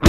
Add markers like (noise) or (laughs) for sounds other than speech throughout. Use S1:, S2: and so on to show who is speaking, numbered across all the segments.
S1: 我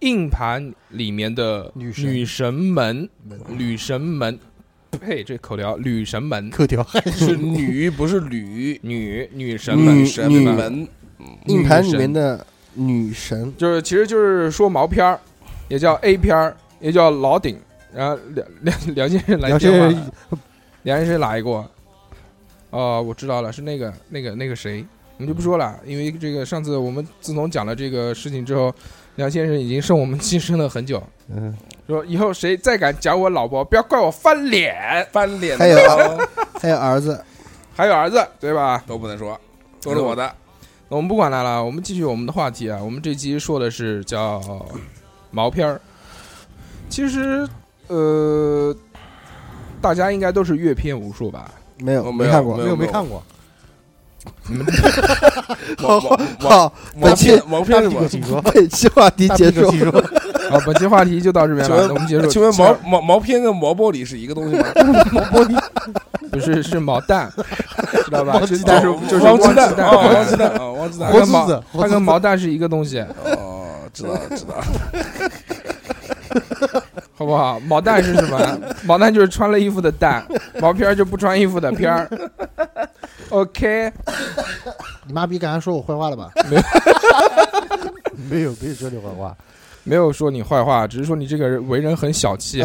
S2: 硬盘里面的
S3: 女
S2: 女神门，女神门，呸，这口条，女神门，
S3: 口条
S4: 是女，不是女，
S2: 女嗯女神门，
S4: 女 (laughs) 神门，
S5: 硬盘里面的
S4: (laughs)
S5: 女神，
S2: 就是其实就是说毛片儿，也叫 A 片儿，也叫老顶。然后梁 (laughs) 梁梁先生来电话了，梁先生哪一个？哦，我知道了，是那个那个那个谁。我们就不说了，因为这个上次我们自从讲了这个事情之后，梁先生已经受我们晋升了很久。
S5: (laughs)
S2: 嗯，说以后谁再敢讲我老婆，不要怪我翻脸，翻脸。
S5: 还有
S3: 哎
S5: 还有儿子，
S2: 还有儿子，对吧？
S4: 都不能
S5: (laughs)
S4: 说，都是我的。
S2: 我们不管他了，我们继续我们的话题啊。我们这期说的是叫毛片儿，其实呃，大家应该都是阅片无数
S4: (laughs)
S2: 吧？
S5: 哦没有，
S4: 没
S5: 看过，
S4: 没有，
S3: 没看过。
S5: 好好，本期
S4: 毛片是吧？
S5: (laughs) 本期话题结束。
S4: (laughs)
S5: (laughs)
S2: 好，本期话题就到这边了。我们结束。
S4: 请问毛毛毛片跟毛玻璃是一个东西吗？
S2: 毛玻璃不是是毛蛋，知道吧？就是就是
S4: 汪
S2: 鸡
S4: 蛋，
S2: 汪
S4: 哦鸡蛋啊，汪鸡蛋。
S2: 它跟毛它跟毛蛋是一个东西。
S4: 哦，知道知道。
S2: 好不好？毛蛋是什么？毛蛋就是穿了衣服的蛋，毛片儿就不穿衣服的片儿。OK，
S3: 你妈逼刚才说我坏话了吧？ (laughs)
S2: 没有，
S3: 没有，没有说你坏
S5: (laughs)
S3: 话，
S2: 没有说你坏话，只是说你这个人为人很小气。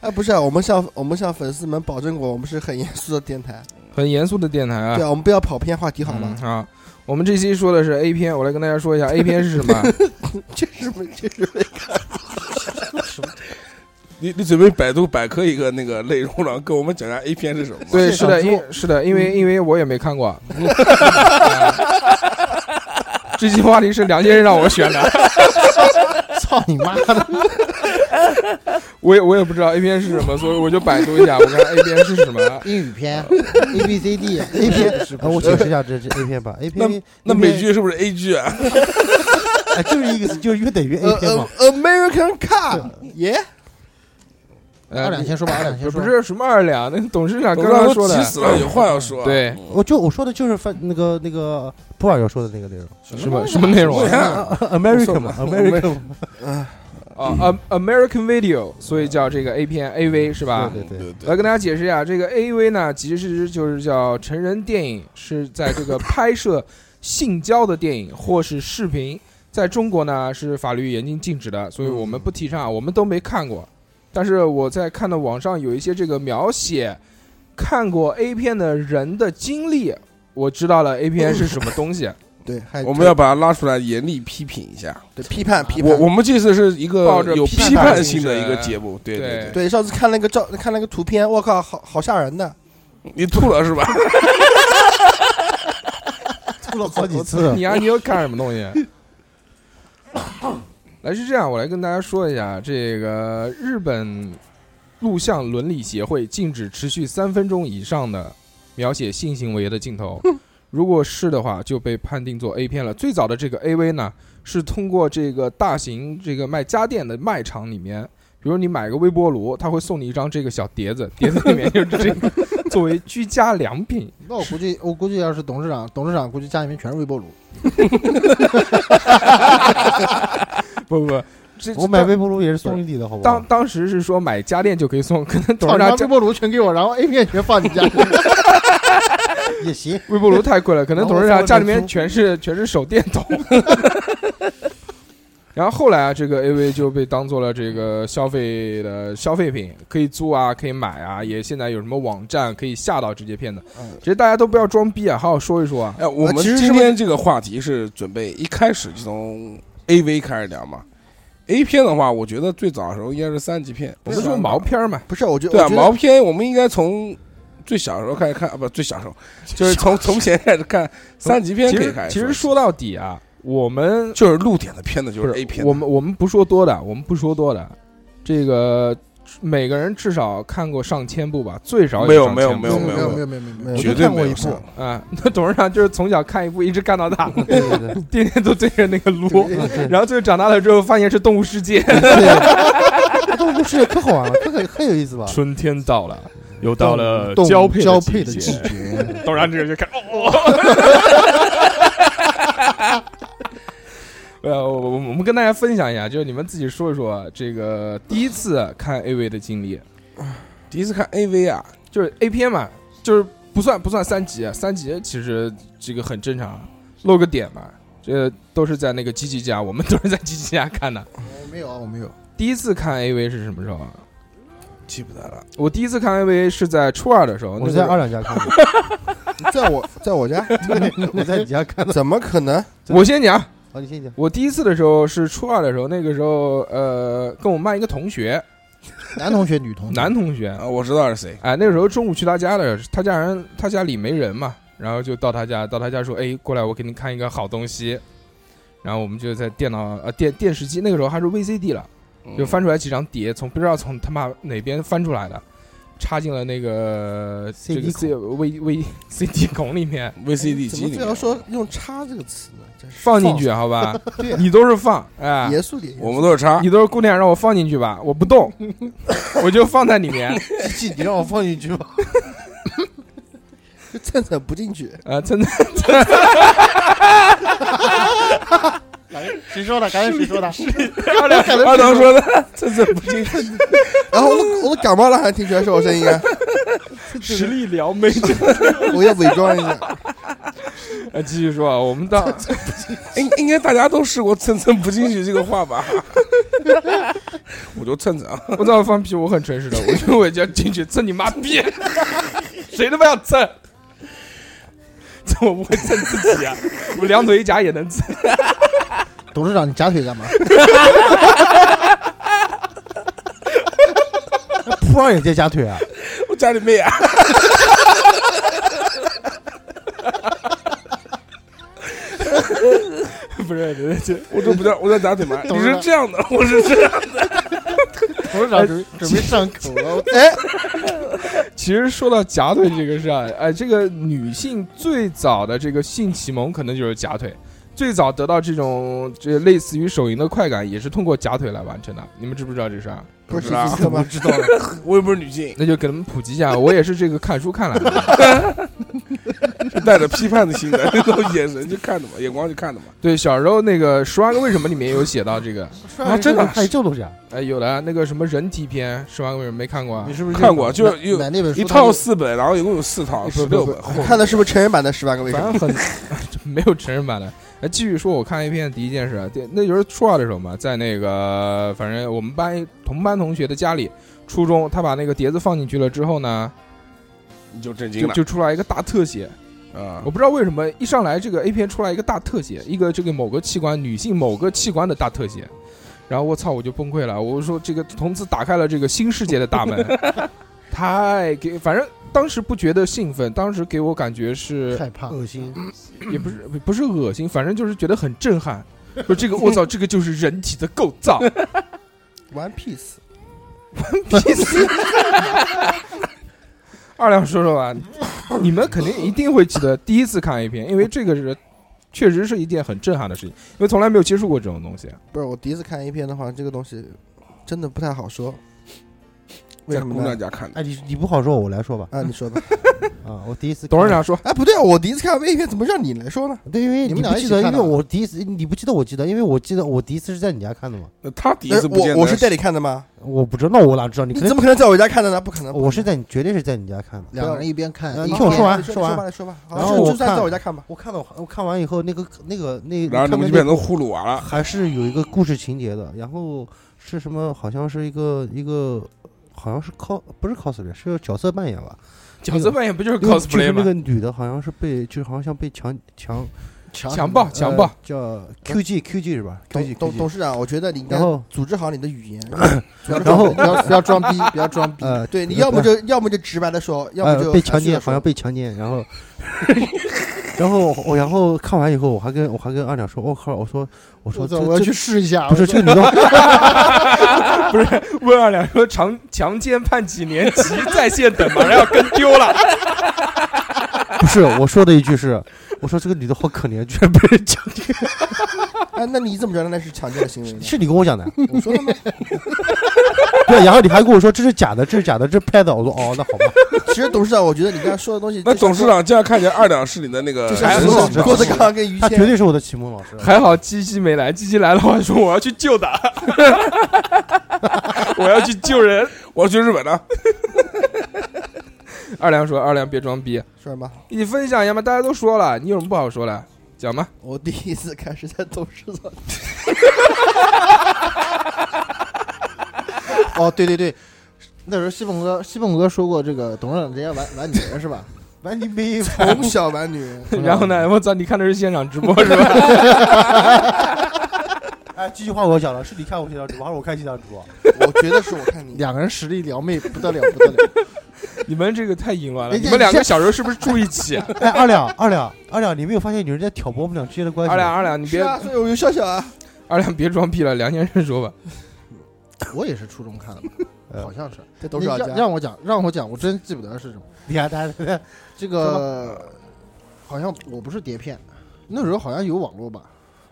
S5: 哎，不是、啊，我们向我们向粉丝们保证过，我们是很严肃的电
S4: 啊
S5: 台，
S2: 很严肃的电台啊。
S5: 对啊，我们不要跑偏话题，好吗？
S2: 啊、嗯，我们这期说的是 A 片，我来跟大家说一下 A 片是什么。
S5: 确实没，确实没看。
S4: 你你准备百度百科一个那个内容，然后跟我们讲下 A 片是什么？
S2: 对，是的，因是的，因为因为我也没看过。 (laughs) 这期话题是梁先生让我选的。 (laughs)
S3: 操你妈 (laughs) 的！
S2: 我也我也不知道 A 片是什么，所以我就百度一下，我看 A 片是什么。
S3: 英语片，A
S5: 啊
S3: B C
S5: (laughs)
S3: D A 片，我解释一下这是 A 片吧？A 片
S4: 那美剧是不是 A 剧啊？
S3: 哎，就是一个就是约等
S5: (laughs)
S3: 于
S5: 呃
S3: A 片嘛。
S5: American Car，耶。
S3: 二两先说吧，二两先说。
S2: 呃不是什么二两，那董事长刚刚说的。
S4: 急死了，有话要说。啊
S5: 呃
S2: 对，
S3: 我就我说的就是翻那个那个普洱要说的那个内容。啊
S2: 什么什么内容
S1: (laughs)
S4: 啊
S3: (laughs) ？American 嘛，American
S2: 啊，American Video，所以叫这个 A 片 AV 是吧？
S3: 对
S4: 啊
S3: 对对。
S2: 来跟大家解释一下，这个 AV 呢，其实就是叫成人电影，是在这个拍摄性交的电影或是视频，在中国呢是法律严禁禁止的，所以我们不提倡，我们都没看过。但是我在看到网上有一些这个描写看过 A 片的人的经历，我知道了 A 片是什么东西。
S5: 对，还
S4: 我们要把他拉出来严厉批评一下。
S5: 对批
S3: 啊
S5: 判哎啊批判。
S4: 我我们这次是一
S2: 抱
S4: 个
S2: 着
S4: 有
S2: 批
S4: 批
S2: 判
S4: 判
S2: 精
S4: 性的一
S2: 神
S4: 个节目，对
S2: 对
S4: 对，
S5: 对上次看那个照看那个图片，我靠，好好吓人的。
S4: 你吐了是吧？
S1: 吐了好几次。
S2: 你啊，你又看什么东西？来是这样，我来跟大家说一下，这个日本录像伦理协会禁止持续三分钟以上的描写性行为的镜头，如果是的话，就被判定作 A 片了。最早的这个 AV 呢，是通过这个大型这个卖家电的卖场里面，比如你买个微波炉，他会送你一张这个小碟子，碟子里面就是这个 (laughs) 作为居家良品。
S3: 那我估计，我估计要是董事长，董事长估计家里面全是微波炉。
S2: 不不不，这
S1: 我买微波炉也是送你的，好不好
S2: 当？当时是说买家电就可以送，可能董
S3: 董
S2: 事
S3: 事长
S2: 长
S3: 微
S2: 家
S3: 波炉全给我，然后 A 片全放你家。
S1: 也行，
S2: 微波炉太贵了，可能董事
S1: 然
S2: 长
S1: 后
S2: 家里面
S1: 放
S2: 全是全是手电筒。 (laughs) 然后后来啊，这个 AV 就被当做了这个消费的消费品，可以租啊，可以买啊，也现在有什么网站可以下到这些片子。
S5: 嗯
S2: 其实大家都不要装逼啊，好好说一说啊。
S4: 哎，我
S5: 呃
S4: 们
S5: 其实是
S4: 今
S5: 不是
S4: 天这个话题是准备一开始就从 A V 开始聊嘛。A 片的话，我觉得最早的时候应该是三级片，
S2: 我们说毛片儿嘛，
S5: 不是，我觉得
S4: 对啊，
S5: 我觉得
S4: 毛片我们应该从最小时候开始看啊，不最小时候，就是从从前开始看三级片
S2: 其
S4: 可以
S2: 实
S4: 开始。
S2: 其实说到底啊，我们
S4: 就是露点的片子，就
S2: 不
S4: 是
S2: 是
S4: A 片的。
S2: 我们我们不说多的，我们不说多的，这个每个人至少看过上千部吧，最少也
S4: 没有
S2: 上
S4: 没有
S2: 千部
S4: 没有
S3: 没
S4: 有
S3: 没有没有没有没有
S5: 我
S4: 绝
S5: 就
S4: 对
S5: 看
S4: 没
S5: 过
S4: 有
S5: 一
S4: 上
S5: 部，
S2: 啊。那董事长就是从小看一部一直看到大，
S1: 对对对，
S2: 天天都对着那个撸，
S1: (laughs)
S2: 然后最后长大了之后发现是《动物世界》。
S1: (laughs) 动物世界可好玩了，可可很有意思吧？
S2: 春天到了，又
S1: 动物
S2: 交
S1: 交
S2: 配
S1: 配的季
S2: 节。
S1: 节，
S2: 董事长这个就看，哦。 (laughs) 呃，我我我们跟大家分享一下，就是你们自己说一说这个第一次看 AV 的经历。
S4: 第一次看 A V 啊，
S2: 就是 A 片嘛，就是不算不算三级，啊三级其实这个很正常，啊露个点嘛，这都是在那个机器家，我们都是在机器家看的。
S3: 我没有啊，我没有。
S2: 第一次看 AV 是什么时候啊？
S4: 记不得了。
S2: 我第一次看 AV 是在初二的时候，那
S1: 我
S2: 个
S1: 是在二两家看的，
S5: 在我在我家，
S1: 我在你家看的。
S5: 怎么可能？
S2: 我先讲，
S1: 好，你先讲。
S2: 我第一次的时候是初二的时候，那个时候呃，跟我们班一个同学，
S3: 男同学、女同学，
S2: 男同学，
S4: 啊，我知道是谁。
S2: 哎，那个时候中午去他家了，他家人他家里没人嘛，然后就到他家，到他家说，哎，过来，我给你看一个好东西。然后我们就在电脑呃电电视机，那个时候还是 VCD 了，就
S4: 嗯
S2: 翻出来几张碟，从不知道从他妈哪边翻出来的，插进了那个这
S1: CD
S2: 个 (laughs) C V V CD 孔里面
S4: V C D
S5: 怎
S4: 机
S5: 么
S4: 里
S5: 非
S4: 面
S5: 要，说用“叉”这个词呢？真是
S2: 放进去，好吧？
S5: 对啊
S2: 你都是放，哎，
S5: 严肃点，
S4: 啊我们都是叉。
S2: 你都是姑娘让我放进去吧，我不动，我就放在里面。
S1: 机器，你让我放进去吧。
S5: 就蹭蹭不进去。
S2: 呃，真的，
S1: (laughs) 谁说的？赶紧谁说的？
S4: 二堂说的，这这不进去。
S5: 然后我都我都感冒了，还听出来是我声音啊！
S2: 实力撩妹。
S5: 我要伪装一下，
S2: (laughs) 呃，继续说啊，我们 (laughs) 到
S4: 应应该大家都试过“蹭蹭不进去”这个话吧？ (laughs) 我就蹭蹭啊，
S2: 我早放屁，我很诚实的，我觉得我就要进去蹭你妈逼， (laughs) 谁他妈要蹭？蹭我不会蹭自己啊，我两腿一夹也能蹭。
S3: 董事长，你夹腿干嘛？
S1: 普洱也在夹腿啊？
S4: 我家里妹啊。
S2: 不是，这
S4: 我这不叫，我叫打腿嘛。你
S3: 懂了
S4: 是这样的，我是这样。
S3: 董事长准准备上口了，
S4: (laughs)
S5: 哎
S4: 哎
S2: 其实说到夹腿这个事啊，哎，这个女性最早的这个性启蒙可能就是夹腿，最早得到这种这类似于手淫的快感，也是通过夹腿来完成的。你们知不知道这事啊？
S5: 不
S4: 不
S5: 是
S4: 知道
S5: 你怎么知道了？
S4: 我又不是女性，
S2: 那就给他们普及一下，我也是这个看书看来的。
S4: 就带着批判的心态，那种眼神就看的嘛，眼光就看的嘛。
S2: 对，小时候那个《十万个为什么》里面有写到这个，
S1: 啊
S4: 真的
S1: 还有这种东西啊？
S2: 哎，有的那个什么人体篇，《十万个为什么》没看过啊
S3: 你？是不是
S4: 看过，就有
S3: 买那本书
S4: 一套四本，然后一共有四套，
S2: 啊不
S4: 十
S2: 不
S4: 六
S2: 不
S4: 本。
S5: 看的是不是成人版的《十万个为什
S2: 反
S5: 么
S2: 正很没有成人版的。哎， (laughs) 继续说，我看 A 片第一件事，啊，对，那就是初二的时候嘛，在那个反正我们班同班同学的家里，初中他把那个碟子放进去了之后呢，
S4: 你就震惊
S2: 就
S4: 了
S2: 就出来一个大特写，
S4: 啊
S2: 我！不知道为什么一上来这个 A 片出来一个大特写，一个这个某个器官女性某个器官的大特写，然后我操我就崩溃了，我说这个从此打开了这个新世界的大门，太给反正当时不觉得兴奋，当时给我感觉是
S1: 害怕，
S3: 恶心，
S2: 也不是不是恶心，反正就是觉得很震撼，说这个我操这个就是人体的构造，
S5: One Piece，
S2: (laughs) 二两说说吧，你们肯定一定会记得第一次看 A 片，因为这个是确实是一件很震撼的事情，因为从来没有接触过这种东西。
S5: 不是我第一次看 A 片的话，这个东西真的不太好说。为
S4: 在
S5: 什
S4: 姑
S5: 么
S4: 娘
S5: 呢？
S4: 家看的，
S1: 哎，你你不好说，我来说吧。
S5: 啊，你说吧。
S1: 啊，我第一次
S2: 董事
S1: 看
S2: 长说，
S5: 哎，不对啊，我第一次看 A 片，怎么让你来说呢？
S1: 对，因为
S3: 你
S1: 你
S3: 们
S1: 不
S3: 俩一
S1: 记
S3: 起
S1: 得，因
S3: 看
S1: 为
S3: 的
S1: 我第一次你不记得，我记得，因为我记得我第一次是在你家看的嘛，
S4: 那他第一
S5: 呃
S4: 次不见得
S5: 我我是带你看的吗？
S1: 我不知道，那我哪知道？你
S5: 你
S1: 可
S5: 怎
S1: 能
S5: 么可能在我家看的呢？不可能。
S1: 我是在你绝对是在你家看的。
S3: 两个人一边看，
S1: 呃
S3: 一
S1: 你
S3: 边
S1: 听我说完
S5: 你
S1: 说完
S5: 吧，你说吧。好
S1: 然后我
S5: 就算
S1: 看
S5: 在我家看吧。
S1: 我看到我看完以后，那个那个那，
S4: 然后你
S1: 他
S4: 们
S1: 们
S4: 就变成呼噜娃了。
S1: 还是有一个故事情节的，然后是什么？好像是一个一个，好像是 cos 不是 cosplay，是角色扮演吧？
S2: 角色扮演不就是
S4: (laughs)
S1: 那个就是
S2: cosplay
S1: 那
S2: 吗？
S1: 个女的，好像是被，就是好像被强强
S3: 强
S2: 强暴，强暴
S1: 呃，叫 QG QG 是吧
S5: 董
S1: ？QG
S5: 董
S1: QG，
S5: 董事长，我觉得你应该
S1: 然后
S5: 组织好你的语言。
S1: 然后
S3: 不要不要装逼，不要装逼，
S1: 呃，
S5: 对，你要么就要么就直白的说，要么
S1: 呃
S5: 就
S1: 被强
S5: 含蓄地
S1: 奸，
S5: 说
S1: 好像被强奸，然后， (laughs) 然后我然后看完以后，我还跟我还跟二两说，我、靠，我说我说
S3: 我
S1: 这
S3: 操，我要
S1: 这
S3: 去试一下，
S1: 不是
S3: 我
S1: 这个女的，
S2: 不是问二两说强强奸判几年，急在线等，马上要跟丢 (laughs) 了。
S1: 不是我说的一句是，我说这个女的好可怜，居然被人强奸，
S5: 哎，那你怎么知道那是强奸的
S3: (laughs)
S5: 行为呢？
S1: 是你跟我讲的， (laughs)
S5: 我说的吗？
S1: 对，然后你还跟我说这是假的，这是假的，这是拍的，我说哦，那好吧，
S5: (laughs) 其实董事长，我觉得你刚才说的东西，
S4: (laughs) 那董事长这样看起来，二两是你的那个
S5: 就
S4: 神
S5: 像
S1: 是
S4: 兽
S5: 郭
S1: 是
S5: 德
S4: 长
S5: 郭德纲跟于
S1: 他绝
S5: 谦，
S1: 对是我的启蒙老师，
S2: 还好七七没来，七七来的话说我要去救他， (laughs) 我要去救人。
S4: 我要去日本了，
S2: 二两说，二两别装逼，
S5: 是吧？
S2: 你分享一下嘛，大家都说了，你有什么不好说的？讲嘛，
S5: 我第一次看是在董事 (laughs) 长，
S3: 哦，对对对，那时候西凤哥西凤哥说过，这个董事长直接玩玩女人
S5: (laughs)
S3: 是吧？
S1: 完你没
S5: 从小玩女人，
S2: 然后呢，我 (laughs) 操，你看的是现场直
S4: (laughs)
S2: 播是吧？
S1: 哎，这句话我要讲了，是你看我现场直播，还是我看现场直播？
S5: 我觉得是我看你。
S3: (laughs) 两个人实力撩妹不得了不得了，
S2: 你们这个太淫乱了，
S3: 人家
S2: 你们两个小时候是不是住一
S4: (laughs)
S2: 起？
S1: 哎，二两二两二两，你没有发现有人在挑拨我们俩之间的关系？
S2: 二两，二两，你
S5: 是
S2: 别
S5: 啊，所以我就笑笑啊。
S2: 二两别装逼了，梁先生说吧，
S3: (laughs) 我也是初中看的吧，
S1: 呃
S3: 好嗯像是。
S5: 在董
S3: 你
S5: 事长
S3: 让
S5: 家，
S3: 让我讲，让我讲，我真记不得是什么。
S1: 你看
S4: (laughs)
S1: 他他
S3: 这个好像我不是碟片，那时候好像有网络吧？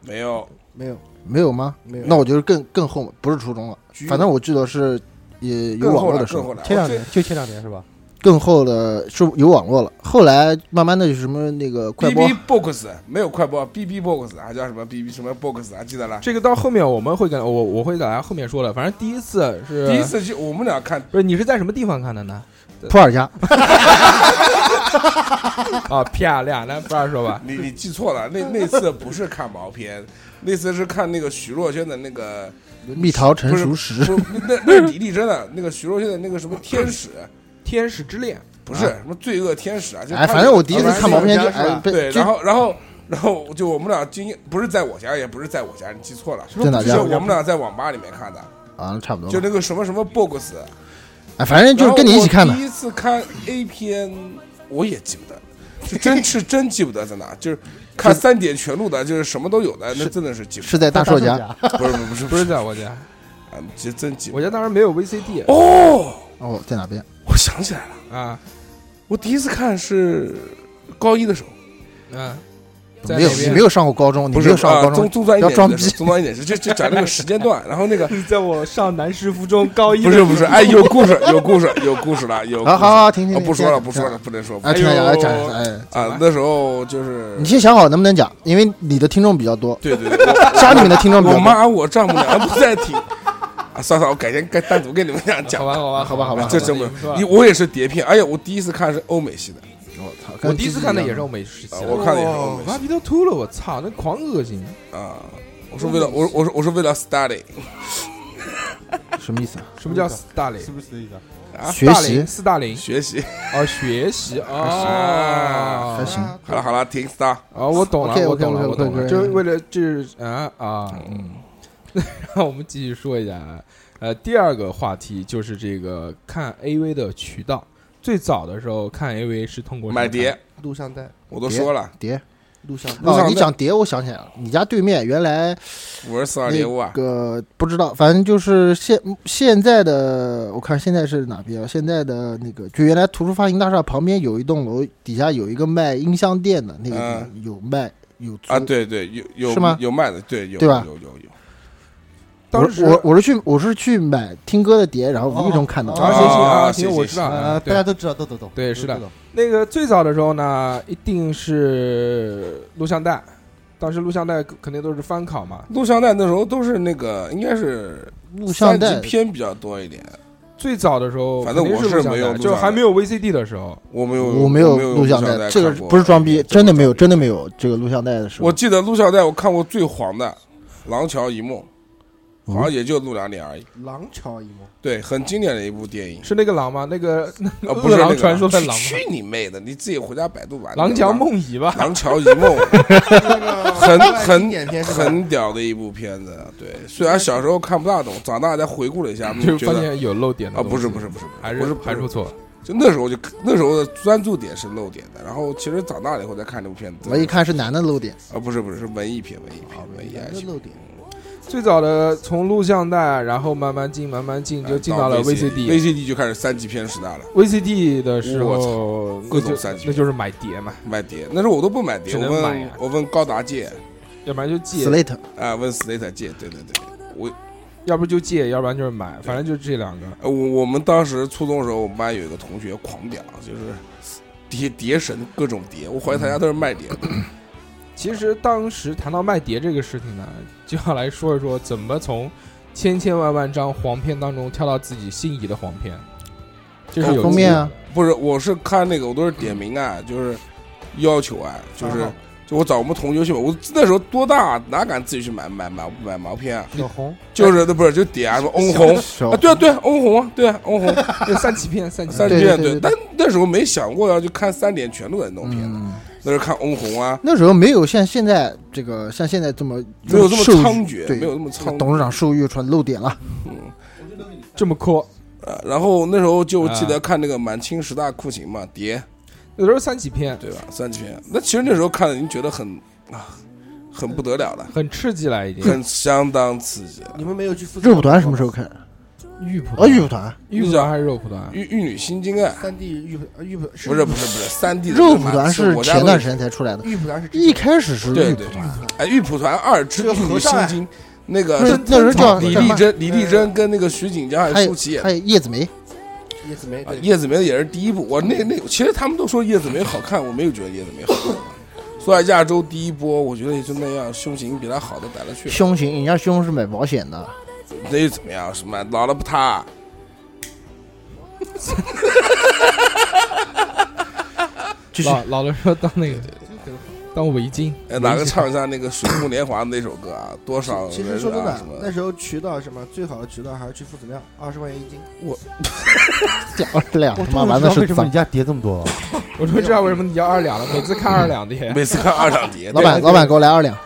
S4: 没有
S5: 没有
S3: 没有吗？
S5: 没有，
S3: 那我就是更更后，不是初中了
S4: 橘，
S3: 反正我记得是也有
S4: 更
S3: 网
S4: 后
S3: 络
S4: 来
S3: 的时
S4: 更后
S3: 候，
S4: 来，
S1: 前两
S4: 我最
S1: 年就前两年是吧？
S3: 更后的是有网络了。后来慢慢的有什么那个快播
S4: BB box 没有快播，BB box 还叫什么 BB 什么 box 还记得啦？
S2: 这个到后面我们会跟我我会给大家后面说了，反正第一次
S3: 啊
S2: 是
S4: 第一次就我们俩看
S2: 不是你是在什么地方看的
S4: (laughs)
S2: 呢？
S3: 普洱家，
S2: 啊，漂亮，来不二说吧，
S4: 你你记错了，那那次不是看毛片，那次是看那个徐若瑄的那个，
S3: 蜜桃成
S4: 不是
S3: 熟时，
S4: 不，那那是李丽珍的那个徐若瑄的那个什么天使，
S2: 《天使之恋
S4: 不是、什么罪恶天使啊，就是
S3: 哎，
S4: 她
S3: 反正我第一次
S4: 她
S3: 看毛片就
S5: 是吧
S3: 哎，被
S4: 对，
S3: 就
S4: 然后然后然后就我们俩经验不是在我家，也不是在我家，你记错了，
S3: 在哪
S4: 就
S3: 家
S4: 是我们俩在网吧里面看的，
S3: 啊，差不多
S4: 就
S3: 吧，
S4: 那个什么什么 box，
S3: 哎，反正就是跟你一起看的
S4: 然后我。第一次看 A 片，我也记不得，是真是真记不得在哪， (laughs) 就是看三点全录的，就是什么都有的，那真的是记不
S3: 是在大
S1: 硕
S3: 硕家，，
S4: 得，不是不是》，
S2: 不
S4: 不 (laughs)
S2: 是
S4: 是，
S2: 在我家，
S4: 啊其实真记不
S2: 我
S4: 得。
S2: 家当时没有 VCD
S4: 哦，
S3: 哦，在哪边？
S4: 我想起来了，
S2: 啊，
S4: 我第一次看是高一的时候，
S2: 嗯，在
S3: 没有，
S2: 那
S3: 你
S2: 边
S3: 没有上过高中，你
S4: 不
S3: 没
S4: 是
S3: 有上
S4: 啊
S3: 过高
S4: 中
S3: 中，
S4: 中专一
S3: 要
S4: 点
S3: 装
S4: 的时候，中专一点是就就讲那个时间段，然后那个
S2: 是 (laughs) 在我上南师附中高一
S4: 不
S2: 的
S4: 是
S2: 时候
S4: 不是，哎，有故事有故事有故事了，有故事
S3: 好好好，停停
S4: 啊，
S3: 停，
S4: 不说了不
S3: 这
S4: 说
S3: 样
S4: 了，，不能说
S3: 哎，听
S2: 哎
S3: 来
S2: 呦
S3: 讲一下，哎，
S4: 啊，那时候就是
S3: 你先想好能不能讲，因为你的听众比较
S4: (laughs)
S3: 多，
S4: 对对对，我
S3: 家里面的听众比较
S4: 我
S3: 多。
S4: 妈我丈母娘不在听。 (laughs) 啊，算了，我改天该单独跟你们俩
S2: (laughs) 好
S4: 讲。
S2: 吧
S4: 啊
S2: 好吧好吧好吧，好
S4: 这
S2: 吧
S4: 真
S2: 你
S4: 不
S2: 们说吧
S4: 你我也是碟片。哎呀，我第一次看是欧美系的，
S3: 我
S2: 我第一次看的也是欧美时期
S4: 啊
S2: 的，
S4: 我看的也是欧美
S2: 妈逼都秃了，我操，那狂恶心，
S4: 啊。我是为了我
S3: 嗯
S4: 我是我是为了 study，
S3: 什么意思啊？
S2: 什么叫 study？
S1: 是不是这意思啊？
S4: 啊
S3: 学
S2: 大
S3: 习
S2: 龄四大龄
S4: (laughs) 学习。
S2: 哦，学习啊
S4: 啊，
S3: 还行
S4: 好了好了，停 stop。
S2: 啊，我懂了，
S3: OK，OK，OK，
S2: 我懂了，我懂了，
S3: OK，OK，OK
S2: 就是为了就是啊啊，嗯， (laughs) 让我们继续说一下啊，呃，第二个话题就是这个看 AV 的渠道。最早的时候看 AV 是通过什么
S4: 买碟
S2: 看，，
S5: 录像带，
S4: 我都说了，
S3: 碟
S5: 录像带，
S4: 路上
S3: 哦，你
S4: 的
S3: 讲碟，我想起来了，你家对面原来
S4: 五十四二点五
S3: 那
S4: 啊，
S3: 个不知道，反正就是现现在的，我看现在是哪边啊？现在的那个，就原来图书发行大厦旁边有一栋楼，底下有一个卖音像店的那个地方，有卖有租
S4: 嗯啊，对对，有有
S3: 是吗
S4: 有卖的，对有
S3: 对吧
S4: 有有有，
S2: 当时
S3: 我我我是去我是去买听歌的碟，然后无意中看到的。
S2: 啊，行行啊，
S4: 啊
S2: 行，
S4: 行
S2: 我知道
S5: 呃，
S2: 啊，
S5: 大
S2: 对
S5: 家都知道，都懂懂，
S2: 对
S5: 都
S2: 是的
S5: 知道
S2: 那个最早的时候呢，一定是录像带，当时录像带肯定都是翻拷嘛。
S4: 录像带那时候都是那个，应该是
S3: 录像带
S4: 三级片比较多一点。
S2: 最早的时候，
S4: 反正
S2: 肯定
S4: 我
S2: 是录
S4: 是
S2: 像
S4: 没有
S2: 带
S4: 录
S2: 就
S4: 像
S2: 还
S4: 带
S2: 没有 VCD 的时候，
S4: 我没有，
S3: 我
S4: 没
S3: 没
S4: 有
S3: 录像
S4: 带，
S3: 这个
S4: 看过
S3: 不是装逼，真的没有，。真的没有这个录像带的时候。
S4: 我记得录像带我看过最黄的《廊桥遗梦》，
S2: 哦
S4: 好像也就录两年而已。
S5: 廊桥一梦，
S4: 对，很经典的一部
S2: (laughs)
S4: 电影。
S2: 是那个狼吗？那
S4: (laughs)
S2: 个
S4: 啊，
S2: 饿
S4: 不是那
S2: 狼
S4: 个
S2: 传说的狼
S4: 去你妹的！你自己回家百度吧。
S2: 《廊桥梦遗》吧？
S4: 廊桥遗
S5: (laughs)
S4: 梦，很很
S5: 典片是吧？
S4: 很屌的一部片子。对，虽然小时候看不大懂，长大再回顾了一下，
S2: 就
S4: 嗯
S2: 是
S4: 觉
S2: 发
S4: 得
S2: 现有漏点的
S4: 啊，不是
S2: 东
S4: 不
S2: 西
S4: 是不是，
S2: 还
S4: 不
S2: 是
S4: 是
S2: 还是不错。
S4: 就那时候就那时候的专注点是漏点的，然后其实长大了以后再看这部片子，
S3: 我一看是男的露点，
S4: 啊，不是不是是文艺片，文艺片，文艺爱情。
S3: 露点。
S2: 最早的从录像带，然后慢慢进，慢慢进，
S4: 啊哎
S2: 就进到了 VCD。
S4: VCD 就开始三级片时代了，
S2: VCD 的时
S4: 我
S2: 候，那
S4: 各种
S2: 就
S4: 三级
S2: 那就是买碟嘛，
S4: 买碟。那时候我都不买碟，
S2: 只
S4: 我
S2: 能买
S4: 问
S2: 呀
S4: 我问高达借，
S2: 要不然就借，
S3: Slate
S4: 啊，问 Slate 借，对对对，我
S2: 要不就借，要不然就是买，反正就这两个。
S4: 呃，我我们当时初中的时候，我们班有一个同学狂屌，就是碟碟神，各种碟，我怀疑他家都是
S2: (coughs)
S4: 卖碟的。
S2: 其实当时谈到卖碟这个事情呢，就要来说一说怎么从千千万万张黄片当中挑到自己心仪的黄片，就是有
S3: 封面啊，
S4: 不是，我是看那个，我都是点名啊，就是要求啊，就是就我找我们同学去买，我那时候多大、哪敢自己去买买买买毛片啊？
S5: 小红，
S2: 哎
S4: 就是那不是就点啊什么翁虹
S3: 手
S4: 啊，对啊对啊，翁虹啊，对啊翁虹
S2: 就三级片，三级
S4: 三
S2: 片。
S4: 级
S3: 对
S4: 片
S3: 对对对
S4: 但那时候没想过要去看三点全录的那种片子，
S3: 嗯，
S4: 那时候看翁虹啊，
S3: 那时候没有像现在这个像现在这么
S4: 没有这么
S3: 授予
S4: 猖獗，
S3: 对
S4: 没有这么猖獗。
S3: 董事长授予传露点了，
S4: 嗯
S2: 这么抠。
S4: 呃，然后那时候就记
S2: 啊
S4: 得看那个《满清十大酷刑》嘛，碟。
S2: 有的时候三级片
S4: 对吧？三级片，那其实那时候看了，已经觉得很啊，很不得了了，
S2: 很刺激了，已
S3: 嗯
S2: 经。
S4: 很相当刺激了。
S5: 你们没有去复
S3: 肉蒲团什么时候开？
S2: 玉蒲
S3: 哦，玉蒲啊团，
S2: 玉蒲团还是肉蒲团？
S4: 玉玉女心经啊，
S5: 三 D 玉蒲玉蒲
S4: 不是不是不是，三 D 的
S3: 肉
S4: 他
S3: 蒲
S4: 妈
S3: 团
S4: 是
S3: 是
S4: 我家
S3: 前段
S4: 都
S3: 时间才出来的，
S5: 玉蒲团是
S3: 一开始是玉
S4: 对
S3: 蒲
S4: 对
S3: 团，
S4: 哎，玉蒲团二之
S5: 这个
S4: 玉女
S5: 和尚
S4: 心
S5: 啊
S4: 经，那
S3: 不是
S4: 个
S3: 那时候叫
S4: 李
S3: 叫
S4: 丽
S3: 嘛
S4: 珍、李丽珍跟那个徐锦江还
S3: 还
S4: 有
S3: 有
S4: 舒淇演的。
S3: 还有叶子梅，
S5: 叶子梅
S4: 啊，叶子梅也是第一部，我那那其实他们都说叶子梅好看，我没有觉得叶子梅好看。所以亚洲第一波，我觉得也就那样，胸型比她好的逮了去了。
S3: 胸型，人家胸是买保险的，
S4: 那又怎么样？什么老了不塌？
S3: 就是
S2: 老老的时候当那个当围巾，
S4: 哎，哪个
S2: 围巾
S4: 唱一下那个《水木年华》那首歌啊？多
S5: 其
S4: 少
S5: 其
S4: 人
S5: 实说真
S4: 啊？
S5: 的
S4: 什，
S5: 那
S4: 么？
S5: 时候渠道什么最好的渠道还是去夫子庙，二十块钱一斤。
S3: 屌这两
S1: 我
S3: 他
S1: 终
S3: 妈
S1: 于
S3: 完
S1: 知
S3: 了
S1: 道为
S3: 是
S1: 什么
S3: 脏
S1: 你。家碟这么多了。
S2: 我终于知道为什么你叫二两了，每次看二两的。
S4: 每次看二两碟，
S3: 老板，
S2: 对
S3: 老板给我来二两，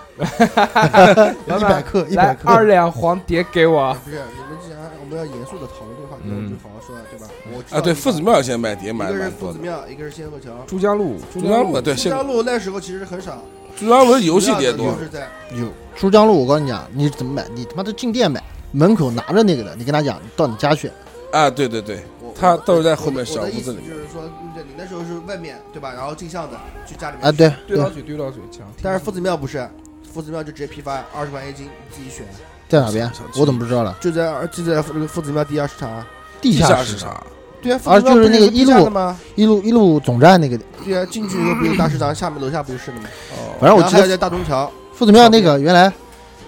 S2: 老
S5: 一
S2: 板
S5: 百克，一
S2: 来
S5: 百克。
S2: 二两黄碟给我。
S5: 不是你们既然我们要严肃的讨论这个话题，我们就好好说，对吧？我知
S4: 嗯
S5: 道
S4: 啊，对，夫子，庙现在卖碟
S5: 一
S4: 买
S5: 个
S4: 得
S5: 是
S4: 蛮
S5: 夫
S4: 多
S5: 子
S4: 的。
S5: 庙，一个是仙鹤桥。
S2: 珠江路，
S4: 珠江路对，
S5: 珠
S4: 现
S5: 江路那时候其实很少，
S4: 珠江路游戏
S5: 主要
S4: 碟
S5: 的
S4: 多
S5: 就。是在
S3: 有珠江路，我告诉你啊，你怎么买？你他妈都进店买，门口拿着那个的，你跟他讲，到你家去。
S4: 啊，对对对，
S5: 我
S4: 他
S5: 我
S4: 都是在后面
S5: 我
S4: 小
S5: 我的
S4: 屋
S5: 意
S4: 子
S5: 思
S4: 里面
S5: 就是说，对你那时候是外面对吧？然后进巷子去家里面
S3: 啊，对
S2: 对
S3: 对
S2: 到，嘴，对到嘴，强。
S5: 但是夫子庙不是，夫子庙就直接批发二十块钱一斤，你自己选，
S3: 在哪边
S4: 小小？区
S3: 我怎么不知道了？
S5: 就在就在那个夫子庙地下市场啊。
S3: 地
S4: 地下
S3: 市场，
S4: 场，
S5: 对啊，
S3: 啊就是那个一
S5: 一
S3: 路
S5: 的吗？
S3: 一路一路总站那个，
S5: 对啊，进去以后不是大市场，下面楼下不就是的吗？
S4: 哦，
S3: 反正我
S5: 然
S3: 记
S5: 后还有
S3: 得
S5: 在大东桥，
S3: 夫子庙那个原来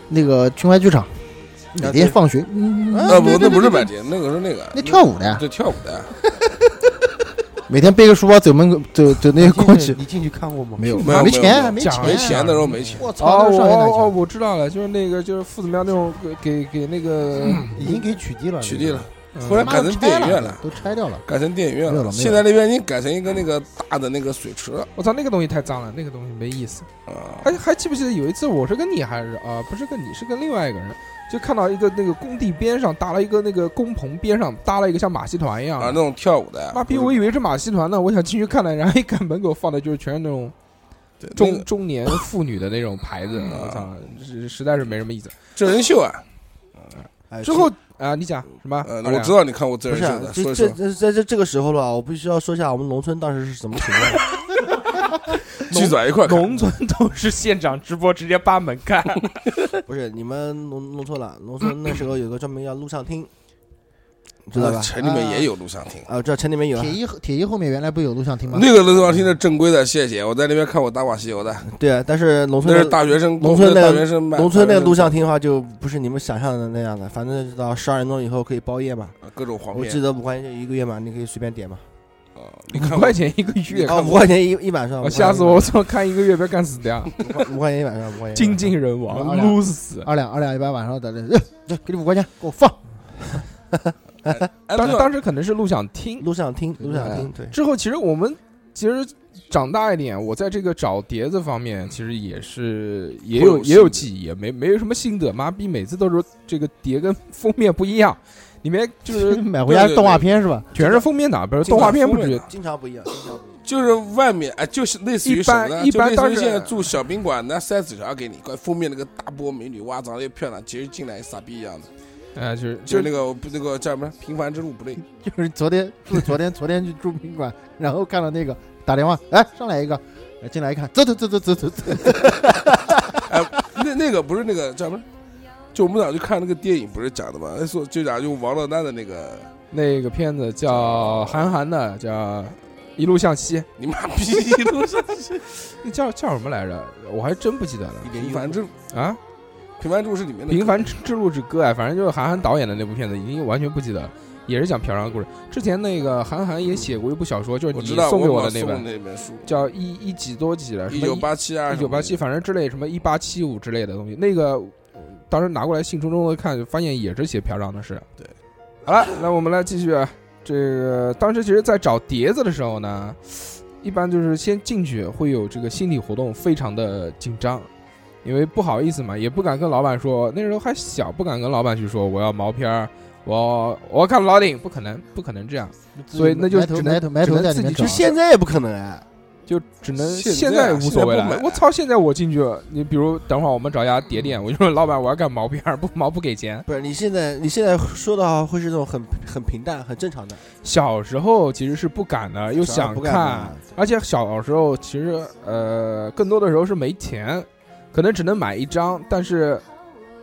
S3: 那个群淮剧
S2: 啊
S3: 场，每天放学，嗯
S5: 啊
S4: 呃那不
S5: 对
S4: 那
S5: 对
S4: 不是
S5: 对
S4: 买碟，那个是那个，
S3: 那跳舞的，
S4: 对跳舞的，
S3: 每天背个书包走门口走走那个过去，
S1: 你进去看过吗？
S3: 没有，
S4: 没有
S3: 没
S4: 没有
S3: 钱，还啊没
S2: 讲
S3: 钱，
S4: 没钱那时候
S5: 嗯
S4: 没钱。
S3: 我操，
S2: 哦，
S3: 那
S2: 我
S3: 上学哪
S2: 哦，
S3: 有钱？
S4: 嗯
S2: 我知道了，就是那个，就是夫子庙那种给给给那个呃
S1: 已经给取缔了，
S4: 取缔了，后来
S3: 他妈
S4: 改
S3: 都拆
S4: 成电影院
S3: 了
S4: 了，，
S3: 都拆掉了。
S4: 改成电影院
S1: 没有了
S4: 了。
S1: 没有
S4: 现在那边已经改成一个那个大的那个水池了
S2: 我操，那个东西太脏了，那个东西没意思。
S4: 啊。
S2: 还还记不记得有一次，我是跟你还是啊、不是跟你，是跟另外一个人，就看到一个那个工地边上搭了一个那个工棚边上搭了一个像马戏团一样
S4: 啊，那种跳舞的，
S2: 妈逼，我以为是马戏团呢，我想进去看看，然后一看门口放的就是全是那种
S4: 对那
S2: 中
S4: 个
S2: 中年妇女的那种牌子，
S4: 啊
S2: 我操，实实在是没什么意思。
S4: 真人秀啊，
S5: 哎
S2: 之后啊，你讲什么？
S4: 呃，
S2: 二
S4: 我
S2: 两
S4: 知道你看过真
S5: 不
S4: 人
S5: 是
S4: 秀
S5: 啊
S4: 的，
S5: 这
S4: 说一
S5: 这
S4: 说，
S5: 这在这这个时候了，我必须要说一下我们农村当时是什么情 (laughs) 况。
S4: 记者一块看，
S6: 农村都是现场直播，直接扒门看。
S5: 不是你们弄弄错了，农村那时候有个专门叫录像厅，知道
S2: 啊
S4: 呃
S5: 吧？
S4: 城里面也有录像
S2: 哎
S4: 厅，
S5: 啊，我知道城里面有啊
S3: 铁，一铁一后面原来不有录像厅吗？
S4: 那个录像厅是正规的，谢谢，我在那边看过《大话西游》的，
S5: 对啊，但是农村
S4: 那
S5: 的
S4: 是大学生，
S5: 农村那
S4: 大
S5: 个
S4: 学生卖，
S5: 农村那个录像
S4: 厅，
S5: 厅的话，就不是你们想象的那样的，反正到十二点钟以后可以包夜嘛。
S4: 各种黄
S5: 我
S4: 片
S5: 记，得五块钱一个月嘛，你可以随便点嘛。
S4: 啊你
S2: (laughs) 五
S4: 看过
S2: 块钱一个月，
S5: 哦，五块钱一一晚上，
S2: 我吓死我！我操，看一个月被干死
S4: (laughs)
S2: 掉，
S5: 五块！五块钱一晚上，五 (laughs) 块钱一晚上。
S2: 精尽人
S3: 我
S2: 亡，
S3: 二两
S2: 撸死。
S3: 二两二两一般晚上在这，这 (laughs) 给你五块钱，给我放。
S4: 哎
S2: 当
S4: 不是
S2: 当时可能是录像厅，
S5: 录像厅，录像厅，对，
S2: 之后，其实我们其实长大一点，我在这个找碟子方面，其实也是也
S4: 颇
S2: 有
S4: 有
S2: 也有
S4: 心
S2: 记忆，也没没有什么心得。妈逼，每次都是这个碟跟封面不一样，里面就是
S4: (laughs)
S3: 买回家是动画片是吧？
S2: 全是封面档，不是
S4: 经常
S2: 动画片，不
S4: 封面
S2: 止
S4: 档
S5: 经常不一样，经常不一样。
S4: 就是外面哎，就是类似于
S2: 一般
S4: 什么呢
S2: 一
S4: 就
S2: 般
S4: 类
S2: 当
S4: 似于
S2: 时
S4: 现在住小宾馆，那塞纸条给你，封面那个大波美女，哇，长得又漂亮，其实进来也傻逼一样的，
S2: 呃，就是就
S4: 就是那
S2: 是
S4: 个不那个叫什么《平凡之路》不对，
S3: 就是昨天，就是昨天，昨天去住宾馆，然后看到那个打电话，哎，上来一个，哎进来一看，走走走走走走走，
S4: 那那个不是那个叫什么？就我们俩去看那个电影，不是讲的嘛？说就讲用王珞丹的那个，
S2: 那个片子叫韩寒的，叫《一路向西》，
S4: 你妈逼一路上
S2: 那叫叫什么来着？我还真不记得了
S4: 平凡之路，
S2: 啊，
S4: 平凡之路是里
S2: 《
S4: 面的
S2: 平凡之路之歌》啊，反正就是韩寒导演的那部片子，已经完全不记得了。也是讲嫖娼的故事。之前那个韩寒也写过一部小说，就是
S4: 我
S2: 你
S4: 知道
S2: 送给
S4: 我
S2: 的
S4: 妈
S2: 那
S4: 送
S2: 本，
S4: 那本书，
S2: 叫一一几多几了，
S4: 一九八七啊，
S2: 一九八七，反正之类什么一八七五之类的东西。那个呃当时拿过来兴冲冲的看，发现也是写嫖娼的事。
S4: 对，
S2: 好了，那我们来继续啊。这个当时其实，在找碟子的时候呢，一般就是先进去会有这个心理活动，非常的紧张，因为不好意思嘛，也不敢跟老板说。那时候还小，不敢跟老板去说我要毛片儿，我要我要看老顶，不可能，不可能这样，所以那就
S3: 埋头
S2: 只
S3: 埋
S2: 能
S3: 头埋
S2: 只
S3: 头
S2: 能
S3: 在
S2: 自
S3: 里面
S2: 己
S3: 找
S5: 就。现在也不可能啊！
S2: 就只能
S4: 现
S2: 现
S4: 在啊
S2: 无所谓了
S4: 现在不。买
S2: 我操！现在我进去，你比如等会儿我们找一家碟店，我就说老板我要干毛片儿，不毛不给钱。
S5: 不是，你现在你现在说的话会是那种很很平淡、很正常的，
S2: 小时候其实是不敢的，又想
S5: 不干
S2: 看
S5: 嘛，，
S2: 而且小时候其实呃更多的时候是没钱，可能只能买一张，但是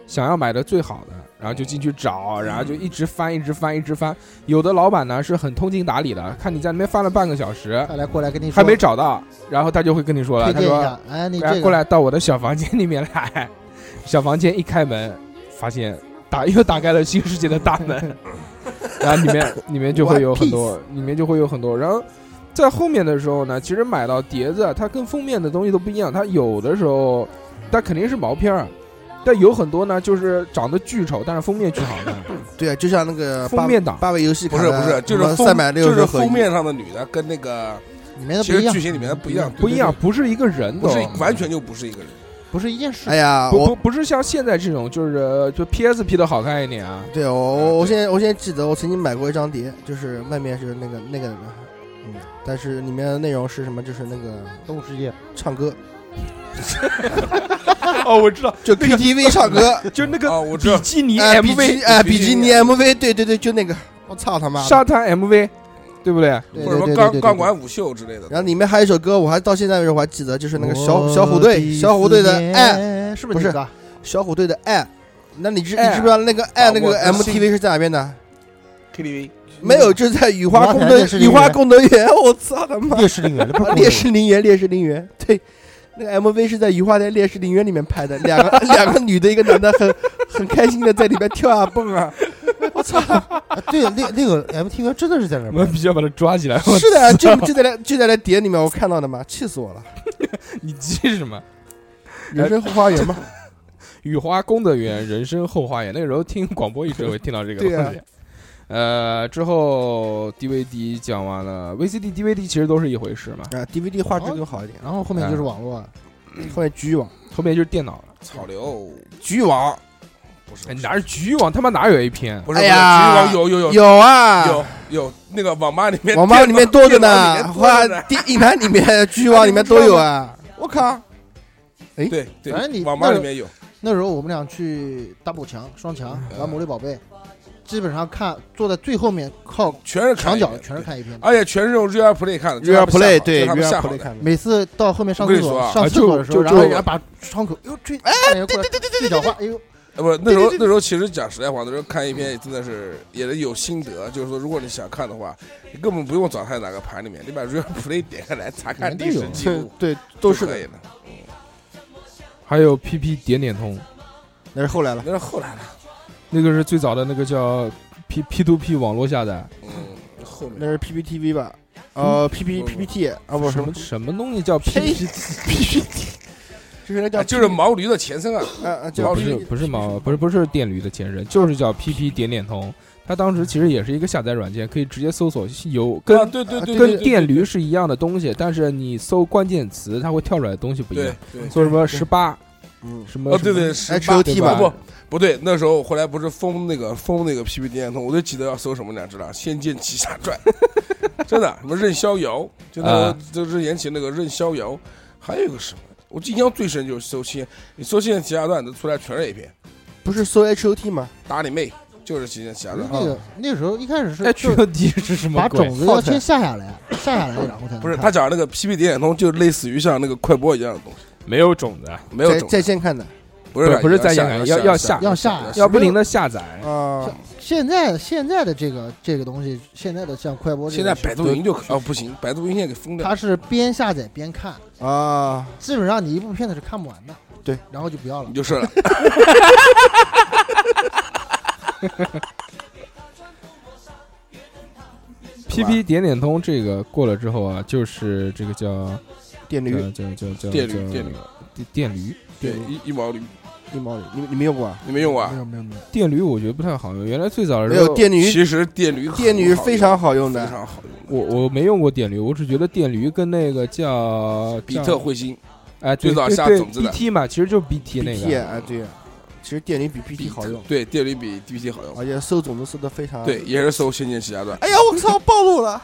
S2: 想要买的最好的，然后就进去找，然后就一直翻，一直翻，一直翻。有的老板呢是很通情达理的，看你在那边翻了半个小时
S3: 他来过来跟你说
S2: 还没找到，然后他就会跟你说了，
S3: 推
S2: 他
S3: 荐一
S2: 说
S3: 下，哎，你
S2: 大
S3: 这
S2: 家过
S3: 个
S2: 来到我的小房间里面来。小房间一开门，发现打 (laughs) 又打开了新世界的大门，然后里面里面就会有很多，里面就会有很多。然后在后面的时候呢，其实买到碟子，啊它跟封面的东西都不一样。它有的时候，它肯定是毛片儿，啊但有很多呢，就是长得巨丑，但是封面巨好看。
S5: 对啊，就像那个
S2: 封面党
S5: 八位游戏
S4: 不
S5: 卡
S4: 是
S5: 的，
S4: 不是，就是封
S5: 三百六
S4: 就
S5: 十
S4: 是
S5: 合一
S4: 封面上的女的跟那个
S3: 里面的
S4: 其
S3: 不一
S4: 实
S3: 样
S4: 剧，情里面的不一样，
S2: 嗯不一样，不是一个人
S4: 不
S2: 都，
S4: 是完全就不是一个人。
S3: 不是一件事
S5: 哎。呀，
S2: 不
S5: 我
S2: 不不是像现在这种，就是就 PSP 的好看一点啊。
S5: 对我我现在我现在记得我曾经买过一张碟，就是外面是那个那个，嗯，但是里面的内容是什么？就是那个
S3: 动物世界，
S5: 唱歌，
S6: 哦，我知道，
S5: 就 (laughs) KTV 唱歌，
S6: 就那个
S4: 啊，我知
S6: 比
S4: 道，
S6: 基尼
S5: 哎，比
S6: MV，
S5: 基哎
S4: 比
S5: 比
S4: 基
S5: 基
S4: 尼啊
S5: 尼 MV，对对对，就那个，我操他妈的！
S2: 沙滩 MV，对不对？
S3: 对
S4: 或者
S3: 对
S4: 什么
S3: 对
S4: 钢
S3: 对
S4: 钢
S3: 对
S4: 管舞秀之类的。
S5: 然后里面还有一首歌，我还到现在为止我还记得，就是那个小小虎队，小虎队的爱，
S3: 爱是不
S5: 不
S3: 是
S5: 是
S3: 你的？
S5: 小虎队的爱。那你知你
S2: 爱
S5: 知不知道那个爱那
S4: 我
S5: 个
S4: 的心
S5: MTV 是在哪边的？
S4: KTV
S5: 没有，就是在雨
S3: 雨
S5: 花
S3: 花
S5: 宫
S3: 台
S5: 的
S3: 烈士陵
S5: 雨花
S3: 园
S5: 宫德园。我操他妈！
S1: 烈士陵园，那不是
S5: 烈士陵园，烈士陵园，对，那个 MV 是在雨花台烈士陵园里面拍的，两 (laughs) 个两个女的，一个男的很，很开心的在里面跳啊蹦 (laughs) 啊，我操，
S3: 啊对，那那个 MTV 真的是在那儿
S2: 我
S3: 拍
S2: 们必须要把他抓起来。 (laughs) 我
S5: 是的，就就在那就在那碟里面我看到的嘛，气死我了，
S2: 你记什么？
S5: 人生后花园嘛， (laughs)
S2: 雨花功德园，人生后花园。那个时候听广播一直会听到这个
S5: 对啊
S2: 东西。 (laughs) 呃，之后 DVD 讲完了，VCD、DVD 其实都是一回事嘛，
S5: 啊，DVD 画质更好一点，
S3: 然后后面就是网络啊，
S5: 后面局域网
S2: 后面就是电脑了。
S4: 草流局域网，不
S2: 哎
S4: 是
S2: 哪是局域网？他妈哪有 A 片？啊
S4: 不是不是
S5: 哎
S4: 局域
S5: 呀
S4: 网有有有
S5: 有啊，
S4: 有有那个网吧里面，
S5: 网吧里面 (laughs) 多
S4: 电
S5: 着呢，
S4: 脑里面多着
S5: 画
S4: 呢
S5: 地硬盘里 (laughs) 面、局域网里面都有啊。
S4: 我靠！
S5: 哎
S4: 对对，
S3: 反正你
S4: 网吧里面有，
S3: 那时候我们俩去打补强、双强
S4: 嗯
S3: 玩魔力宝贝，基本上看坐在最后面靠
S4: 全是看
S3: 墙
S4: 一啊
S3: 角
S4: 遍
S3: 全是，
S4: 对
S3: 看一篇的。
S4: 而且全是用 Real Play 看的
S5: Real Play 对
S4: 他们
S5: Real
S4: 下好
S5: Play
S4: 的。
S5: 看的，
S3: 每次到后面上
S4: 我跟
S3: 厕
S4: 你说
S3: 所
S4: 啊
S3: 上厕所的时候，
S2: 啊
S3: 然
S2: 就
S3: 后
S2: 就
S3: 人家把窗口哟吹，哎，对对对对，一脚花，哎呦，
S4: 呃，不，那时候那时候其实讲实在话，那时候看一篇真的是也是有心得，就是说如果你想看的话，你根本不用找它哪个盘里面，你把 Real Play 点开来查看
S3: 里
S4: 历
S3: 面都
S4: 史
S3: 有
S4: 记录
S5: 对，都是
S4: 就可
S5: 的
S4: 以，了。
S2: 还有 PP 点点通，
S5: 那是后来了。
S4: 那是后来了，
S2: 那个是最早的那个叫 P P to P 网络下载，
S4: 嗯，后
S5: 那
S4: 面
S5: 是 PPTV 吧？呃，P
S4: 嗯
S5: P
S4: 不不
S5: P P T 啊，
S2: 什
S5: 不什
S2: 么
S5: 么，
S2: 什么东西叫 PP？
S5: 就是那
S4: 啊
S5: 叫
S4: 就是毛驴的前身啊，
S5: 呃呃，叫
S4: 毛
S2: 不
S4: 驴
S2: 是
S5: PP
S2: 不是毛不是不是电驴的前身，就是叫 PP 点点通。它当时其实也是一个下载软件，可以直接搜索有跟
S4: 啊，对对对，
S2: 跟电驴是一样的东西，但是你搜关键词，它会跳出来的东西不一
S4: 对
S2: 样。
S4: 对，
S2: 说什么十八，
S5: 嗯
S2: 什么
S4: 哦对对，十八
S5: HOT 吧
S4: 不不对，那时候后来不是封那个封那个 PP 电通，我就记得要搜什么你知道，《仙剑奇侠传》， (laughs) 真的什么任逍遥，就那个
S2: 啊
S4: 就是延起那个任逍遥，还有一个什么，我印象最深就是搜仙，你搜《仙剑奇侠传》都出来全是 A 片，
S5: 不是搜 H O T 吗？
S4: 打你妹，就是《仙剑奇侠传》
S2: 嗯
S3: 那个那时候一开始是
S2: 哎
S3: 就
S2: QD 是什么
S3: 把
S2: 鬼
S3: 种？子要先下下来，下下来然后才能
S4: 不是
S3: 看
S4: 他讲那个 PP 点点通，就类似于像那个快播一样的东西，
S2: 没有种子，
S4: 没有
S5: 在
S4: 种，
S5: 在线看的
S4: 不是
S2: 不是在
S4: 下
S2: 线
S4: 要
S2: 要要下
S3: 要下
S2: 要不停的下
S4: 哎
S2: 载。
S5: 啊，
S3: 现在现在的这个这个东西，现在的像快播这
S4: 现
S3: 个
S4: 在
S3: 是，
S4: 百度云就可哦不行，百度云现在给封掉，
S3: 它是边下载边看，
S5: 啊，
S3: 基本上你一部片子是看不完的。
S5: 对，
S3: 然后就不要了
S4: 你。就是了，
S2: PP 点点通这个过了之后啊，就是这个叫
S5: 电驴
S2: 叫叫叫叫
S4: 电驴
S2: 叫
S4: 电驴
S2: 电电驴
S4: 对
S5: 对
S4: 一一毛驴，
S5: 一毛驴，你你没用过啊？
S4: 你没用过啊
S3: 没？有没有没有，
S2: 电驴，我觉得不太好用。原来最早的
S5: 没
S2: 时候
S5: 有，电驴，
S4: 其实电驴
S5: 电驴
S4: 很好
S5: 非常好用
S4: 用非
S5: 的，
S4: 常好用的。
S2: 我我没用过电驴，我只觉得电驴跟那个叫
S4: 比
S2: 叫
S4: 特彗星
S2: 哎，
S4: 最
S2: 对
S4: 早
S2: 对
S4: 下
S2: 对
S4: 种子的
S2: BT 嘛，其实就是 BT 那
S5: P T
S2: 个。
S5: 啊，对，其实电驴比 P T 好用，
S4: 对，电驴比 DPT 好用。
S5: 而且搜种子搜的非常
S4: 对，。也是搜《仙剑奇侠传
S5: 哎呀，我操，暴露了！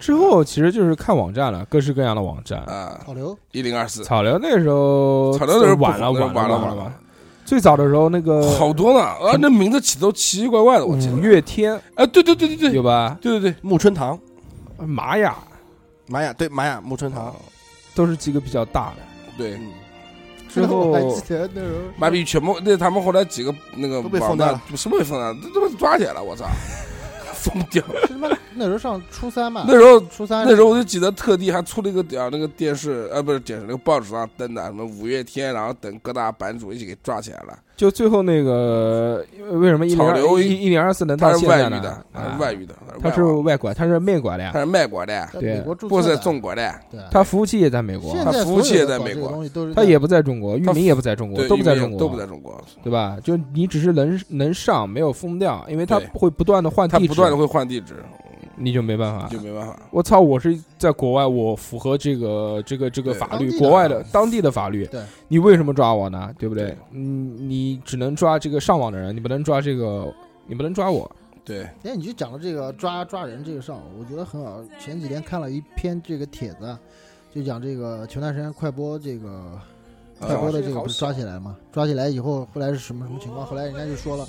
S2: 之后其实就是看网站了，各式各样的网站》。
S4: 啊，
S3: 保留
S4: 一零二四，
S2: 草榴那时候
S4: 草榴那时候不
S2: 晚了
S4: 那时候
S2: 晚
S4: 晚了
S2: 晚
S4: 晚了
S2: 了。最早的时候那个
S5: 呃
S4: 好多呢啊！那名字起都奇奇怪怪的，我记
S5: 嗯
S2: 五
S4: 得。
S2: 月天
S4: 哎，对对对对对
S2: 有吧？
S4: 对对对，
S5: 木春堂，
S2: 玛雅
S5: 玛雅对玛雅木春
S4: 哦
S5: 堂，
S2: 都是几个比较大的。
S4: 对，
S5: 嗯，
S2: 之后
S3: 我还记得那时候
S4: 妈逼，全部那他们后来几个那个
S5: 都被
S4: 网
S5: 封掉
S4: 站，什么被封掉了？都都被抓起来了，我操，
S5: (laughs)
S4: 疯掉！
S3: 是他妈那时候上初三嘛，
S4: 那时候
S3: 初
S5: 哎
S3: 三
S4: 那时候我就记得特地还出了一个屌那个电视，呃，不是电视，那个报纸上登的什么五月天，然后等各大版主一起给抓起来了。
S2: 就最后那个为什么一零
S4: 草榴
S2: 二一一零二四能到
S4: 他是
S2: 现
S4: 外
S2: 在
S4: 语
S2: 呢
S4: 的？，他
S2: 啊
S4: 是外语的，
S2: 他是
S4: 外网
S2: 外国，他是卖国的
S4: 他
S2: 呀，
S4: 是卖国的，
S3: 在
S2: 对
S3: 美国注
S4: 不
S3: 册
S4: 是
S3: 的，
S4: 中国的。
S3: 对啊，
S2: 他服务器也在美国
S3: 现，
S4: 他
S3: 在
S4: 服务器也在
S3: 所有的搞
S4: 美
S3: 这
S4: 国
S3: 个东西都是
S2: 他也不在中国，域名也不在中国，
S4: 对
S2: 都不在
S4: 因为
S2: 中国，
S4: 都不在中国，
S2: 对吧？就你只是能能上，没有封掉，因为它
S4: 对
S2: 会不断的换
S4: 他
S2: 地址，啊
S4: 不断的会换地址，
S2: 你就没办法
S4: 就。没办法。
S2: 我操！我是在国外，我符合这个这个这个
S4: 对
S2: 法律，
S3: 当地的
S2: 国外的当地的法律。
S3: 对，
S2: 你为什么抓我呢？对不对
S4: 对？
S2: 嗯，你只能抓这个上网的人，你不能抓这个，你不能抓我。
S4: 对，
S3: 哎，你就讲了这个抓抓人这个上，我觉得很好。前几天看了一篇这个帖子啊，就讲这个前段时间快播这个
S4: 啊
S3: 快播的这个不是抓起来了吗？抓起来以后，后来是什么什么情况？后来人家就说了，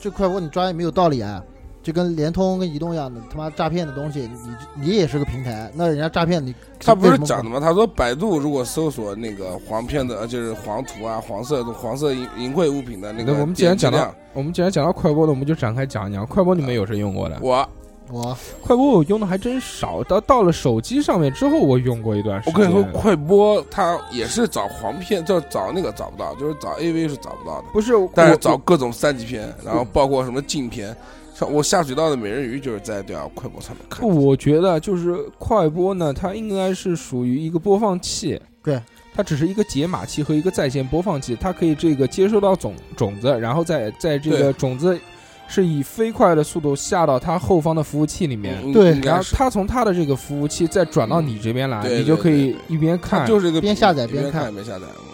S3: 这快播你抓也没有道理啊，就跟联通跟移动一样的，他妈诈骗的东西，你你也是个平台，那人家诈骗你，
S4: 他不
S3: 为
S4: 是
S3: 什么
S4: 讲的吗？他说百度如果搜索那个黄片的，呃就是黄图啊、黄色的、黄色淫淫秽物品的那
S2: 那
S4: 个，
S2: 我们既然讲到，我们既然讲到快播的，我们就展开讲一讲快播。你们有谁用过的？
S4: 啊我，
S3: 我
S2: 快播我用的还真少，到到了手机上面之后，我用过一段时
S4: 我
S2: 间。
S4: 跟你说，快播它也是找黄片，就找那个找不到，就是找 AV 是找不到的，
S2: 不是，
S4: 但是
S2: 我嗯
S4: 找各种三级片，然后包括什么禁片，像我下水道的美人鱼就是在对啊快播上面看
S2: 不，。我觉得就是快播呢，它应该是属于一个播放器，
S3: 对，
S2: 它只是一个解码器和一个在线播放器，它可以这个接收到种种子，然后再在这个种子是以飞快的速度下到它后方的服务器里面，
S4: 嗯
S3: 对
S4: 应
S2: 然
S4: 该
S2: 后
S4: 是
S2: 它从它的这个服务器再转到你这边来，
S4: 嗯对
S2: 你就
S4: 对
S2: 可以
S4: 对对
S2: 一边
S4: 它
S2: 看。
S4: 就是一个
S3: 边下载
S4: 一
S3: 边
S4: 边
S3: 看
S4: 看一边下载。嗯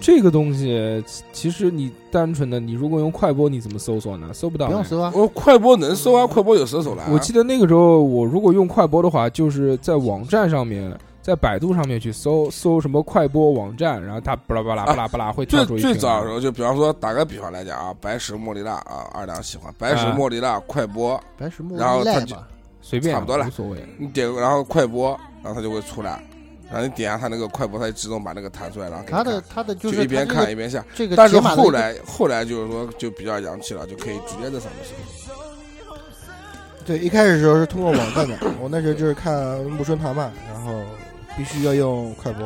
S2: 这个东西，其其实你单纯的，你如果用快播，你怎么搜索呢？搜不到
S3: 不
S2: 的。
S3: 用搜啊，
S4: 嗯我快播能搜啊，快播有搜索栏啊。
S2: 我记得那个时候，我如果用快播的话，就是在网站上面，在百度上面去搜搜什么快播网站，然后它巴拉巴拉巴拉巴拉会跳
S4: 最
S2: 出一
S4: 最
S2: 群
S4: 早的时候，就比方说打个比方来讲啊，白石莫莉娜啊，二两喜欢白石
S2: 啊
S4: 莫莉娜快播，
S3: 白石墨
S4: 然后他
S3: 赖
S4: 就
S3: 嘛，
S2: 随便
S4: 差不多了
S2: 无所谓。
S4: 你点然后快播，然后它就会出来，然后你点下它那个快播，它就自动把那个弹出来，然后给你
S3: 他
S4: 看
S3: 的他的
S4: 就
S3: 就是
S4: 一边
S3: 他这
S4: 看
S3: 个
S4: 一边下。
S3: 这个
S4: 但是
S3: 解码的
S4: 后
S3: 一个
S4: 来后来就是说就比较洋气了，就可以直接在上面搜。
S5: 对，一开始的时候是通过网站的，我那时候就是看木村堂嘛，然后必须要用快播，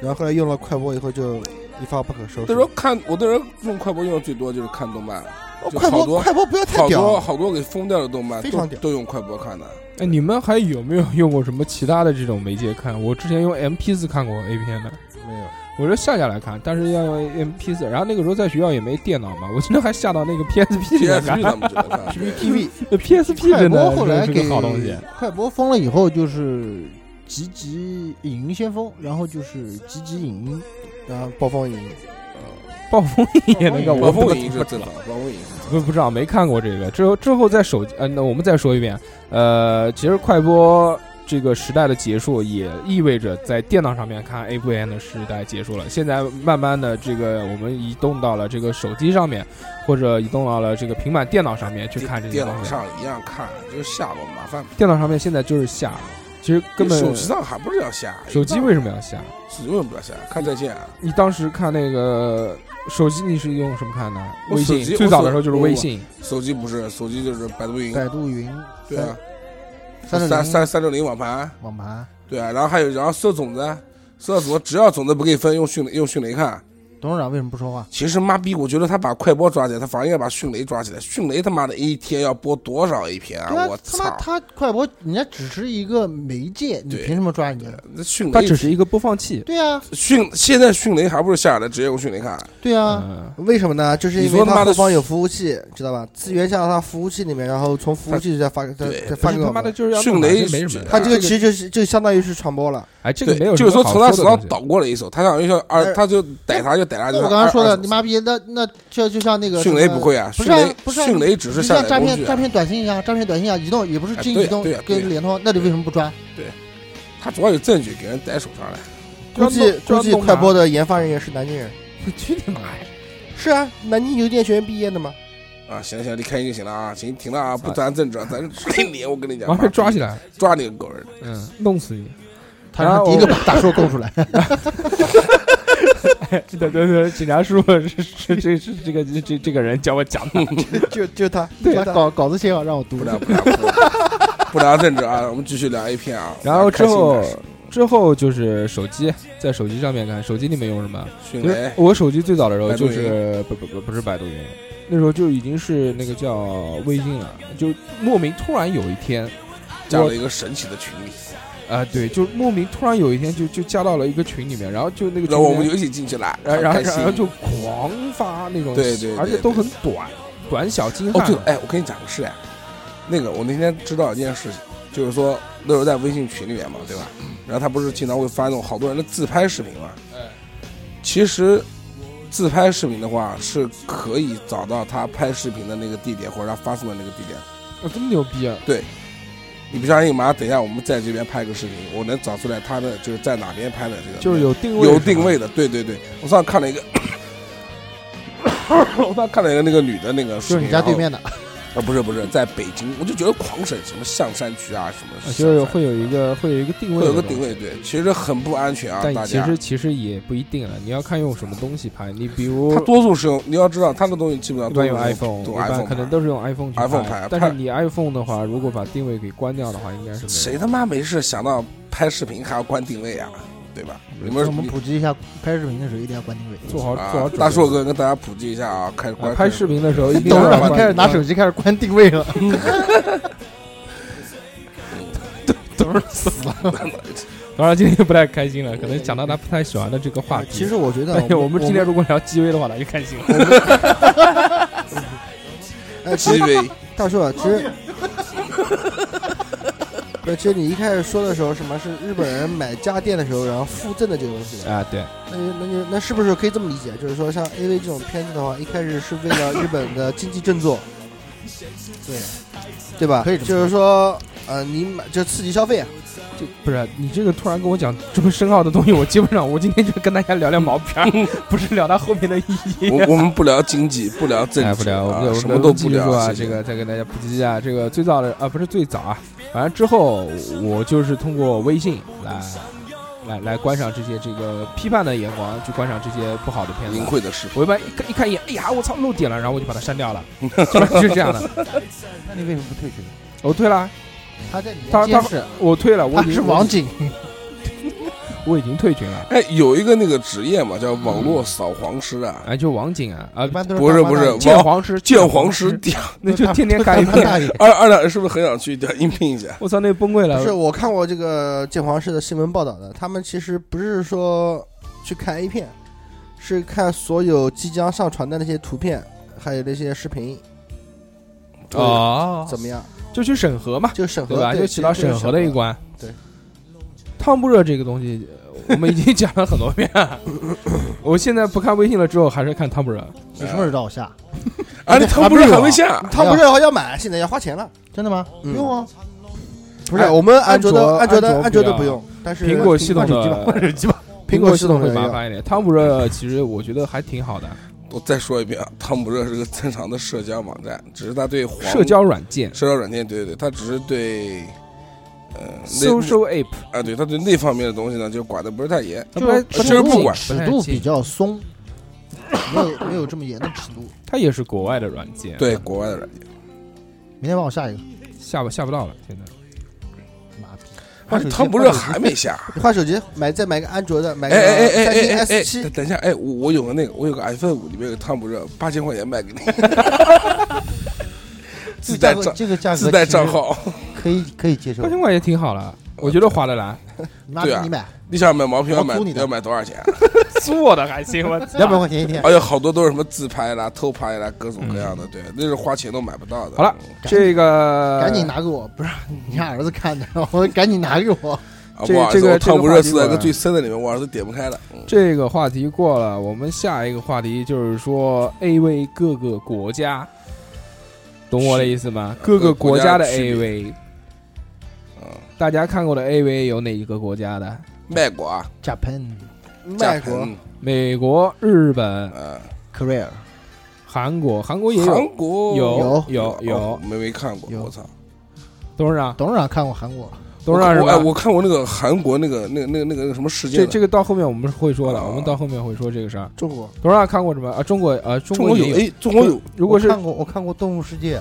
S5: 然后后来用了快播以后就一发不可收拾。
S4: 那时候看我那时候用快播用的最多就是看动漫，
S5: 哦
S4: 就
S5: 快
S4: 好多
S5: 播快播不要太
S4: 好
S5: 屌
S4: 多
S5: 了，
S4: 好多给封掉的动漫
S5: 非
S4: 都
S5: 常屌
S4: 都用快播看的。
S2: 哎，你们还有没有用过什么其他的这种媒介看？我之前用 MP 四看过 A 片的，
S5: 没有。
S2: 我是下下来看，但是要用 MP 四。然后那个时候在学校也没电脑嘛，我记得还下到那个
S4: (laughs)
S2: PSP 里面
S4: PSP
S2: 看。
S4: 他们就能看，
S2: (laughs)
S5: TV
S2: PSP
S3: 快
S2: 真
S3: 播
S2: 的
S3: 后来
S2: 是
S3: 给
S2: 个好东西。
S3: 快播封了以后就是集集影音先锋，然后就是集集影音，
S5: 然后暴风影
S2: 暴风影也能干，
S4: 暴
S2: 我
S4: 风
S2: 不
S4: 影是正常，暴风影
S2: 不不知道，没看过这个。之后之后在手机，呃，那我们再说一遍，呃，其实快播这个时代的结束，也意味着在电脑上面看 A 不 N 的时代结束了。现在慢慢的，这个我们移动到了这个手机上面，或者移动到了这个平板电脑上面去看这些
S4: 电
S2: 东
S4: 脑
S2: 西。
S4: 上一样看，就是下吧，麻烦。
S2: 电脑上面现在就是下，其实根本
S4: 手机上还不是要下，
S2: 手机为什么要下？
S4: 手机为什么不要下？看在线啊，
S2: 你当时看那个手机，你是用什么看的？
S4: 我
S2: 微
S4: 手
S2: 信
S4: 机
S2: 最
S4: 我
S2: 早
S4: 手
S2: 的时候就是
S4: 我
S2: 微
S4: 我
S2: 信。
S4: 手机不是，手机就是百度云，
S3: 百度云
S4: 对啊，
S3: 三
S4: 三
S3: 六零
S4: 三三六零网盘，
S3: 网盘，
S4: 对啊，然后还有然后搜种子，搜到种子只要种子不给分，用迅雷用迅雷看。
S3: 董事长为什么不说话？
S4: 其实妈逼，我觉得他把快播抓起来，他反而应该把迅雷抓起来。迅雷他妈的一天要播多少 A 片
S3: 对啊
S4: 啊！我，
S3: 他妈他
S4: 操！
S3: 快播人家只是一个媒介，你
S4: 对
S3: 凭什么抓人家？
S4: 那迅
S2: 它
S4: 雷
S2: 只是一个播放器。
S3: 对啊，
S4: 迅现在迅雷还不是下来直接用迅雷看？
S3: 对啊，
S2: 嗯，
S5: 为什么呢？就是
S4: 你
S5: 因
S4: 说
S5: 为
S4: 他妈
S5: 它
S4: 的
S5: 后方有服务器，知道吧？资源下到它服务器里面，然后从服务器再发再
S4: 对
S5: 再
S2: 不
S5: 发
S2: 是
S5: 给我
S2: 他妈的
S5: 们。
S2: 就是要
S4: 迅
S2: 弄嘛
S4: 雷
S2: 这没什么。
S5: 它这个
S4: 啊
S5: 其实就是就相当于是传播了，
S2: 哎，这个
S4: 对
S2: 没有，
S4: 就是说从他手上
S2: 倒
S4: 倒过来一手，他想要二，他就逮他就逮他。
S3: 那我刚刚说的，你妈逼，那那这就像那个
S4: 啊迅
S3: 什
S4: 雷
S3: 么
S4: 不会啊，
S3: 不
S4: 迅
S3: 是啊
S4: 雷
S3: 不是啊
S4: 迅雷只
S3: 就是
S4: 下
S3: 像
S4: 载
S3: 诈
S4: 工具
S3: 骗诈
S4: 啊，
S3: 骗短信一样，诈骗短信一样，移动也不是
S4: 哎
S3: 进
S4: 对
S3: 移动
S4: 对呀对呀
S3: 跟联通，那你为什么不抓？
S4: 他主要有证据给人逮手上来。
S5: 估计估计快播的研发人员是南京人。
S4: 啊
S2: (laughs) 去你妈呀！
S5: 是啊，南京邮电学院毕业的嘛。
S4: 啊，行了行了，你开心就行了啊，行，停了啊，不谈政治啊，咱就给你，我跟你讲，
S2: 完被抓起
S4: 来，
S2: 来，
S4: 抓你个狗日的！
S2: 嗯，弄死 (laughs) 你！
S3: 他让第
S4: (laughs)
S3: 一个把大叔供出来，
S2: 对对对，警察叔叔是是这是这个这这个人教我讲的，
S5: 就就他，
S3: 把
S5: 就他
S3: 稿稿子写好让我读
S4: 不。聊不聊不聊不聊政治啊，我们继续聊 A 片啊。
S2: 然 (laughs) 后之后
S4: 开心点
S2: 之后就是手机，在手机上面看，手机里面用什么？
S4: 迅
S2: 其实
S4: 雷
S2: 我手机最早的时候
S4: 百度
S2: 就
S4: 云
S2: 是不不不不是百度云，那时候就已经是那个叫微信了，就莫名突然有一天，
S4: 加了一个神奇的群里，
S2: 啊对，就莫名突然有一天就就加到了一个群里面，然后就那个
S4: 然
S2: 群
S4: 后
S2: 里
S4: 我
S2: 面
S4: 们就一起进去了，
S2: 然后然后
S4: 很开心
S2: 然后就狂发那种，
S4: 对对对
S2: 而且都很短，短小精
S4: 哦
S2: 悍。
S4: 对了，哎，我跟你讲个事哎，那个我那天知道一件事情，就是说那时候在微信群里面嘛，对吧？然后他不是经常会发那种好多人的自拍视频嘛，
S2: 哎
S4: 其实自拍视频的话是可以找到他拍视频的那个地点或者他发送的那个地点。
S2: 我这么牛逼啊！
S4: 你不相信？马上等一下，我们在这边拍个视频，我能找出来他的就是在哪边拍的这个，
S2: 就是有定位，
S4: 有定位。的。对对对，我上次看了一个， (coughs) 我上次看了一个那个女的那个
S3: 就
S4: 视
S3: 是
S4: 频，
S3: 你家
S4: 然后
S3: 对面的，
S4: 啊，不是不是，在北京，我就觉得狂省什么象山区啊，什么
S2: 啊
S4: 象山
S2: 就是会有一个会有一个定位，
S4: 会有个定，位，对，其实很不安全啊，
S2: 但
S4: 大
S2: 其
S4: 家。
S2: 实其实也不一定了，你要看用什么东西拍。你比如
S4: 它多数是用，你要知道，它的东西基本上
S2: 一
S4: 都
S2: 般
S4: 是
S2: 用 iPhone，一
S4: 用
S2: 般
S4: iPhone，
S2: 可能都是用 iPhone 去
S4: iPhone 拍
S2: 但是
S4: 拍
S2: 你 iPhone 的话，如果把定位给关掉的话，应该是没有
S4: 谁他妈没事想到拍视频还要关定位啊，对吧？你
S3: 我
S4: 们
S3: 们普及一下，拍视频的时候一定要关
S4: (laughs)
S3: 定位。
S2: 做好做
S4: 啊
S2: 好，准备。
S4: 大硕哥跟大家普及一下啊，开始
S2: 啊
S4: 关
S2: 拍视频的时
S4: (laughs)
S2: 候一定
S3: 董
S2: 要
S3: 事
S2: 关
S3: 长开始拿手机开始关定位了，
S2: 董事长死了。董事长今天不太开心了，可能讲到他不太喜欢的这个
S4: 啊
S3: (laughs)
S2: 话题。
S5: 其实我觉得
S2: 但是我们今天如果聊 G V 的话，他就开心了。
S5: 哎，其
S4: 鸡
S5: 实
S2: (laughs)
S4: 尾，
S5: 大叔啊，其实，不呃是，其实你一开始说的时候，什么是日本人买家电的时候，然后附赠的这个东西的，
S2: 啊，对，
S5: 那就那就那是不是可以这么理解？就是说，像 AV 这种片子的话，一开始是为了日本的经济振作，对，对吧？
S1: 可以这么
S5: 就是说，呃，你买就刺激消费啊，
S2: 就不是你这个突然跟我讲这么深奥的东西，我基本上我今天就跟大家聊聊毛片
S1: 嗯
S2: 儿， (laughs) 不是聊它后面的意 (laughs) 义。
S4: 我我们不聊经济，不聊政
S2: 哎，不
S4: 治
S2: 聊，我
S4: 啊，
S2: 们
S4: 什么都不
S2: 聊
S4: 聊
S2: 啊，
S4: 谢谢
S2: 这个再跟大家普及一下，这个最早的啊，不是最早啊，反正之后我就是通过微信来来来观赏这些这个批判的眼光去观赏这些不好的片
S4: 淫
S2: 子。
S4: 秽的事。
S2: 我一般一看一看一眼，哎呀，我操，漏点了，然后我就把它删
S1: (laughs)
S2: 掉了，基本上就是这样的。
S1: 那你为什么不退群？
S2: 我退了，
S3: 他在里面
S2: 他他
S3: 监视，
S2: 我退了，我
S3: 他
S2: 已经
S3: 是网，警，
S4: 嗯
S2: 我已经退群了。
S4: 哎，有一个那个职业嘛，叫网络扫黄师啊，
S2: 哎，就网警啊，啊
S3: 一，般都
S4: 不是
S3: 大妈
S4: 不是
S3: 大爷
S2: 鉴黄师，
S4: 鉴黄师，， (laughs)
S2: 那就天天看一
S3: 大妈
S2: 遍。
S3: 大爷
S4: 二二两是不是很想去应聘一下？
S2: 我操，那崩溃
S5: 不是，
S2: 了。
S5: 我看过这个鉴黄师的新闻报道的，他们其实不是说去看 A 片，是看所有即将上传的那些图片，还有那些视频
S2: 哦，
S5: 怎么样，
S2: 就去审核嘛。
S5: 就审核
S2: 对吧？就起到审核的一。关。
S5: 对，
S2: 汤不热这个东西，呃我们已经 (laughs) 讲了很多遍了。我现在不看微信了，之后还是看汤不热。
S4: 哎
S3: 你什么时候找我下？
S4: 啊，你他不是还会下？啊
S5: 他不是要买，现在要花钱了。
S3: 真的吗？不
S5: 嗯
S3: 用啊，
S5: 不是，我们安卓的
S2: 安
S5: 安
S2: 卓
S5: 卓的
S2: 安
S5: 安
S2: 卓
S5: 卓
S2: 不要
S5: 的不用，但是
S2: 苹果系统
S1: 换
S2: 的
S1: 手机吧。
S5: 苹果
S2: 系
S5: 系统
S2: 会
S5: 的
S2: 麻
S5: 要
S2: 烦一点。汤不热其实我觉得还挺好的，
S4: 我再说一遍啊，汤姆热是个正常的社交网站，只是他对黄
S2: 社交软件
S4: 社交软件，对对对，他只是对呃那
S2: social app，
S4: 啊，对他对那方面的东西呢，就管的不是太严。
S2: 它不太
S4: 其实不
S2: 不
S4: 管
S3: 尺
S2: 太
S3: 度
S2: 近
S3: 比较松，没有没有这么严的尺度。
S2: 它也是国外的软件，，
S4: 对国外的软件，
S3: 明天帮我下一个，
S2: 下不下不到了。现在
S3: 妈逼！
S4: 啊
S2: 哎
S4: 汤姆热还没下。啊
S5: 换手机买再买个安卓的，买
S4: 哎
S5: 个
S4: 哎哎
S5: 三
S4: 哎
S5: 星
S4: 哎哎
S5: S 七
S4: 哎！，等一下，哎，我我有个那个，我有个 iPhone 五，里面有个汤姆热，八千块钱卖 (laughs) 给你，自带
S1: 这个价格
S4: 账
S1: 这个价格
S4: 自带
S1: 其实
S4: 账号。
S1: 可以可以接受
S2: 八。千块也挺好了，我觉得划得来。
S3: 你妈
S4: 对
S3: 逼
S4: 啊
S3: 你买
S4: 你想买毛片要买
S3: 我租你的
S4: 要买多少钱？啊
S6: 租我的还行，我操
S3: 两百块钱一天，
S4: 而且好多都是什么自拍啦、偷拍啦，各种各样的，对，那是花钱都买不到的。
S2: 嗯
S4: 嗯
S2: 好了这个
S3: 赶紧拿给我，不是你让儿子看的， (laughs) 我赶紧拿给我。
S4: 啊，
S2: 这
S4: 不好意思
S2: 这个
S4: 我汤姆热死在
S2: 这个话题
S4: 一个
S2: 吧
S4: 最深的里面，我儿子点不开了。嗯
S2: 这个话题过了，我们下一个话题就是说 A V 各个国家，懂我的意思吗？
S4: 是
S2: 各个国家的
S4: 各个国
S2: A
S4: 家的
S2: V，
S4: 嗯，
S2: 大家看过的 A V 有哪一个国家的？
S4: 卖国啊，
S3: Japan
S5: 卖国
S4: 嗯
S2: 美国、日本、
S4: 呃，
S3: Korea
S2: 韩国，韩国也
S4: 韩
S2: 有。
S4: 国
S2: 有有
S4: 有
S2: 有
S4: 没没看过，
S3: 有
S4: 我操！
S2: 董事长，
S3: 董事长看过韩国，
S2: 董事长是
S4: 我哎，
S2: 吧？
S4: 我看过那个韩国那个那个那个那个那个什么事
S2: 这
S4: 件，
S2: 这个到后面我们会说的，
S4: 啊
S2: 我们到后面会说这个事儿。
S5: 中国
S2: 董事长看过什么啊？中国啊，中
S4: 中国
S2: 也
S4: 有。哎，中国有
S2: 如果是
S1: 我看过，我看过《动物世界》，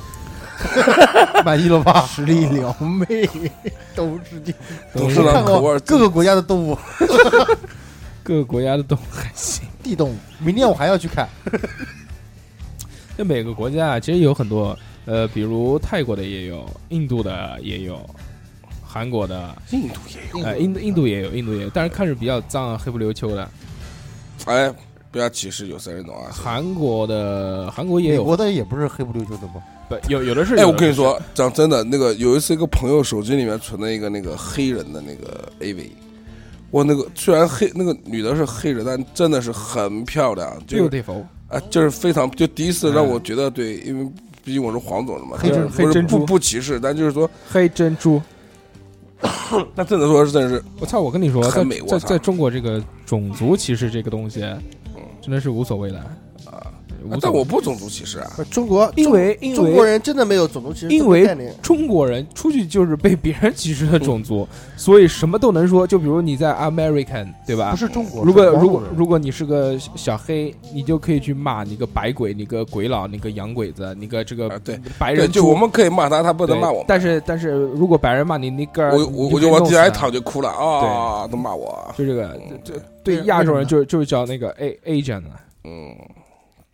S1: 满意了吧？
S3: 实力撩 (laughs) 妹，都是你。
S4: 董事
S2: 我
S4: 长
S1: 看
S4: 口味
S1: 过
S4: 儿
S1: 各个国家的动物，
S2: 各个国家的动物还行。
S3: 地动物，
S1: 明天我还要去看。
S2: 那每个国家啊，其实有很多，呃，比如泰国的也有，印度的也有，韩国的，
S4: 印度也有，
S3: 哎
S2: 呃，印度印度也有，印度也有，但是看着比较脏啊，黑不溜秋的。
S4: 哎，不要歧视有色人种啊！
S2: 韩国的韩国也
S1: 美
S2: 有，
S1: 国的也不是黑不溜秋的吗？
S2: 不有有的是。
S4: 哎，
S2: 有
S4: 我
S2: 的
S4: 跟你
S2: 是，
S4: 说，讲真的，那个有一次一个朋友手机里面存了一个那个黑人的那个 AV，哇，那个虽然黑那个女的是黑人，但真的是很漂亮，就是
S2: beautiful，
S4: 啊，就是非常就第一次让我觉得对，因为毕竟我是黄种人嘛，
S2: 嗯黑
S4: 就
S2: 珍
S4: 是
S2: 黑
S4: 不是
S2: 珍珠
S4: 不不歧视，但就是说，
S2: 黑珍珠。
S4: 那真的说是真的是，
S2: 我操！我跟你说，在
S4: 很美我
S2: 在
S4: 操
S2: 在中国这个种族歧视这个东西，
S4: 嗯
S2: 真的是无所谓的
S4: 啊。
S2: 无所
S4: 但
S2: 谓
S4: 我不种族歧视啊，
S5: 不是中国，
S2: 因
S5: 中
S2: 为因
S5: 中国
S2: 为
S5: 人真的没有种族歧视
S2: 因
S5: 这个概
S2: 为
S5: 念。
S2: 中国人出去就是被别人歧视的种族，
S4: 嗯
S2: 所以什么都能说。就比如你在 American 对吧
S1: 不？是中国，
S2: 如果
S1: 是黄
S2: 如
S1: 种
S2: 果
S1: 人
S2: 如果你是个小小黑，你就可以去骂你个白鬼、你个鬼佬、你个洋鬼子、你个这个
S4: 啊对
S2: 白
S4: 对，
S2: 人
S4: 就
S2: 猪
S4: 我们可以骂他，他不能
S2: 对
S4: 骂我们。
S2: 但是但是如果白人骂你那个，
S4: 我我
S2: 你就可
S4: 我就
S2: 以
S4: 往
S2: 弄
S4: 地
S2: 死
S4: 上一
S2: 他
S4: 躺就哭了啊！都骂我，
S2: 就这个
S4: 嗯
S2: 这这对亚洲人就就是叫那个 A Asian 啊。
S4: 嗯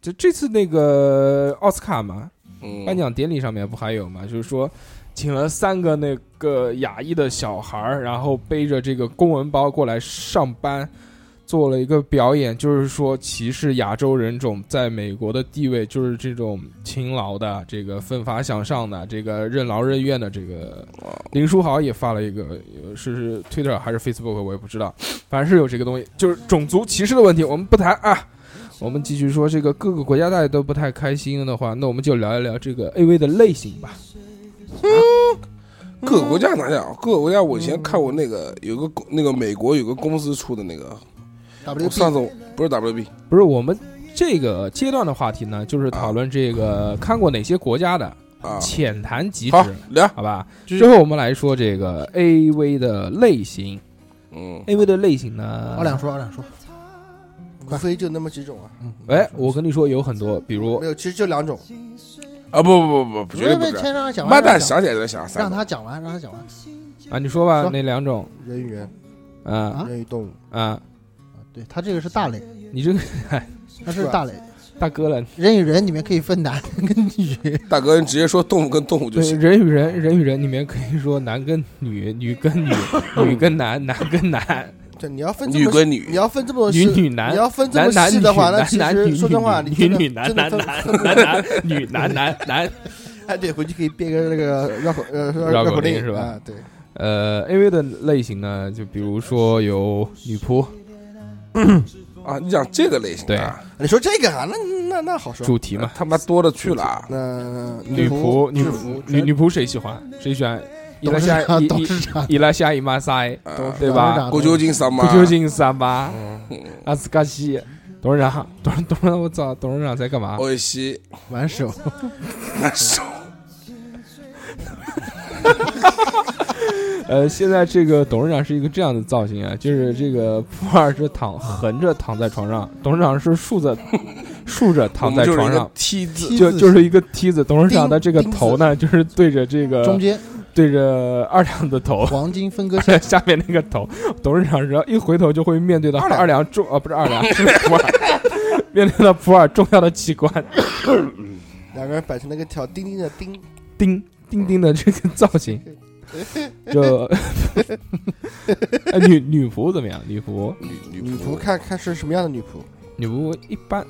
S2: 就这次那个奥斯卡嘛，
S4: 嗯，
S2: 颁奖典礼上面不还有嘛？就是说，请了三个那个亚裔的小孩儿，然后背着这个公文包过来上班，做了一个表演，就是说歧视亚洲人种在美国的地位，就是这种勤劳的、这个奋发向上的、这个任劳任怨的这个。林书豪也发了一个，呃是是 Twitter 还是 Facebook，我也不知道，反正是有这个东西，就是种族歧视的问题，我们不谈啊。我们继续说这个各个国家大家都不太开心的话，那我们就聊一聊这个 AV 的类型吧。
S4: 各个国家哪讲？各个国家，我以前看过那个有个公那个美国有个公司出的那个，我
S3: W
S4: 上次我不是 WB，
S2: 不是我们这个阶段的话题呢，就是讨论这个看过哪些国家的，
S4: 啊，
S2: 浅谈即止，
S4: 好聊，
S2: 好吧？
S4: 继续
S2: 最后我们来说这个 AV 的类型
S4: 嗯，
S2: ，AV 的类型呢，
S3: 二两说，二两说，
S5: 无非就那么几种啊，
S2: 哎，我跟你说有很多，比如
S5: 没有，其实就两种，
S4: 啊不不不不，绝对不
S3: 别
S4: 是。
S3: 先让他讲
S4: 妈
S3: 完，
S4: 蛋，
S3: 让他讲
S4: 想起来再想
S3: 让
S4: 三个，
S3: 他讲完，让他讲完。
S2: 啊，你说吧，
S3: 说
S2: 那两种，
S5: 人与人，
S2: 啊
S3: 啊
S5: 人与动物，
S2: 啊，
S3: 对他这个是大类，
S2: 你这个 (laughs)
S3: 他
S5: 是
S3: 是
S5: 吧
S3: 大类，
S2: 大哥了，
S3: 人与人里面可以分男跟女，
S4: 大哥，你直接说动物跟动物就
S2: 对
S4: 行。
S2: 人与人，人与人里面可以说男跟女，女跟
S3: (laughs)
S2: 女，女跟男，男跟男，
S5: 这你要分这
S4: 女
S5: 么，
S4: 跟
S5: 你
S4: 女，
S5: 要分这么
S2: 女
S5: 细，
S2: 女男
S5: 你要分这
S2: 男
S5: 么
S2: 男
S5: 细
S2: 女
S5: 的话，那
S2: 男
S5: 其
S2: 男
S5: 实
S2: 女
S5: 说真话，
S2: 女女
S5: 你真的
S2: 女男
S5: 真的
S2: 男
S5: 分
S2: 男男男女男男男，
S5: 哎，对，回去可以编个那个绕口呃
S2: (laughs) 绕口
S5: 口
S2: 令
S5: 令
S2: 是吧
S5: 啊对，
S2: (laughs) 呃，AV 的类型呢，就比如说有女仆、
S4: 啊，你讲这个类型
S2: 对
S4: 的啊，
S5: 你说这个啊，那那那好说。
S2: 主题嘛，
S4: 他妈多了去了啊。
S5: 那
S2: 女仆、女
S5: 呃制
S2: 仆
S5: 服、
S2: 女女仆谁喜欢？谁喜欢？伊拉
S3: 董事
S2: 夏
S3: 长，
S2: 伊
S3: 董
S2: 伊
S3: 事长，
S2: 伊拉夏伊玛塞，
S4: 啊，
S2: 对
S3: 董事
S2: 吧？
S3: 长
S4: 国球金三
S2: 不
S4: 吗？
S2: 究竟三八
S4: 嗯，
S2: 阿斯卡西，董事长，董董事长，我操，董事长在干嘛？
S4: 我也西
S3: 玩手，
S4: (laughs) 难受。
S2: 呃，现在这个董事长是一个这样的造型啊，就是这个普洱是躺横着躺在床上，董事长是竖着 (laughs) 竖着
S4: 我
S2: 躺在
S4: 们就是一
S2: 床
S4: 个
S2: 上。
S4: T 字，
S2: 就
S3: 梯子
S2: 就是一个梯子，董事长的这个
S5: 钉
S2: 头呢，就是对着这个
S3: 中间
S2: 对着二两的头，
S3: 黄金分割
S2: 在
S3: 线，
S2: 下面那个头，董事长只要一回头就会面对到
S5: 二两
S2: 二两重啊，不是二两，是普洱， (laughs) 面对到普洱重要的器官，
S5: 两个人摆成那个条钉钉的钉，
S2: 钉钉钉的这个造型，就 (laughs) 哎女女仆怎么样？女仆
S4: 女
S5: 女
S4: 女仆。
S5: 仆看看是什么样的女仆，
S2: 女仆一般，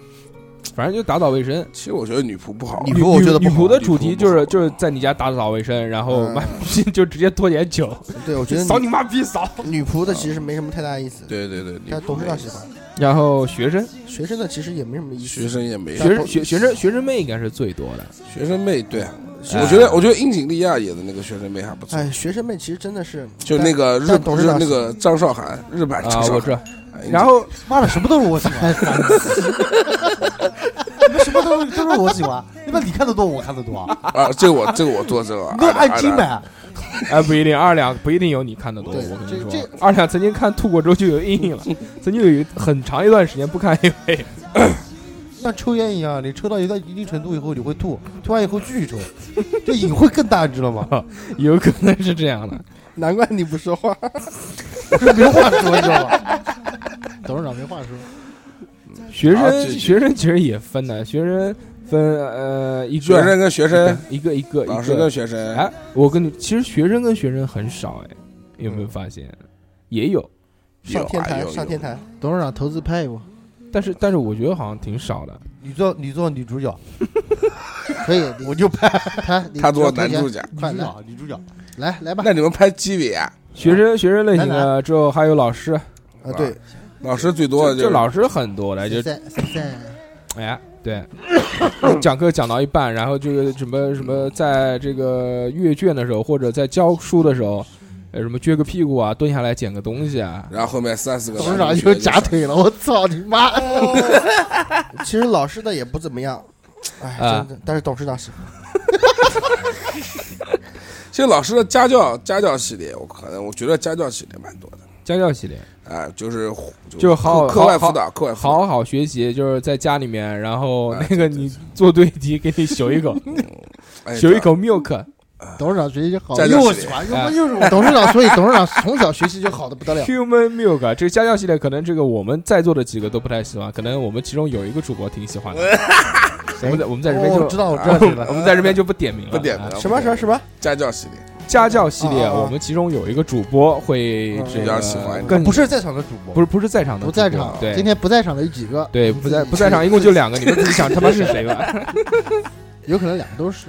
S2: 反正就打扫卫生。
S4: 其实我觉得女仆不好，
S5: 女仆我觉得
S2: 女
S5: 不好
S2: 仆的
S4: 女
S2: 主
S4: 仆
S2: 题
S4: 不
S2: 就是
S4: 好
S2: 就是在你家打扫卫生，然后
S5: 嗯
S2: 妈逼就直接拖点酒，
S5: 对我觉得
S2: 扫
S5: 女
S2: 你妈逼扫。
S5: 女仆的其实没什么太大意思，
S4: 对对对，女
S5: 但
S4: 仆
S5: 董事长
S4: 没
S5: 喜欢，
S2: 然后学生
S5: 学生的其实也没什么意思，
S4: 学生也没
S2: 学
S5: 但
S2: 生学学生学生妹应该是最多的，
S4: 学生妹，对啊，
S2: 哎
S4: 我觉得我觉得英井莉亚演的那个学生妹还不错，
S5: 哎，学生们其实真的是
S4: 就那个日
S5: 但董
S4: 就
S5: 事
S4: 是
S5: 长
S4: 那个张韶涵，日版
S2: 啊
S4: 张，韶
S2: 我知
S4: 涵
S2: 道。，
S4: 哎英
S2: 然后
S3: 妈的什么都是我喜
S1: (laughs)
S3: 欢，你们什么都是都是我喜欢，你们你看得多，我看
S2: (laughs)
S3: 得多，
S4: 井啊，这个我这个我作证
S1: (laughs)
S4: 啊，
S3: 那按
S4: 二两
S3: 斤
S4: 二两
S3: 买，
S2: 哎，不一定，二两不一定有你看的多。
S5: 对
S2: 我跟
S5: 这
S2: 你说
S5: 这，
S2: 二两曾经看吐过之后就有阴影了，曾经有一很长一段时间不看 AV。
S1: 像抽烟一样，你抽到一个一定程度以后，你会吐，吐完以后继续抽，这瘾会更大，你知道 (laughs) 吗？
S2: 有可能是这样的。
S5: 难怪你不说话，
S3: 没话说，你知道吧？董事长没话说，
S2: 学生、
S4: 啊这
S2: 学生其实也分的，学生分呃一
S4: 学
S2: 个
S4: 生跟学生，
S2: 一个一个一
S4: 老
S2: 个
S4: 师
S2: 一
S4: 跟
S2: 个。
S4: 学生，
S2: 哎，我跟你，其实学生跟学生很少哎，有没有发现？也有，
S4: 有
S5: 上天
S4: 啊
S5: 台
S4: 有
S5: 上天台，
S3: 董事长投资拍一部
S2: 但是但是我觉得好像挺少的。
S1: 你做你做 (laughs) 女主角，
S3: 可以，
S1: 我就拍
S3: 拍
S4: 有他做男主
S3: 角，
S4: 角，
S1: 女
S3: 快
S1: 主
S3: 来
S1: 角，女主角。
S3: 来来吧，
S4: 那你们拍鸡尾啊？
S2: 学生学生类型
S3: 来
S2: 的之后还有老师，
S5: 啊对，
S4: 老师最多
S2: 就
S4: 的就
S2: 就是老师很多的，就
S3: 十三十三，
S2: 哎，对， (coughs) 就是讲课讲到一半，然后这个什么什么，在这个阅卷的时候，或者在教书的时候，呃，什么撅个屁股啊，蹲下来捡个东西啊，
S4: 然后后面三四个
S3: 董事
S4: 男
S3: 长
S4: 同
S3: 又
S4: 学就
S3: 夹
S4: 上
S3: 腿了，我操你妈！
S5: 其实老师的也不怎么样，哎，
S2: 啊
S5: 真的，但是董事长
S4: 啊
S5: 喜欢，
S4: 其实老师的家教家教系列，我可能我觉得家教系列蛮多的
S2: 家教系列，
S4: 啊，就是
S2: 就是好
S4: 课课外
S2: 好
S4: 辅导，课外辅导，
S2: 好好学习，就是在家里面，然后
S4: 哎
S2: 那个
S4: 对对
S2: 你做对题，给你咻一口，
S4: 哎
S2: 咻一口 milk，
S3: (laughs) 董事长学习就好，
S4: 家教
S3: 又
S4: 系
S3: 喜
S4: 列
S3: 欢，又
S1: 哎
S3: 不又是我董事长，所以董事长从小学习就好的不得了。
S2: Human Milk 啊，这个家教系列可能这个我们在座的几个都不太喜欢，可能我们其中有一个主播挺喜欢的。我们在我们在这边
S1: 哦
S2: 就、
S1: 我知道，我知道这个
S2: 我们在这边就不点名了，
S4: 不点名
S2: 啊
S4: 了
S5: 什么什么什么
S4: 家教系列，
S2: 家教系列，
S5: 啊啊啊
S2: 我们其中有一个主播会
S5: 嗯
S2: 这个
S4: 比较喜欢
S2: 更
S1: 不是在场的主播，
S2: 不是不是在场的
S3: 不在
S2: 主播
S3: 场，
S2: 对
S3: 今天不在场的有几个？
S2: 对不在不在场一共就两个，你们自己想他妈是谁吧？
S3: 有可能两个都是。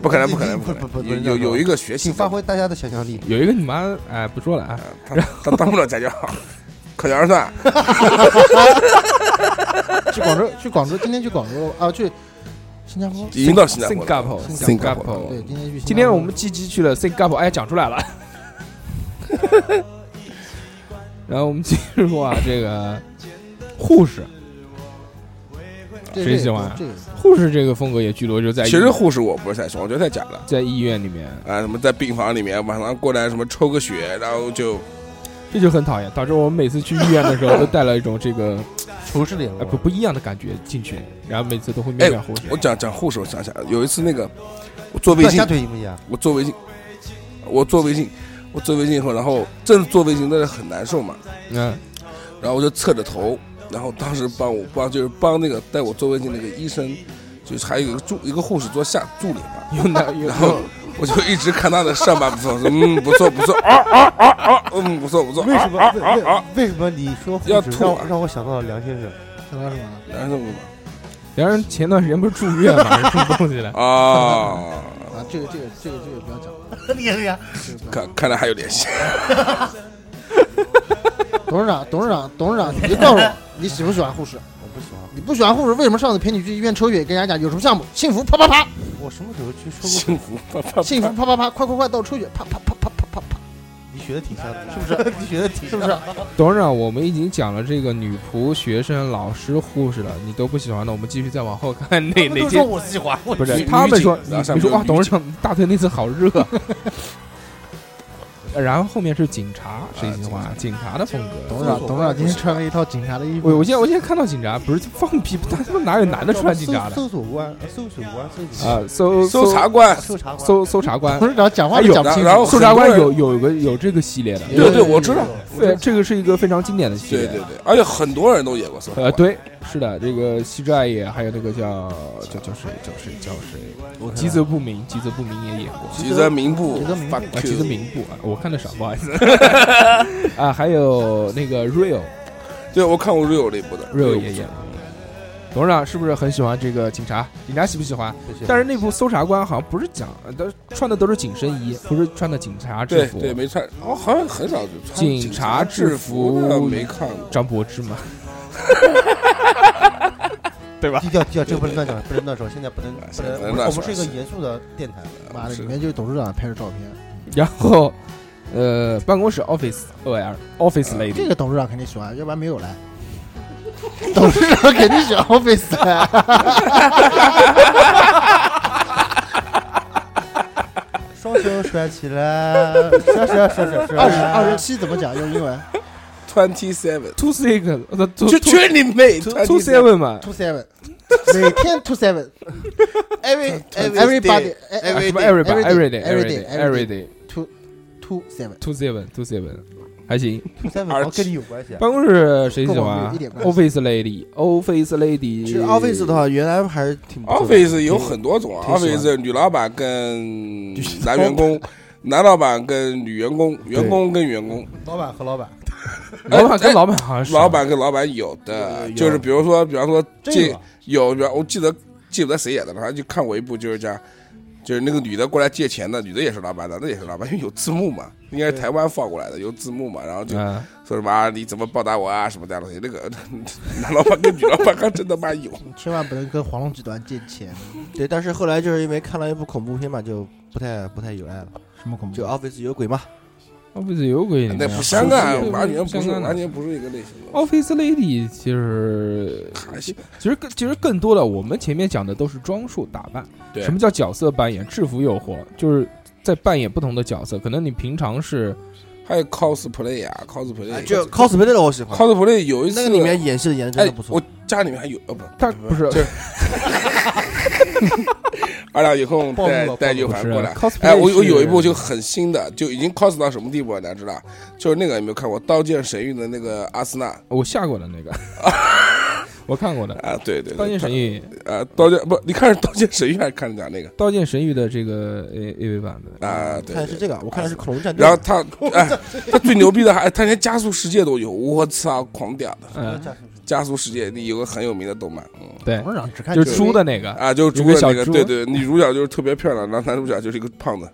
S4: 不可能，不可能，
S1: 不
S4: 可能
S1: 不不
S4: 有
S1: 不
S4: 有有一个学习
S1: 请
S4: 的
S1: 发挥大家的想象力。
S2: 有一个你妈哎不说了啊，
S4: 他他当不了家教，可劲儿算。
S3: 去广 (laughs) 州，去广州，今天去广州了啊？去新加坡？
S4: 已经到新加坡了，
S2: Singapore，Singapore。
S3: 对，今天去新加坡。
S2: 今天我们积极去了 Singapore，哎，讲出来了。 (laughs) 然后我们进入啊，这个护士，
S3: 这
S2: 谁喜欢啊
S3: 这个
S2: 护士这个风格也居多，就在医
S4: 其实护士我不是太喜欢，我觉得太假了。
S2: 在医院里面，
S4: 啊，什么在病房里面晚上过来什么抽个血，然后就
S2: 这就很讨厌，导致我们每次去医院的时候都带了一种这
S4: (laughs)
S2: 个
S1: 厨师脸
S2: 哎不不一样的感觉进去，然后每次都会
S4: 哎
S2: 面面护士。
S4: 我讲讲护士，我想想有一次那个我做微
S1: 大
S4: 信
S1: 家，对一模一样，
S4: 我做微信，我做微信，我做微信以后，然后正做微信那是很难受嘛，
S2: 嗯
S4: 然后我就侧着头，然后当时帮我帮就是帮那个带我做微信那个医生，就是还有一个助一个护士做下助理嘛，
S2: 有
S4: (laughs)
S2: 男有
S4: 然后我就一直看他的上半部分，我说嗯不错不错，啊啊啊啊，嗯不错不错，
S1: 为什么
S4: 啊啊
S1: 为
S4: 啊啊？
S1: 为为什么你说护
S4: 要
S1: 士
S4: 吐
S1: 让
S4: 啊
S1: 我让我想到了梁先生？
S3: 想到什么了？
S4: 然后
S2: 梁然前段时间不是住院嘛，
S4: (laughs)
S2: 还是什么东西的？
S4: 啊，呃
S3: 啊，这个这个这个这个不要讲，这个不要讲
S4: 看看来还有联系，
S3: 董事长，董事长，董事长，你就告诉我，你喜不喜欢护士？
S1: 我不喜欢，
S3: 你不喜欢护士，为什么上次陪你去医院抽血，跟人家讲有什么项目？幸福啪啪啪，
S1: 我什么时候去说过？
S4: 幸福啪啪
S3: 幸福啪啪啪，快快快到抽血，啪啪啪啪啪啪啪，
S1: 你学的挺像的，是不是？ (laughs) 你学的挺
S3: 是不是？
S2: 董事长，我们已经讲了这个女仆、学生、老师、护士了，你都不喜欢的，我们继续再往后看哪哪些
S1: 我喜欢，我
S2: 不是
S4: 女
S2: 他们说
S4: 女，警
S2: 你你
S4: 然后上面
S2: 说
S4: 有
S2: 哇，
S4: 女
S2: 董事长大腿那次好 (laughs) 热。然后后面是警察，谁
S4: 啊
S2: 喜欢啊？警察的风格。
S3: 董事长，董事长今天穿了一套警察的衣服，
S2: 我我现在我现在看到警察，不是放屁， (laughs) 他他妈哪有男的穿警察的
S1: 搜搜索官、呃搜索官、
S2: 啊？搜
S1: 搜索官
S4: 搜查官，
S1: 搜查官。
S2: 搜搜查官，哎
S3: 董事长讲话都讲不清
S4: 然后
S3: 楚，
S2: 搜查官
S4: 很多
S2: 有有个有这个系列的，
S4: 对对，我知道，
S2: 对，这个是一个非常经典的系
S4: 对
S2: 列。
S4: 对对，而且很多人都演过搜查
S2: 呃，
S4: 官，
S2: 对，是的，这个西之爱也，还有那个叫叫叫谁叫谁叫谁，吉泽不明，吉泽不明也演过，
S4: 吉泽明步，
S3: 吉泽明步
S4: fuck
S2: 啊，
S4: you
S2: 吉泽明步啊，我看的少，不好意 (laughs) 思。啊，还有那个 Real
S4: 对我看过 real 那部的
S2: Real 也演过。董事长是不是很喜欢这个警察？警察喜不喜欢？但是那部搜查官好像不是讲，呃都穿的都是紧身衣，不是穿的警察制
S4: 对
S2: 服。
S4: 对，没穿，哦，好像很少就穿
S2: 警
S4: 警
S2: 察制
S4: 制服的，
S2: 服
S4: 没看过。
S2: 张柏芝嘛， (laughs)
S1: 低调低调，这个不能乱讲，不能乱说。现在不能不
S4: 现在
S1: 能，
S4: 不能
S1: 我们
S4: 乱
S1: 我们
S4: 说
S1: 是一个严肃的电台。
S3: 妈的，
S4: 是
S3: 里面就是董事长拍的照片，
S2: 然后，呃，办公室 Office OL Office
S3: 这
S2: Lady，
S3: 个董事长肯定喜欢，要不然没有来。董事长肯定喜欢 office，
S1: 双手甩起来，甩甩甩甩甩。
S3: (laughs) 二十二十七怎么讲？用英文
S4: Twenty seven，
S2: Two Six，呃，Two
S4: 就全你妹
S2: Two Seven 嘛，
S3: two seven，每 (laughs) 天 two seven，every everybody 哎
S2: e v
S3: every
S2: e r y b o d y every day
S3: every
S2: every day every
S3: every
S2: day
S3: two two seven，
S2: Two Seven Two Seven，还行。
S1: 三
S4: 二
S1: 文
S4: 十
S1: 哦
S4: 七
S1: 跟你有关系啊。
S2: 办公室谁喜
S3: 跟我
S2: 欢
S3: 没
S2: 啊
S3: 有一点关系
S2: ？Office Lady，Office Lady，
S5: 其实 Office 的话，原来还是挺不错的
S4: Office 有很多种啊
S5: 挺挺喜
S4: ，Office 女老板跟男员工，男老板跟女员工，员工跟员工，
S1: 老板和老板，
S2: 老板跟老板好像是
S4: 哎老板跟老板有的，就是比如说，比方说
S1: 这
S4: 这
S1: 个
S4: 有，比方我记得记不得谁演的了，反正就看过一部，就是讲，就是那个女的过来借钱的，女的也是老板，男的也是老板，因为有字幕嘛，应该是台湾放过来的，有字幕嘛，然后就
S2: 啊，
S4: 说什么啊，你怎么报答我啊，什么这样的东西，那个 (laughs) 男老板跟女老板还真他妈有，
S3: 千万不能跟黄龙集团借钱，
S5: 对，但是后来就是因为看了一部恐怖片嘛，就不太不太有爱了。
S3: 什么恐
S4: 嗯
S3: 怖？
S5: 就 Office 有鬼嘛，
S2: Office 有鬼啊里面
S4: 那不相干，完全不
S2: 相
S4: 是，
S2: 干的
S4: 完全不是一个类型的，
S2: 啊 Office Lady 其实
S4: 还行，
S2: 其实更其实更多的，我们前面讲的都是装束打扮。
S4: 对
S2: 什么叫角色扮演？制服诱惑，就是在扮演不同的角色。可能你平常是
S4: 还有 cosplay 啊，cosplay，哎
S5: 就 cosplay 的我喜欢，
S4: cosplay 有一次
S5: 那个里面演戏的演的真
S4: 哎
S5: 的不，错
S4: 我。家里面还有，呃，不，
S2: 他不是
S4: 就是，俺俩有空
S1: 暴露
S4: 带
S1: 了
S4: 带刘
S2: 不
S4: 凡
S2: 是啊 (laughs)
S4: 过来。
S2: cosplay
S4: 哎，我我
S2: 是
S4: 有一部就很新的，就已经 cos 到什么地步了，大家知道？ (laughs) 就是那个有没有看过《刀剑神域》的那个阿森纳？
S2: 我下过的那个，我看过的《
S4: 啊，对对，对
S2: 刀剑神域》《
S4: 啊，刀剑不，你看是刀剑神域还是看人家那个
S2: 刀剑神域》的这个 A A V 版的，
S4: 啊？对
S5: 看的是
S4: 对。
S5: 这个，我看的是恐龙战队。
S4: 然后他，哎，他最牛逼的还，他连加速世界都有，我操，狂屌的！
S2: 嗯，
S4: 加速世界里有个很有名的动漫，嗯，
S2: 对，
S3: 董事长只看
S2: 就是猪的那个，
S4: 啊，就是
S2: 有
S4: 主
S2: 个
S4: 角
S2: 小
S4: 那个，
S2: 猪
S4: 对对，女主角就是特别漂亮，然后男主角就是一个胖子，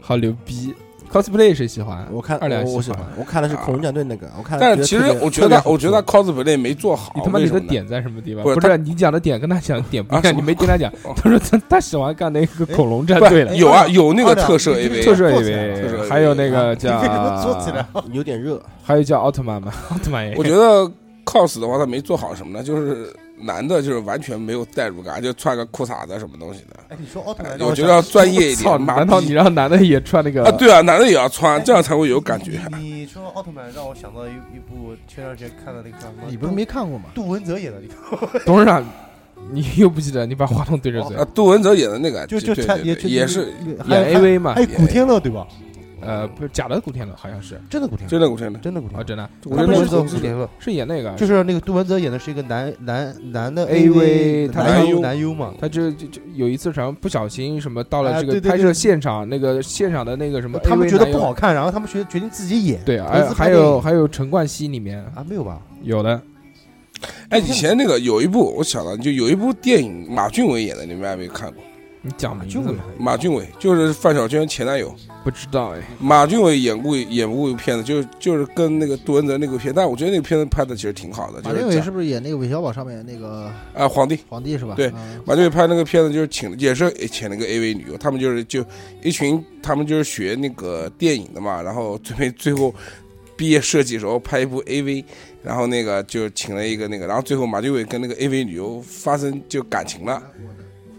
S2: 好牛逼！cosplay 谁喜欢？
S5: 我看
S2: 啊二两
S5: 我我
S2: 喜欢。
S5: 我看的是恐龙战队那个，我
S2: 哎
S5: 看。
S4: 但是其实我觉得，我觉得他 cosplay 没做好，
S2: 你他妈
S4: 为
S2: 你
S4: 什
S2: 的
S4: 么呢？
S2: 点在什么地方？
S4: 不是
S2: 不
S4: 他
S2: 是你讲的点跟他讲的点不一
S4: 啊
S2: 样，你没听他讲。
S4: 哦哎
S2: 他说他他喜欢干那个恐龙战
S4: 不
S2: 队的
S4: 有啊，有那个
S5: 二两
S4: 特摄
S5: 你这个
S4: AV，
S2: 特摄
S5: 坐起来
S4: 特摄
S2: AV，还有那个叫
S1: (laughs)
S5: 你为什么
S4: (laughs)
S5: 坐起来？有点热，
S2: 还有叫奥特曼吧，奥特曼也
S4: 我觉得 cos 的话，他没做好什么呢？就是男的，就是完全没有代入感，就穿个裤衩子什么东西的。
S5: 哎，你说奥特曼，
S4: 我觉得要专业一
S2: 操！
S4: 点，妈
S2: 难道你
S4: 逼
S2: 让男的也穿那个
S4: 啊？对啊，男的也要穿，这样才会有感觉。啊
S1: 你说奥特曼让我想到一一部前段时间看的那个叫什么？
S3: 你不是没看过吗？
S1: 杜文泽演的？你
S4: 啊
S1: 看
S2: 董事长？你又不记得？你把话筒对着嘴
S4: 啊，，杜文泽演的那个，
S1: 就就
S4: 对对对
S1: 就
S4: 也是，
S2: 演 AV 嘛
S1: 还？哎有古天乐对吧？
S2: 呃，不是假的古天乐好像是
S1: 真的古天乐，
S4: 真的，我真的，
S1: 真的古天
S2: 哦，
S1: 乐，
S2: 真的
S4: 我觉
S1: 杜
S4: 得
S1: 文
S4: 是
S1: 泽
S4: 投
S1: 古
S4: 资者
S1: 天乐，
S2: 是演那个，
S1: 就是那个杜文泽演的是一个男男男的
S2: AV
S1: 男
S4: 男优
S1: 优男优嘛。
S2: 他就就就有一次，好像不小心什么到了
S1: 啊
S2: 这个
S1: 对对
S2: 拍
S1: 对
S2: 摄现场，那个现场的那个什么，
S1: 他们觉得不好，看，然后他们决决定自己演。
S2: 对，
S1: 投
S2: 还
S1: 资
S2: 还
S1: 拍电
S2: 有
S1: 影
S2: 还有陈冠希里面
S1: 啊，没有吧？
S2: 有的，
S4: 哎，以前那个有一部，我想到就有一部电影，马俊伟演的，你们还没看过？
S2: 你讲
S4: 啊
S2: 名
S1: 就
S2: 字嘛？
S4: 马俊伟就是范晓萱前男友，
S2: 不知道哎，
S4: 马俊伟演过演过一部片子，就是就是跟那个杜文泽那个片，但我觉得那个片子拍的其实挺好的，就
S3: 马俊伟
S4: 讲
S3: 是不是演那个韦小宝上面那个
S4: 啊皇帝。
S3: 皇帝是吧？
S4: 对
S3: 嗯
S4: 马俊伟拍那个片子，就是请也是请了个 AV 女优，他们就是就一群，他们就是学那个电影的嘛，然后最 (laughs) 最后毕业设计的时候拍一部 AV，然后那个就请了一个那个，然后最后马俊伟跟那个 AV 女优发生就感情了，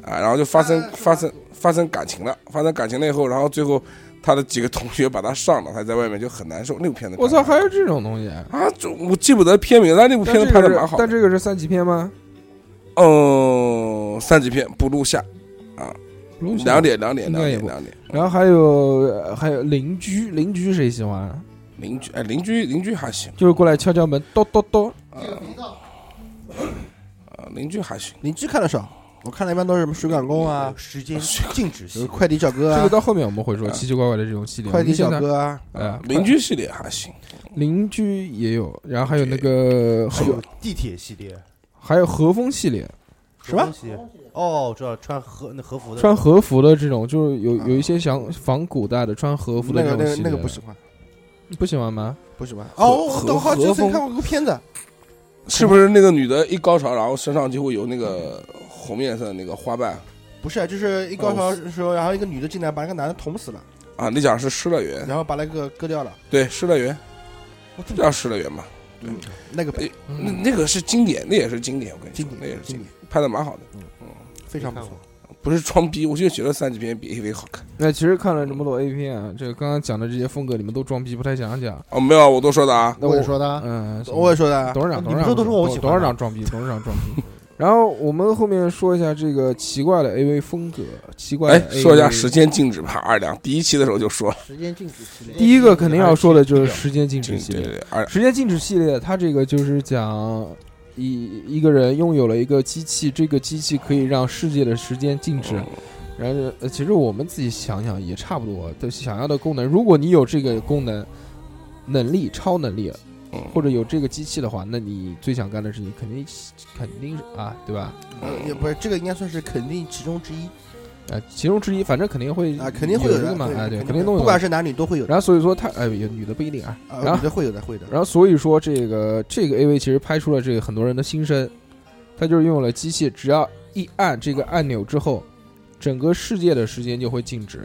S4: 啊，然后就发生发生发生感情了，发生感情了以后，然后最后他的几个同学把他上了，他在外面就很难受。那部片子拍
S2: 我
S4: 得
S2: 操，
S4: 蛮好
S2: 还有这种东西。
S4: 啊，这我记不得片名，但那部
S2: 但
S4: 片
S2: 这
S4: 子拍
S2: 个
S4: 的
S2: 是
S4: 蛮好的。
S2: 但这个是三级片吗？
S4: 嗯，三级片不录下，两点两点
S2: 应
S4: 两
S2: 该也
S4: 点
S2: 不
S4: 两点。
S2: 然后还有呃还有邻居，邻居谁喜欢？啊
S4: 邻居哎，邻居邻居还行
S2: 就是过来敲敲门，咚咚咚。
S4: 啊，邻居还行。
S5: 邻居看的少，我看的一般都是什么水管工啊，
S1: 时
S2: 嗯
S1: 间静止
S5: 有
S1: 性。
S5: 快递小哥
S2: 这个
S5: 啊，
S2: 到后面我们会说
S4: 啊
S2: 奇奇怪怪的这种系列。
S5: 快
S2: 我们
S5: 递
S2: 现
S5: 小
S2: 在
S5: 哥啊，
S2: 呃，
S4: 邻居系列还行，
S2: 邻居也有，然后还有那个
S1: 还
S2: 和
S1: 有地铁系列
S2: 还有和风系列，
S1: 什么东西？哦，知道穿和那和服的，
S2: 穿和服的这种，就是有有一些想仿古代的穿和服的
S5: 那个
S2: 这
S5: 那
S2: 种系列
S5: 个那
S2: 的。
S5: 个不喜欢，
S2: 不喜欢吗？
S5: 不喜欢。
S4: 和
S5: 哦，我
S4: 和
S5: 懂，好，
S4: 和
S5: 之
S4: 风
S5: 前看过个片子，
S4: 是不是那个女的一高潮，然后身上就会有那个
S2: 嗯
S4: 红颜色的那个花瓣
S5: 不是，啊就是一高
S2: 哦
S5: 潮的时候，然后一个女的进来把那个男的捅死了，
S4: 啊？你讲是失乐园，
S5: 然后把那个割掉了，
S4: 对，失乐园，
S2: 哦
S4: 这叫失乐园吧？
S5: 那个
S2: 嗯
S4: 那那个是经典，那也是经典，我跟你说
S5: 经，典
S4: 那也是经
S5: 经
S4: 典，拍的蛮好的，
S5: 非常不错。
S4: 不是装逼，我就觉得三级片比 AV 好看。
S2: 那其实看了这么多 A 片啊，这个刚刚讲的这些风格，你们都装逼，不太想讲。
S4: 哦，没有啊，我都说的啊，
S2: 那
S3: 我也说的啊，
S2: 嗯，行
S5: 我也说的啊，
S2: 董事长，
S1: 你
S2: 董
S1: 们
S2: 事
S1: 说
S2: 长
S1: 都是我
S2: 董
S1: 喜欢
S2: 董事
S1: 的
S2: 长装逼，董事长装逼。然后我们后面说一下这个奇怪的 AV 风格，奇怪
S4: 哎
S2: 的，AV
S4: 说一下时。间静止吧，二两第一期的时候就说了，
S3: 时间静止系列。
S2: 第一个肯定要说的就是时间静
S4: 对
S2: 止系
S4: 对
S2: 列，
S4: 对，二
S2: 时间静止系列，它这个就是讲一一个人拥有了一个机器，这个机器可以让世界的时间静
S4: 嗯
S2: 止。然后呃其实我们自己想想也差不多，都想要的功能，如果你有这个功能能力、超能力，
S4: 嗯
S2: 或者有这个机器的话，那你最想干的事情肯定肯定是啊，对吧？
S5: 呃也不是这个应该算是肯定其中之一
S2: 啊，其中之一，反正肯定会
S5: 啊，肯定会
S2: 有这
S5: 的
S2: 个嘛，啊，对，肯定都
S5: 会
S2: 有。
S5: 不管是男女都会有的，
S2: 然后所以说他哎，有女的不一定啊。
S5: 啊，
S2: 然
S5: 我
S2: 后
S5: 觉得会有的，会有的。
S2: 然后所以说这个这个 AV 其实拍出了这个很多人的心声，他就是用了机器，只要一按这个按钮之后，整个世界的时间就会静止，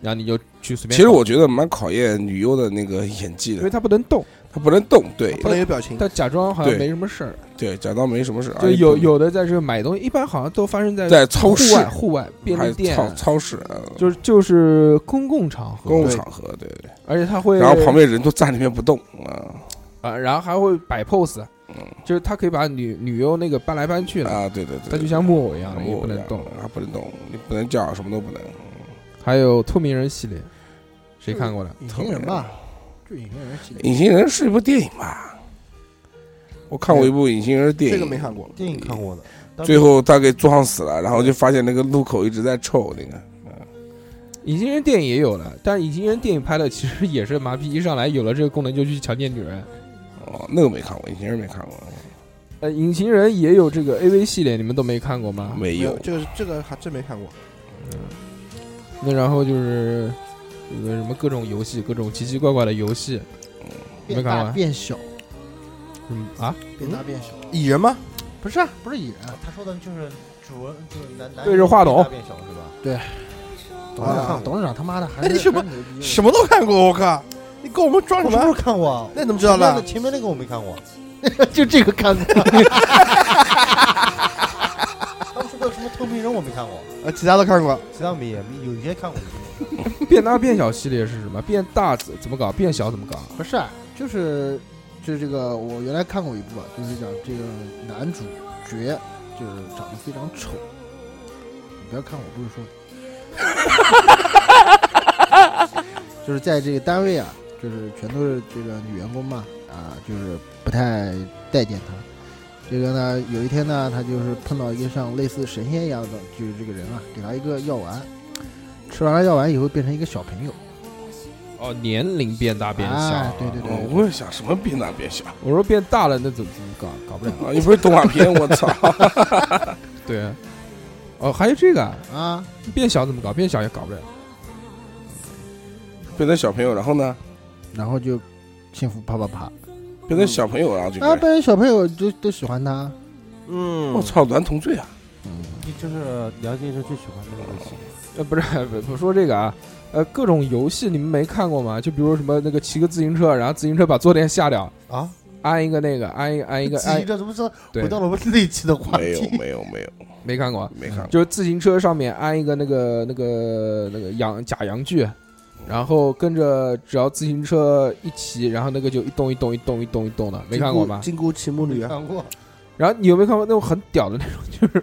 S2: 然后你就去随便搞。
S4: 其实我觉得蛮考验女优的那个演技
S2: 因为
S4: 的，
S2: 他不能动，
S4: 她不能动，对
S5: 不能有表情，
S2: 他假装好像
S4: 对
S2: 没什么事儿，
S4: 对，假装没什么事，而
S2: 就
S4: 且
S2: 有
S4: 不
S2: 有的在这买东西，一般好像都发生在
S4: 在超市
S2: 户外、户外便
S4: 还
S2: 利店，
S4: 超超市，呃
S2: 就是就是公共场合，
S4: 公共场合，对对，
S2: 而且他会
S4: 然后旁边人都站里面不动啊
S2: 啊，然后还会摆 pose，就是他可以把女女优那个搬来搬去的，
S4: 嗯啊，对对对，
S2: 他就像木偶一样的，
S4: 嗯
S2: 也不能
S4: 我
S2: 动。
S4: 啊，不能动，你不能叫，什么都不能。
S2: 还有透明人系列，谁看过的？
S4: 嗯
S3: 隐形人吧，就隐形人系列。
S4: 隐形人是一部电影吧？我看过一部隐形人的电
S5: 这
S4: 影，
S5: 个没看过，
S1: 电影看过的，但
S4: 最后他给撞死了，然后就发现那个路口一直在臭，那个
S2: 隐形人电影也有了，但是隐形人电影拍的其实也是麻痹一上来有了这个功能就去强奸女人。
S4: 哦，那个没看过，隐形人没看过，
S2: 呃，隐形人也有这个 AV 系列，你们都没看过吗？
S3: 嗯
S4: 没有。
S5: 这个这个还真没看过。
S2: 那然后就是这个什么各种游戏，各种奇奇怪怪的游戏，
S3: 变
S2: 没看
S3: 大
S2: 完
S3: 变小，
S2: 嗯啊，
S3: 变大变小，
S5: 蚁人吗？
S3: 不是啊不是蚁人，
S1: 他说的就是主人就是男男
S2: 对着话筒
S1: 变大变小是吧？
S3: 董事
S5: 啊
S3: 长董事长他妈的还
S5: 哎
S3: 是
S5: 什么
S3: 还是牛逼的
S5: 什么都看过，我靠！你跟我们装什
S1: 我什么时候
S5: 么？
S1: 看过啊？
S5: 那你怎么知道
S1: 前面
S5: 的
S1: 那？前面那个我没看过，
S3: 就这个看过，
S1: 当初的什么透明人我没看过，
S5: 啊，其他都看过。
S1: 其他没也有一些看过。
S2: 变大变小系列是什么？变大怎怎么搞？变小怎么搞？
S3: 不是啊，就是就是这个，我原来看过一部啊，就是讲这个男主角就是长得非常丑，你不要看我，不是说你， (laughs) 就是在这个单位啊，就是全都是这个女员工嘛，啊，就是不太待见他。这个呢，有一天呢，他就是碰到一个像类似神仙一样的，就是这个人啊，给他一个药丸，吃完了药丸以后变成一个小朋友，
S2: 哦，年龄变大变小、
S3: 哎对对对
S4: 哦，我也想什么变大变小
S2: 我说变大了，那怎么怎么搞？搞不了。
S4: 啊？又不是动画片，我
S2: (laughs)
S4: 操！
S2: 对啊，哦，还有这个啊
S3: 啊，
S2: 变小怎么搞？变小也搞不了。
S4: 变成小朋友，然后呢？
S3: 然后就幸福啪啪啪。
S4: 变成小朋友，然后就
S3: 啊，本来小朋友就都喜欢他，
S5: 嗯
S4: 我操，娈童罪啊！
S1: 你就是梁静茹最喜欢那个游戏，
S2: 呃，不是， (laughs) 不不说这个啊，呃，各种游戏你们没看过吗？就比如什么那个骑个自行车，然后自行车把坐垫下掉，
S1: 啊，
S2: 安一个那个，安一个安一个
S1: 自
S2: 安
S1: 行，车怎么是
S2: 对
S1: 回，到了我们那一期的话
S4: 没有，
S1: 题？
S4: 没有，没有，
S2: 没看过啊，(laughs)
S4: 没看过。
S2: 就是自行车上面安一个那个那个那个羊假羊具。然后跟着，只要自行车一骑，然后那个就一动一动一动一动一动的，没看过吧？
S5: 金箍骑木女啊，
S1: 看过，
S2: 然后你有没有看过那种很屌的那种，就是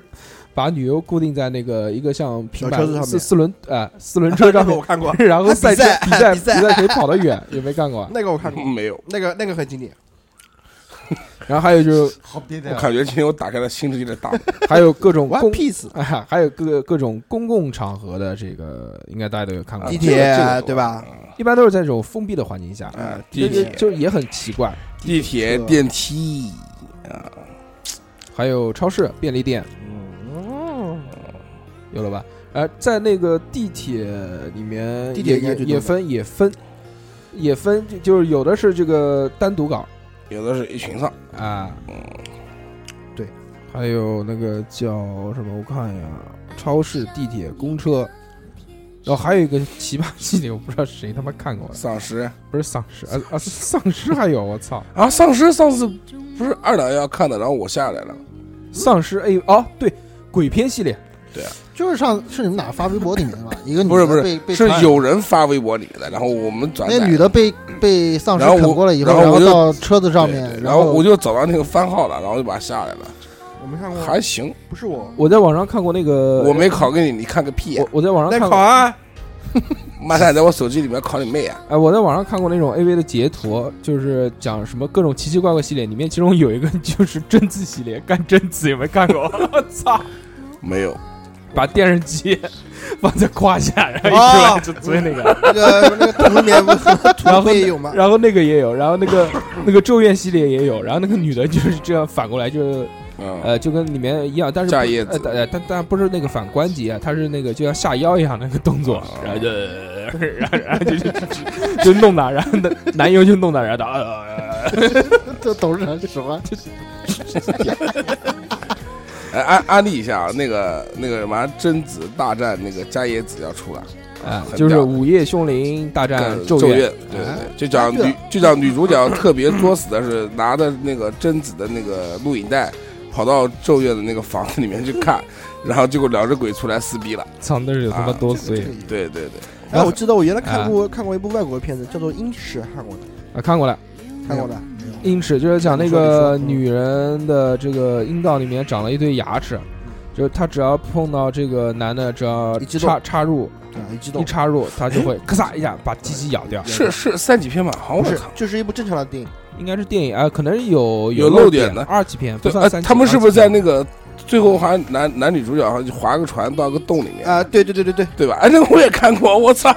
S2: 把女优固定在那个一个像平
S5: 小车子
S2: 板
S5: 上面
S2: 四四轮啊四轮车上
S5: (laughs) 那个
S2: 面
S5: 我，看过，
S2: 然后赛车比赛
S5: 比赛
S2: 比赛谁跑得远，有没有看
S5: (laughs)
S2: 过啊？
S5: 那个我看
S3: 嗯
S5: 过，
S4: (laughs) 没有，
S5: 那个那个很经典。
S2: 然后还有就是
S1: 好别的
S4: 我
S1: 呀。
S4: 感觉今天我打开了新世界的大门。
S2: 还有各种
S5: One
S2: 公
S5: Piece
S2: 啊， (laughs) 还有各各种公共场合的这个，应该大家都有看过
S4: 啊
S2: 吧
S5: 地。
S4: (laughs)
S5: 铁
S4: 这个这个
S5: 对吧
S2: 一般都是在这种封闭的环境下，
S4: 啊，地
S2: 就
S4: 铁、
S2: 就也很奇怪。
S4: 地铁、
S5: 车
S4: 电梯啊，
S2: 还有超市、便利店，有了吧？呃，在那个地铁里面，
S5: 地铁
S2: 也
S5: 应该
S2: 也
S5: 最
S2: 也
S5: 多的
S2: 分也分也分，就就是有的是这个单独搞
S4: 有的是一群上，
S2: 啊，
S4: 嗯，
S2: 还有那个叫什么？我看一下，超市、地铁、公车，然后还有一个奇葩系列，我不知道谁他妈看过的，
S4: 丧尸
S2: 不是丧尸，啊啊，丧尸还有我操，
S4: 啊，丧尸上次不是二两要看的，然后我下来了，
S2: 丧尸哎哦对，鬼片系列，
S3: 就是上是你们俩发微博里面的
S4: (laughs)
S3: 吧？一个女
S4: 不是不
S3: 的
S4: 是
S3: 被被
S4: 是
S3: 传染
S4: 有人发微博里的，然后我们转载
S3: 那女的被被丧尸
S4: 然后我
S3: 啃过了以后，
S4: 然
S3: 然
S4: 后我
S3: 后
S4: 就
S3: 到车子上面
S4: 对，对
S3: 然
S4: 然后我就找到那个番号了，然后就把它下来了，
S5: 我没看过，
S4: 还行，
S5: 不是我，
S2: 我在网上看过那个，
S4: 我没拷给你，你看个屁呀
S2: 我！我在网上
S5: 那
S2: 看
S5: 考
S2: 过，
S5: 啊，
S4: 妈蛋，在我手机里面拷你妹啊！
S2: 哎，我在网上看过那种 AV 的截图，就是讲什么各种奇奇怪怪系列，里面其中有一个就是贞子系列，干贞子有没有看过？ (laughs) 我操！
S4: 没有，
S2: 把电视机放在胯下，哎然后一出
S5: 啊
S2: 来就追那个，
S5: 那个那个图
S2: (laughs)
S5: 里面不是图不也有吗？
S2: 然后那个也有，然后那个那个咒怨系列也有，然后那个女的就是这样反过来，就是
S4: 嗯，
S2: 呃，就跟里面一样，但是
S4: 下
S2: 不
S4: 叶子
S2: 呃，但但但不是那个反关节啊，它是那个就像下腰一样那个动作，然后就， (laughs) 然后然后就就 (laughs) 就就弄他，然后男男优就弄 (laughs) 他，然后他呃，
S3: 这董事长是什么？
S4: 哎安安利一下啊，那个那个什么《贞子大战》那个加野子要出来，
S2: 啊，
S4: 很
S2: 就是
S4: 屌
S2: 午夜凶铃大战
S4: 跟
S2: 嗯咒
S4: 咒
S2: 怨，
S4: 对
S3: 哎
S4: 对对，就讲女就讲女主角特别作死的是拿着那个贞子的那个录影带，跑到咒怨的那个房子里面去看，然后结果聊着鬼出来撕逼了。
S2: 操，那是有他妈
S4: 啊
S2: 多
S5: 这
S2: 碎
S5: 个也
S4: 对对对，
S5: 哎，我记得我原来看过看过一部外国的片子，叫做《英式》，看过的，
S2: 啊！看过来，
S5: 看过的。
S2: 因此就是讲那
S5: 你说
S2: 个
S5: 你说
S2: 女人的这个阴道里面长了一堆牙齿，就是她只要碰到这个男的，只要
S5: 一激动
S2: 插插入
S5: 啊，一
S2: 嗯
S5: 激
S2: 一
S5: 动，
S2: 插入，她就会咔嚓一下把鸡鸡咬掉。
S4: 是是三级片吧？好，我
S5: 不是
S4: 靠，
S5: 就是一部正常的电影，
S2: 应该是电影啊，可能有
S4: 有
S2: 漏
S4: 漏
S2: 点
S4: 点的
S2: 二级片，不
S4: 对，
S2: 算
S4: 呃
S2: 三级。
S4: 他们是不是
S2: 二
S4: 在
S2: 级
S4: 那个最后好像男男女主角好像就划个船到个洞里面，
S5: 啊，对对对对对
S4: 对吧？哎，那个我也看过，我操！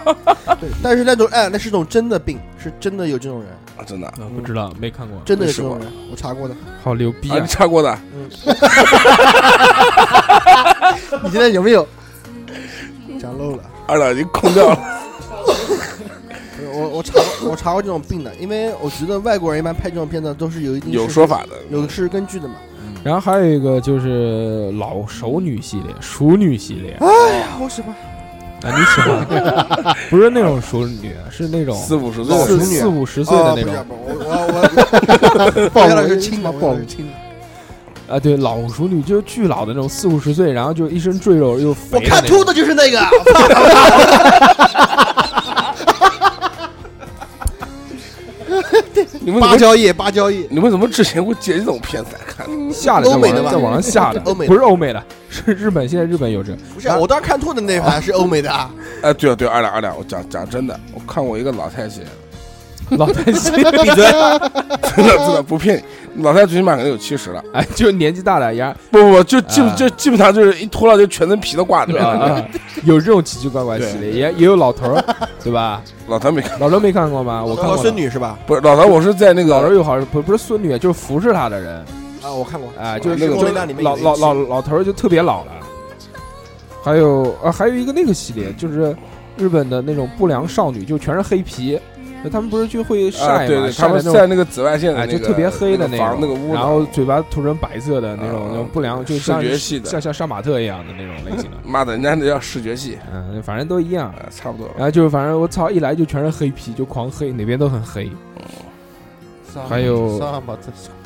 S2: 啊
S5: 对，但是那种哎，那是种真的病，是真的有这种人，
S4: 啊真的啊，
S2: 呃片？不知道，没看过，
S5: 真的有
S4: 是
S5: 这种
S4: 吗
S5: 人，我查过的。
S2: 好牛逼啊
S4: 你！查过的？
S5: 嗯，
S3: 你现在有没有？
S5: 讲漏了。
S4: 二两已经空掉了。
S5: 不是我我查过我查过这种病的，因为我觉得外国人一般拍这种片子都是有一定
S4: 有
S5: 事
S4: 说法的，
S5: 有事实根据的嘛。
S2: 然后还有一个就是老熟女系列、熟女系列啊，
S5: 哎呀，我喜欢
S2: 你喜欢？ (laughs) 不是那种熟女，啊是那种
S4: 四五十岁
S5: 老
S4: 的啊
S5: 熟
S2: 四
S4: 人，
S5: 女
S2: 四五十岁
S5: 哦，
S2: 的
S5: 不
S2: 那
S5: 是
S2: 种
S5: 不是，我我我我要的是亲的，我要的是亲的。
S2: 啊，对，老熟女就是巨老的那种，四五十岁，然后就一身赘肉又肥
S5: 我
S2: 的
S5: 看
S2: 那种
S5: 秃的就是那个，
S4: 你们
S5: 芭
S4: 怎么
S5: 蕉叶，芭蕉叶。
S4: 你们怎么之前会接这种片子来看？
S2: 下的，在
S5: 欧
S2: 网
S5: 美的
S2: 上
S5: 吧
S2: 在网上下的，
S5: 欧美的
S2: 不是欧美的，是日本，现在日本有这个，
S5: 不是，我当时看秃的那盘是欧美的啊，
S4: 哎，对啊对啊，二两二两，我讲讲真的，我看过一个老
S2: (laughs)
S4: 太姐，
S2: 老太 (laughs) 心闭嘴，
S4: 真的真的不骗你，老太最起码可能有七十了，
S2: 哎，就年纪大了，呀，
S4: 不不不，就基
S2: 啊
S4: 本就基本上就是一脱了就全身皮都挂出来
S2: (laughs)
S4: 了。
S2: 啊，有这种奇奇怪怪系列，也也有老头儿，对
S4: (laughs)
S2: 吧？
S4: (laughs) 老谭没看，
S2: 老头儿没看过吗？我看过
S5: 和
S2: 的
S5: 孙，女是吧？
S4: 不是老谭，我是在那
S2: 老头
S4: 个啊
S2: 儿有好不不是孙女，就是服侍他的人，
S5: 啊，我看过。
S2: 哎，就是
S4: 那个
S2: 就
S5: 那里面有
S2: 老
S5: 一
S2: 老
S5: 期
S2: 老老头儿就特别老了。还有啊，还有一个那个系列，就是日本的那种不良少女，就全是黑皮，他们不是就会
S4: 啊，
S2: 晒
S4: 对
S2: 嘛，
S4: 对，
S2: 晒
S4: 他
S2: 的
S4: 们
S2: 那种
S4: 在那个紫外线的
S2: 哎，
S4: 那
S2: 就
S4: 个
S2: 特别黑的那
S4: 那个房那个屋
S2: 种，
S4: 里，
S2: 然后嘴巴涂成白色的那
S4: 啊
S2: 种，那种不良，就
S4: 视
S2: 像
S4: 觉系的，
S2: 像像杀马特一样的那种类型的
S4: 妈的，人家那叫视觉系，
S2: 嗯，反正都一样。
S4: 啊，差不多了。
S2: 然后就是反正我操，一来就全是黑皮，就狂黑，哪边都很黑。还有
S1: 萨马特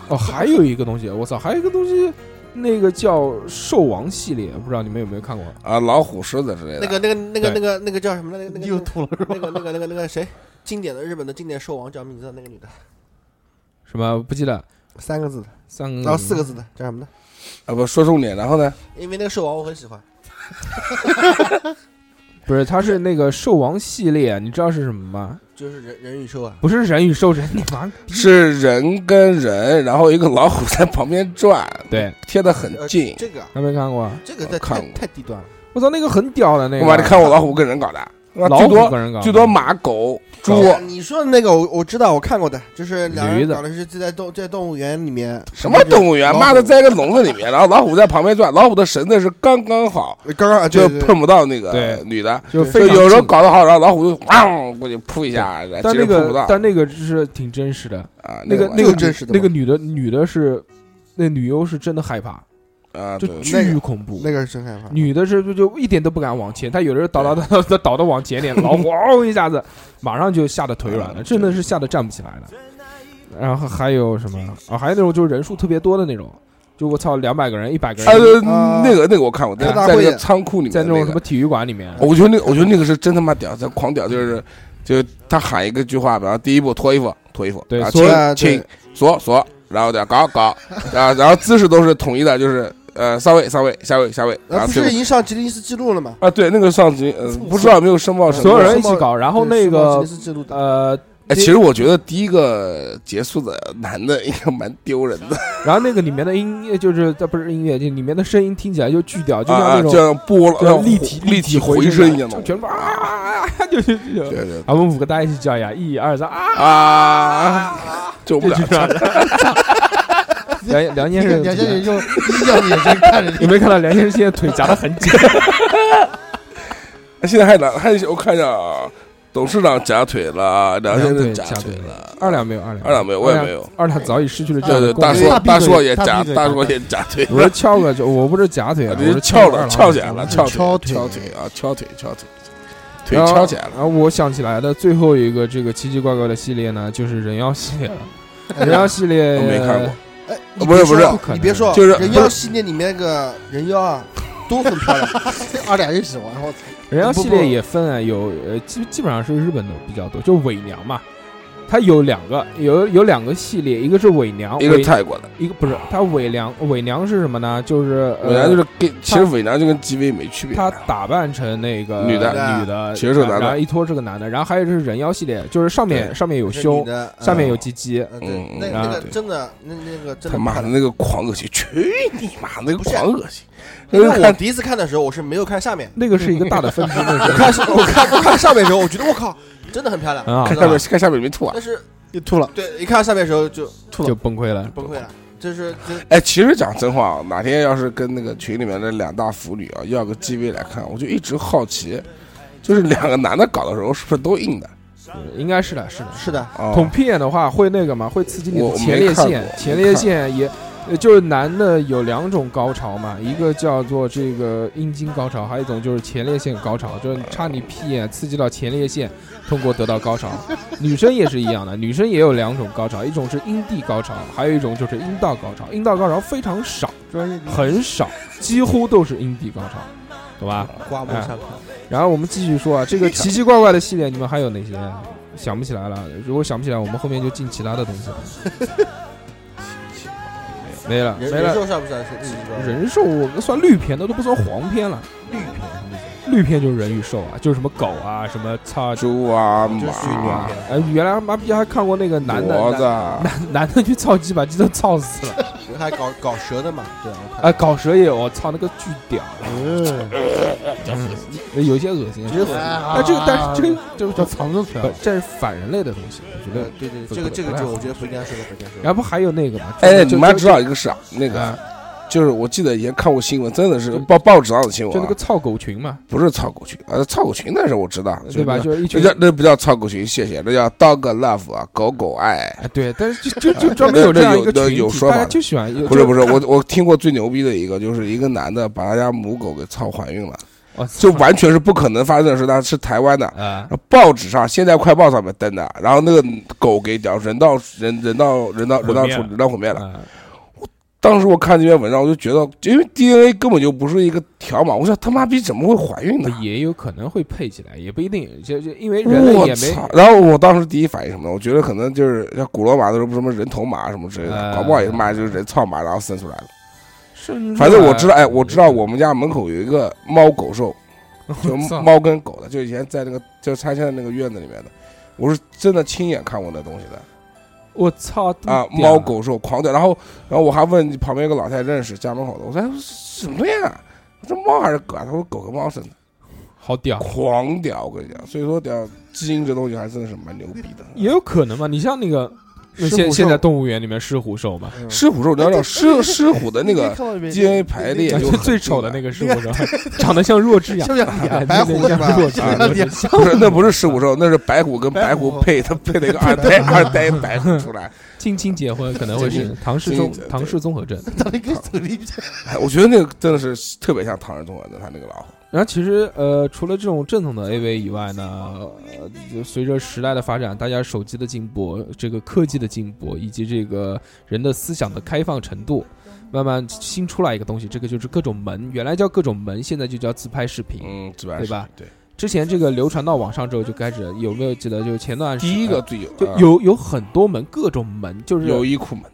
S2: 哦，还有一个东西，我操，还有一个东西，那个叫兽王系列，不知道你们有没有看过？
S4: 啊，老虎、狮子之类的。
S5: 那个那个那个
S2: 对
S5: 那个那个叫什么来着？那个
S1: 又吐了是吧？
S5: 那个那个那个那个谁，经典的日本的经典兽王叫名字的那个女的，
S2: 什么不记得？
S5: 三个字的，
S2: 三个，
S5: 然后啊四个字的叫什么呢？
S4: 啊，不说重点，然后呢？
S5: 因为那个兽王我很喜欢，
S2: 不是，它是那个兽王系列，你知道是什么吗？
S5: 就是人人与兽啊。
S2: 不是人与兽人，你妈逼！
S4: 是人跟人，然后一个老虎在旁边转，
S2: 对，
S4: 贴得很
S5: 呃
S4: 近。
S5: 这个啊
S2: 还没看过啊。
S5: 这个
S4: 我
S5: 在
S4: 看
S5: 太
S4: 过
S5: 太低端了。
S2: 我操，那个很屌的那个。
S4: 我妈，你看我老虎跟人搞的，那
S2: 老
S4: 最
S2: 虎
S4: 多
S2: 跟人搞，
S4: 最多马、狗、猪
S5: 哎呀你说的那个我我知道，我看过的，就是两
S2: 驴
S5: 人
S2: 子
S5: 搞的是就在动就在动物园里面，
S4: 什么动物园？
S5: 老虎
S4: 妈的，在一个笼子里面，然后老虎在旁边转，老虎的绳子是刚刚好，
S5: 刚刚啊
S4: 就
S5: 对对对
S4: 碰不到那
S2: 对
S4: 个女的。
S2: 就
S4: 就
S2: 非常
S4: 有时候
S2: 近
S4: 搞得好，然后老虎就汪过去扑一下，然后
S2: 但
S4: 其
S2: 那
S4: 实扑
S2: 个
S4: 不到
S2: 但那个是挺真实的，
S4: 啊。
S2: 那个
S4: 玩
S2: 那
S4: 意
S2: 个
S4: 儿
S5: 是真实的
S2: 那
S5: 吗
S2: 个女的女的是那女优是真的害怕，
S4: 啊，
S2: 就
S4: 对，
S2: 巨恐怖。
S5: 那个是真
S4: 啊
S5: 害怕。
S2: 女的是就就一点都不敢往前，她有的时候倒倒 (laughs) 倒倒倒的往前点，
S4: (laughs)
S2: 老虎嗷一下子，马上就吓得腿软了，
S4: 嗯
S2: 真的是吓得站不起来了。然后还有什么啊？还有那种就是人数特别多的那种，就我操，两百个人、一百个
S4: 啊，
S2: 人，
S4: 对那个那个我看过，在
S5: 开大
S4: 在那
S5: 会
S4: 个仓库里面
S2: 在那
S4: 那
S2: 种
S4: 个哦
S2: 什么体育馆里面，
S4: 我觉得那个，我觉得那个是真他妈屌，这狂屌就是，就是他喊一个句话，然后第一步脱衣服，脱衣服，
S2: 对
S4: 然后
S2: 所
S5: 有
S4: 请请
S5: 啊对
S4: 锁锁，然后点搞
S5: (laughs)
S4: 搞，然后然后姿势都是统一的，就是呃上位上位下位下位，然
S5: 啊，
S4: 后
S5: 不
S4: 最
S5: 是已
S4: 后
S5: 经上吉尼斯记录了吗？
S4: 啊对，那个上级呃不知道有没有申报什
S2: 所有
S4: 么。
S2: 人一起搞。然后那
S5: 对
S2: 个
S5: 是上吉尼斯记录的，
S2: 呃，
S4: 哎，其实我觉得第一个结束的男的应该蛮丢人的
S2: 然后那个里面的音乐就是呃这不是音乐，就里面的声音听起来就巨屌，就像
S4: 啊，
S2: 那
S4: 就
S2: 种
S4: 像波浪
S2: 就像立
S4: 像
S2: 体
S4: 立
S2: 体
S4: 体
S2: 回
S4: 声
S2: 一
S4: 一样的
S2: 就，全部啊啊啊啊，就就就。
S4: 对对
S2: 啊，我们五个大家一起叫呀，一二三啊！
S4: 啊， (laughs) 救不了
S2: 就，这样 (laughs) 梁梁先生，
S3: 梁先生用异样眼神看着你
S2: 有，没有看到梁先生现在腿夹得很紧？
S4: 哎现在还哪还有我看一下啊，董事长夹腿了，啊梁先生夹腿了，
S2: (laughs) 二两没有，二两，
S4: 二两没有我也没有，
S2: 二两早已失去了这
S4: 对
S2: 样
S4: 对
S2: 的，功
S4: 大
S2: 能。
S4: 叔
S1: 大
S4: 叔也
S1: 大
S4: 夹
S1: 闭嘴
S4: 大叔也夹腿，
S2: 我是翘个脚，我不是夹腿啊，我
S4: 你
S2: 是
S4: 是翘
S2: 二
S4: 了
S2: 郎
S4: 翘
S2: 腿
S4: 起来了，翘
S1: 翘
S4: 腿
S1: 腿
S4: 翘腿啊，翘腿翘腿，腿
S2: 然后
S4: 翘起来了。
S2: 然后我想起来的最后一个这个奇奇怪怪的系列呢，就是人妖系列了。人妖系列
S4: 我没看过，
S5: 哎，
S4: 啊
S5: 你
S4: 不是
S5: 别
S4: 不是
S5: 说
S2: 不可能
S5: 你别说，
S4: 就是
S5: 人妖系列里面那个人妖啊，都很漂亮。
S3: 二两一起玩，我操！
S2: 人妖
S5: 不
S2: 系
S5: 不
S2: 啊列也分啊，有呃基基本上是日本的比较多，就伪娘嘛，它有两个，有有两个系列，一个是伪娘，
S4: 一个
S2: 伪
S4: 是泰国的，
S2: 一个不是它伪娘，伪娘是什么呢？就是
S4: 伪娘
S2: 呃
S4: 就是跟其实伪娘就跟吉维没区别，啊
S2: 他打扮成那个
S4: 女的
S2: 女的，
S4: 其实是个男的
S2: 然后一拖是个男的，然后还有就是人妖系列，就是上面
S5: 对
S2: 上面有
S5: 是
S2: 胸
S5: 女，的
S2: 下面有
S5: 嗯
S2: 鸡鸡，
S5: 嗯对
S4: 嗯，
S5: 那
S2: 啊
S5: 那个
S4: 对
S5: 真的，那那个真
S4: 他
S5: 的
S4: 妈
S5: 看
S4: 的
S5: 了
S4: 那个狂恶心，去你妈那个
S5: 不是
S4: 狂恶心，
S5: 因为我啊
S4: 看
S5: 第一次看的时候，我是没有看下面，
S2: 那个是一个大的分支，那
S5: 我 (laughs)
S2: 是
S5: 看我看我看上面的时候，我觉得我靠，真的很漂亮，
S2: 啊
S4: 看
S5: 知
S4: 下
S5: 道吧
S4: 面看下面没吐啊
S5: 但。是
S3: 又吐了，
S5: 对，一看上面的时候就吐
S2: 就
S5: 了，
S2: 崩溃了。
S5: 崩溃了，就是这
S4: 哎，其实讲真话，啊，哪天要是跟那个群里面的两大腐女啊要个 GV 来看，我就一直好奇，就是两个男的搞的时候是不是都硬的？
S2: 应该是的，是的。
S5: 是的，
S4: 啊，
S2: 捅屁眼的话会那个嘛，会刺激你
S4: 我
S2: 的
S4: 我
S2: 前
S4: 没
S2: 列
S4: 看
S2: 腺
S4: 过，
S2: 前
S4: 没
S2: 列
S4: 看
S2: 腺也。呃就是男的有两种高潮嘛，一个叫做这个阴茎高潮，还有一种就是前列腺高潮，就是你插你屁眼刺激到前列腺，通过得到高
S4: (laughs)
S2: 潮。女生也是一样的，女生也有两种高潮，一种是阴蒂高潮，还有一种就是阴道高潮。阴道高潮非常少，
S3: 专业
S2: 很少，几乎都是阴蒂高潮，懂吧？
S5: 刮目相看。
S2: 然后我们继续说啊，这个奇奇怪怪的系列，你们还有哪些？想不起来了，如果想不起来，我们后面就进其他的东 (laughs) 西了。没了，没
S5: 人人
S2: 了。
S5: 兽算不算是奇怪？
S2: 人兽我们算绿片的都不算黄片了，绿片就是人与兽啊，就是什么狗啊，什么操
S4: 猪啊马
S5: 就是女
S4: 啊
S2: 啊。哎，原来妈逼还看过那个男的
S4: 骡子
S2: 男 (laughs)
S4: 啊，
S2: 男男的去操鸡，把鸡都操死 (laughs) 了。
S5: 人还搞搞蛇的嘛？对啊，我看
S2: 哎，搞蛇也有，我操那个巨 (laughs) 屌，
S3: 嗯，
S2: 有些恶心。
S3: 但
S2: 但这个但是这个这个
S1: 啊
S3: 叫
S2: 就
S3: 藏着来
S2: 不
S3: 了，
S2: 这是反人类的东西，我觉得
S5: 呃，对对，
S2: 不
S5: 这个
S2: 不
S5: 这个
S2: 不太
S5: 就
S2: 好
S5: 我觉得不应该说的，不应该说的。
S2: 然后还有那个嘛，
S4: 哎，
S2: 就
S4: 你妈
S2: 就
S4: 知道一个傻那个，
S2: 啊，
S4: 就是我记得以前看过新闻，真的是
S2: 就
S4: 报报纸上的新
S2: 就
S4: 闻
S2: 那
S4: 啊
S2: 个，操狗群嘛，
S4: 不是操狗群啊，操狗群那是我知道，
S2: 对吧？就
S4: 就
S2: 是一
S4: 那
S2: 群
S4: 叫那不叫操狗群，谢谢，那叫 dog love 啊，狗狗爱。
S2: 哎，对，但是就就就专门有这样一个
S4: 那有那
S2: 群
S4: 有
S2: 体，
S4: 说法
S2: 大家就喜欢有
S4: 不是不
S2: 是，
S4: 是，我我听过最牛逼的一个，就是一个男的把他家母狗给操怀孕了，
S2: 哦
S4: 就完全是不可能发生的事，他是台湾的。
S2: 啊，
S4: 报纸上，现在快报上面登的，然后那个狗给屌人道人人道人道人道
S6: 毁灭
S4: 处
S6: 了
S4: 人道毁灭了，
S2: 啊
S4: 当时我看这篇文章，我就觉得，因为 DNA 根本就不是一个条码，我说他妈逼怎么会怀孕呢？
S2: 呃也有可能会配起来，也不一定，就就因为人类
S4: 我
S2: 也没
S4: 操！然后我当时第一反应什么呢？我觉得可能就是像古罗马的时候不是什么人头马什么之类的，
S2: 呃
S4: 搞不好也是妈就是人操马然后生出来了。
S2: 生出来，
S4: 反正我
S2: 啊
S4: 知道，哎，我知
S2: 呃
S4: 道我们家门口有一个猫狗兽， (laughs) 就
S2: 操
S4: 猫跟狗的，就以前在那个就他现在那个院子里面的，我是真的亲眼看过那东西的。
S2: 我操
S4: 啊，
S2: 真屌
S4: 猫狗兽狂屌。然后，然后我还问旁边一个老太太认识家门口的，我说哎什么呀？我说猫还是狗啊？他说狗跟猫生的，
S2: 好屌。
S4: 狂屌！我跟你讲，所以说屌基因这东西还真的是蛮牛逼
S2: (laughs)
S4: 的。
S2: 也有可能嘛，你像那个，那
S5: 狮
S2: 现
S5: 虎
S2: 现在
S5: 兽
S2: 动物园里面狮虎兽嘛，
S4: 狮虎兽，你要知道狮狮虎的那个 DNA 排列就
S2: 啊就
S4: 很
S2: 最丑的
S4: 厉
S2: 那个狮虎兽，长得像弱智一样，
S3: 像不
S2: (laughs)
S3: 像白虎是
S2: 像
S3: 吧
S2: 弱？智
S4: 啊
S3: 像不像
S4: 害不是那不是狮虎兽，那是白虎跟白
S5: 白
S4: 虎
S5: 虎
S4: 配，它配了一个二胎二胎白虎出来。
S2: 近亲结婚可能会是唐氏综
S4: 近亲
S2: 唐氏综合症。
S3: 到底跟
S2: (laughs)
S3: 走力
S4: 哎，我觉得那个真的是特别像唐人综合的，他那个老虎。
S2: 然后其实呃，除了这种正统的 AV 以外呢，呃，就随着时代的发展，大家手机的进步，这个科技的进步，以及这个人的思想的开放程度，慢慢新出来一个东西，这个就是各种门，原来叫各种门，现在就叫自拍视频。
S4: 嗯，自然
S2: 对
S4: 是
S2: 吧？
S4: 对，
S2: 之前这个流传到网上之后，就开始有没有记得？就是前段时
S4: 第
S2: 间呃
S4: 一个最有
S2: 就
S4: 啊
S2: 有有很多门，各种门，就是
S4: 优衣库门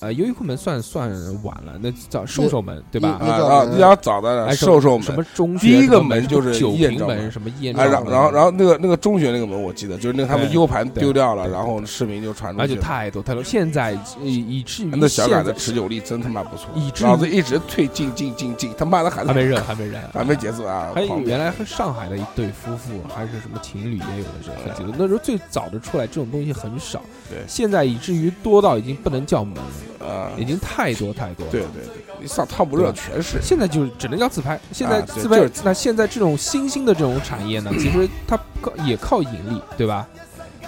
S2: 呃优衣库门算算晚了，那叫瘦瘦门对吧
S4: 啊，
S3: 那？叫
S4: 啊，
S3: 门
S4: 比较早的
S2: 哎
S4: 瘦瘦门
S2: 什么中学
S4: 第一
S2: 什么
S4: 个门就是
S2: 什么九
S4: 艳
S2: 平
S4: 照
S2: 门
S4: 门
S2: 什么艳照
S4: 啊，
S2: 门，
S4: 然然后然后那个那个中学那个门我记得，就是那个他们
S2: 对
S4: U 盘丢掉了，
S2: 哎对对
S4: 然后视频就传出
S2: 而
S4: 去
S2: 且
S4: 了。
S2: 太多太多，现在以以至于
S4: 那小
S2: 现
S4: 杆
S2: 在
S4: 的持久力真他妈不错
S2: 以，至于
S4: 老子一直退进进进进，他妈的还
S2: 还没
S4: 热，
S2: 热，还没热，
S4: 还没。结束啊！
S2: 还有
S4: 狂
S2: 原来是上海的一对夫妇，还是什么情侣也有的是很多。那时候最早的出来这种东西很少，
S4: 对
S2: 现在以至于多到已经不能叫门了，
S4: 啊，
S2: 已经太多太多了。
S4: 对对对，你上汤不热全是
S2: 现在就只能叫自拍。现在
S4: 啊对
S2: 自拍，
S4: 就是自
S2: 那现在这种新兴的这种产业
S4: (clears throat)
S2: 呢，其实它靠也靠引力，对吧？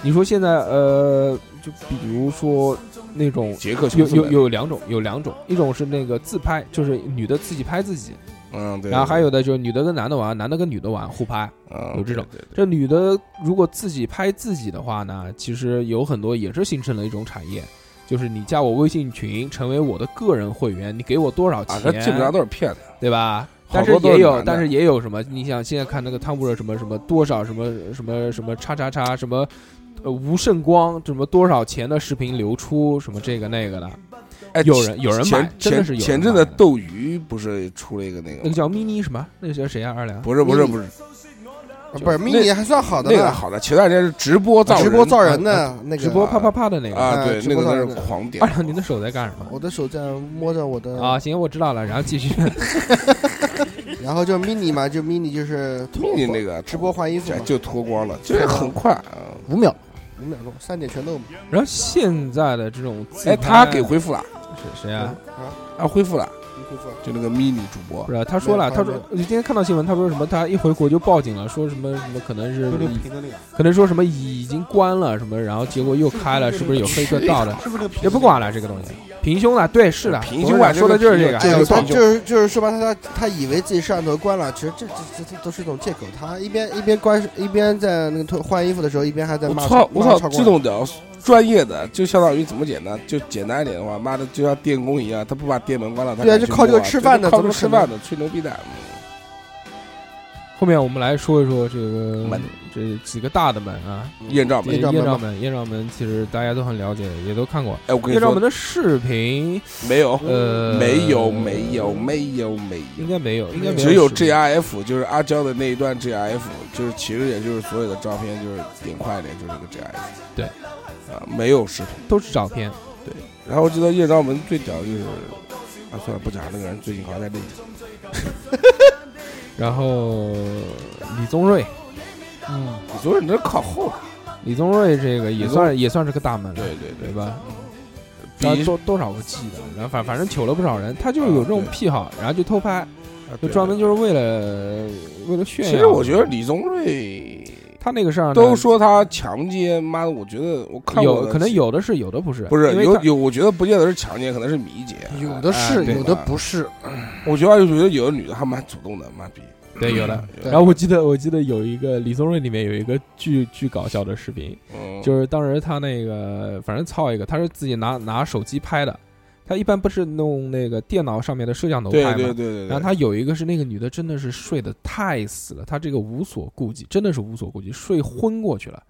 S2: 你说现在呃，就比如说那种
S4: 杰克
S2: 有
S4: 琼斯
S2: 有
S4: 门，
S2: 有两种，有两种，一种是那个自拍，就是女的自己拍自己，
S4: 嗯对，
S2: 然后还有的就是女的跟男的玩，男的跟女的玩互拍。
S4: 嗯
S2: 有这种
S4: 对对对
S2: 这女的如果自己拍自己的话呢，其实有很多也是形成了一种产业。就是你加我微信群，成为我的个人会员，你给我多少钱？
S4: 啊，他基本上都是骗的，
S2: 对吧？
S4: 好
S2: 但是
S4: 多都是
S2: 也
S4: 男
S2: 有，
S4: 的
S2: 但是也有什么？你想现在看那个汤姆热什么什么多少什么什么什么叉叉叉什么呃吴胜光什么多少钱的视频流出什么这个那个的，
S4: 哎，
S2: 有人有人买
S4: 前，
S2: 真的是有
S4: 前
S2: 人
S4: 前阵
S2: 买
S4: 子
S2: 的
S4: 斗鱼不是出了一个那
S2: 那
S4: 个
S2: 个呃
S4: 吗，
S2: 叫 mini 什么？那个叫谁啊？二两
S4: 不是不是不是，
S5: 不是 mini 还算好的
S4: 那个
S5: 呢，
S4: 好的，前段时间是直播造
S5: 直播造人
S4: 的
S5: 的那个
S2: 直播啪啪啪的那个。
S4: 啊，
S5: 啊
S4: 对，
S5: 直
S4: 那
S5: 播
S4: 个
S5: 造
S4: 在那
S5: 人
S4: 儿
S5: 的
S4: 狂点
S2: 二。两，您的手在干什么？
S5: 我的手在摸着我的
S2: 啊，，行，我知道了，然后继续。 (laughs)
S5: 然后就 mini 嘛，就 mini 就是脱
S4: mini 那个哎
S5: 直播换衣服
S4: 就
S5: 嘛，
S4: 就脱光了，就是很
S5: 嗯
S4: 快啊。
S3: 五秒，
S5: 五秒钟三点全都
S2: 然后现在的这种自拍，
S4: 哎，他给恢复了，
S2: 谁谁啊？
S4: 啊，恢复了，
S5: 恢复了。
S4: 就那个 mini 主播
S2: 不，是，他说了，
S5: 没有
S2: 他说
S5: 没有
S2: 我今天看到新闻，他说什么？他一回国就报警了，说什么什么可能是
S1: 就那个屏的那个，
S2: 可能说什么已经关了什么，然后结果又开了，是不是有黑客盗
S4: (laughs)
S2: 的？
S1: 是不是那个屏
S2: 也不管了这个东西，平胸了，对，是的，
S4: 平
S2: 胸
S4: 胸啊
S2: 说的就是这个，
S4: 这
S2: 哎
S4: 个
S2: 呦
S4: 这
S5: 他
S4: 个
S5: 就是就是说白了，他他以为自己摄像头关了，其实这这这这都是一种借口。他一边一边关，一边在那个脱换衣服的时候，一边还在
S4: 我
S5: 骂
S4: 操我
S5: 骂
S4: 操
S5: 超，
S4: 这
S5: 过
S4: 种的专业的，就相当于怎么简单，就简单一点的话，妈的就像电工一样，他不把电门关了，他
S5: 对啊
S4: 敢去
S5: 就靠这个
S4: 摸啊
S5: 吃饭的
S4: 靠这
S5: 怎
S4: 个
S5: 么
S4: 吃
S5: 可能
S4: 饭的，吹牛逼的，
S2: 后面我们来说一说这个
S4: 门
S2: 这几个大的门啊，
S4: 艳照
S2: 这
S4: 门
S5: 艳。照门
S2: 艳照
S5: 吧
S2: 门，艳照门其实大家都很了解，也都看过。
S4: 哎，我跟你
S2: 艳照
S4: 说
S2: 门，的视频，
S4: 没有，
S2: 呃，
S4: 没有，没有，没有，没
S2: 应
S4: 有。
S2: 该没有，应该没
S4: 只有
S2: 视频
S4: GIF，就是阿娇的那一段 GIF，就是其实也就是所有的照片，就是点快一点，就是一个 GIF。
S2: 对，
S4: 啊，没有视频。
S2: 都是照片。
S4: 然后我记得艳照门最屌的就是，啊，算了，不讲那个人，最近好像在内地。
S2: 然后李宗瑞，
S3: 嗯，
S4: 你说你这靠后了，
S2: 李宗瑞这个也算也算是个大门了，
S4: 对对
S2: 对吧？他
S4: 比
S2: 多多少个 G 的，然后反反正求了不少人，他就是有这种
S4: 啊对
S2: 癖好，然后就偷拍，就专门就是为了为了炫
S4: 其
S2: 耀。
S4: 实我觉得李宗瑞
S2: 啊他那个事儿呢
S4: 都说他强奸，妈的，我觉得我看过
S2: 有
S4: 的
S2: 可能有的是，有的不是，
S4: 不是
S2: 因为
S4: 有
S2: 他
S4: 有，我觉得不见得是强奸，可能是迷奸。
S3: 有的是，
S4: 对啊
S3: 有的
S4: 吧
S3: 不是，
S4: 我觉得我觉得有的女的还蛮主动的，妈逼。嗯
S2: 对有的。
S4: 有
S2: 然后我记得我记得有一个李宗瑞里面有一个巨巨搞笑的视频，
S4: 嗯，
S2: 就是当时他那个反正操一个，他是自己拿拿手机拍的，他一般不是弄那个电脑上面的摄像头
S4: 对
S2: 拍
S4: 对对
S2: 嘛。
S4: 对。
S2: 然后他有一个是那个女的真的是睡得太死了，她这个无所顾忌，真的是无所顾忌，睡昏过去了。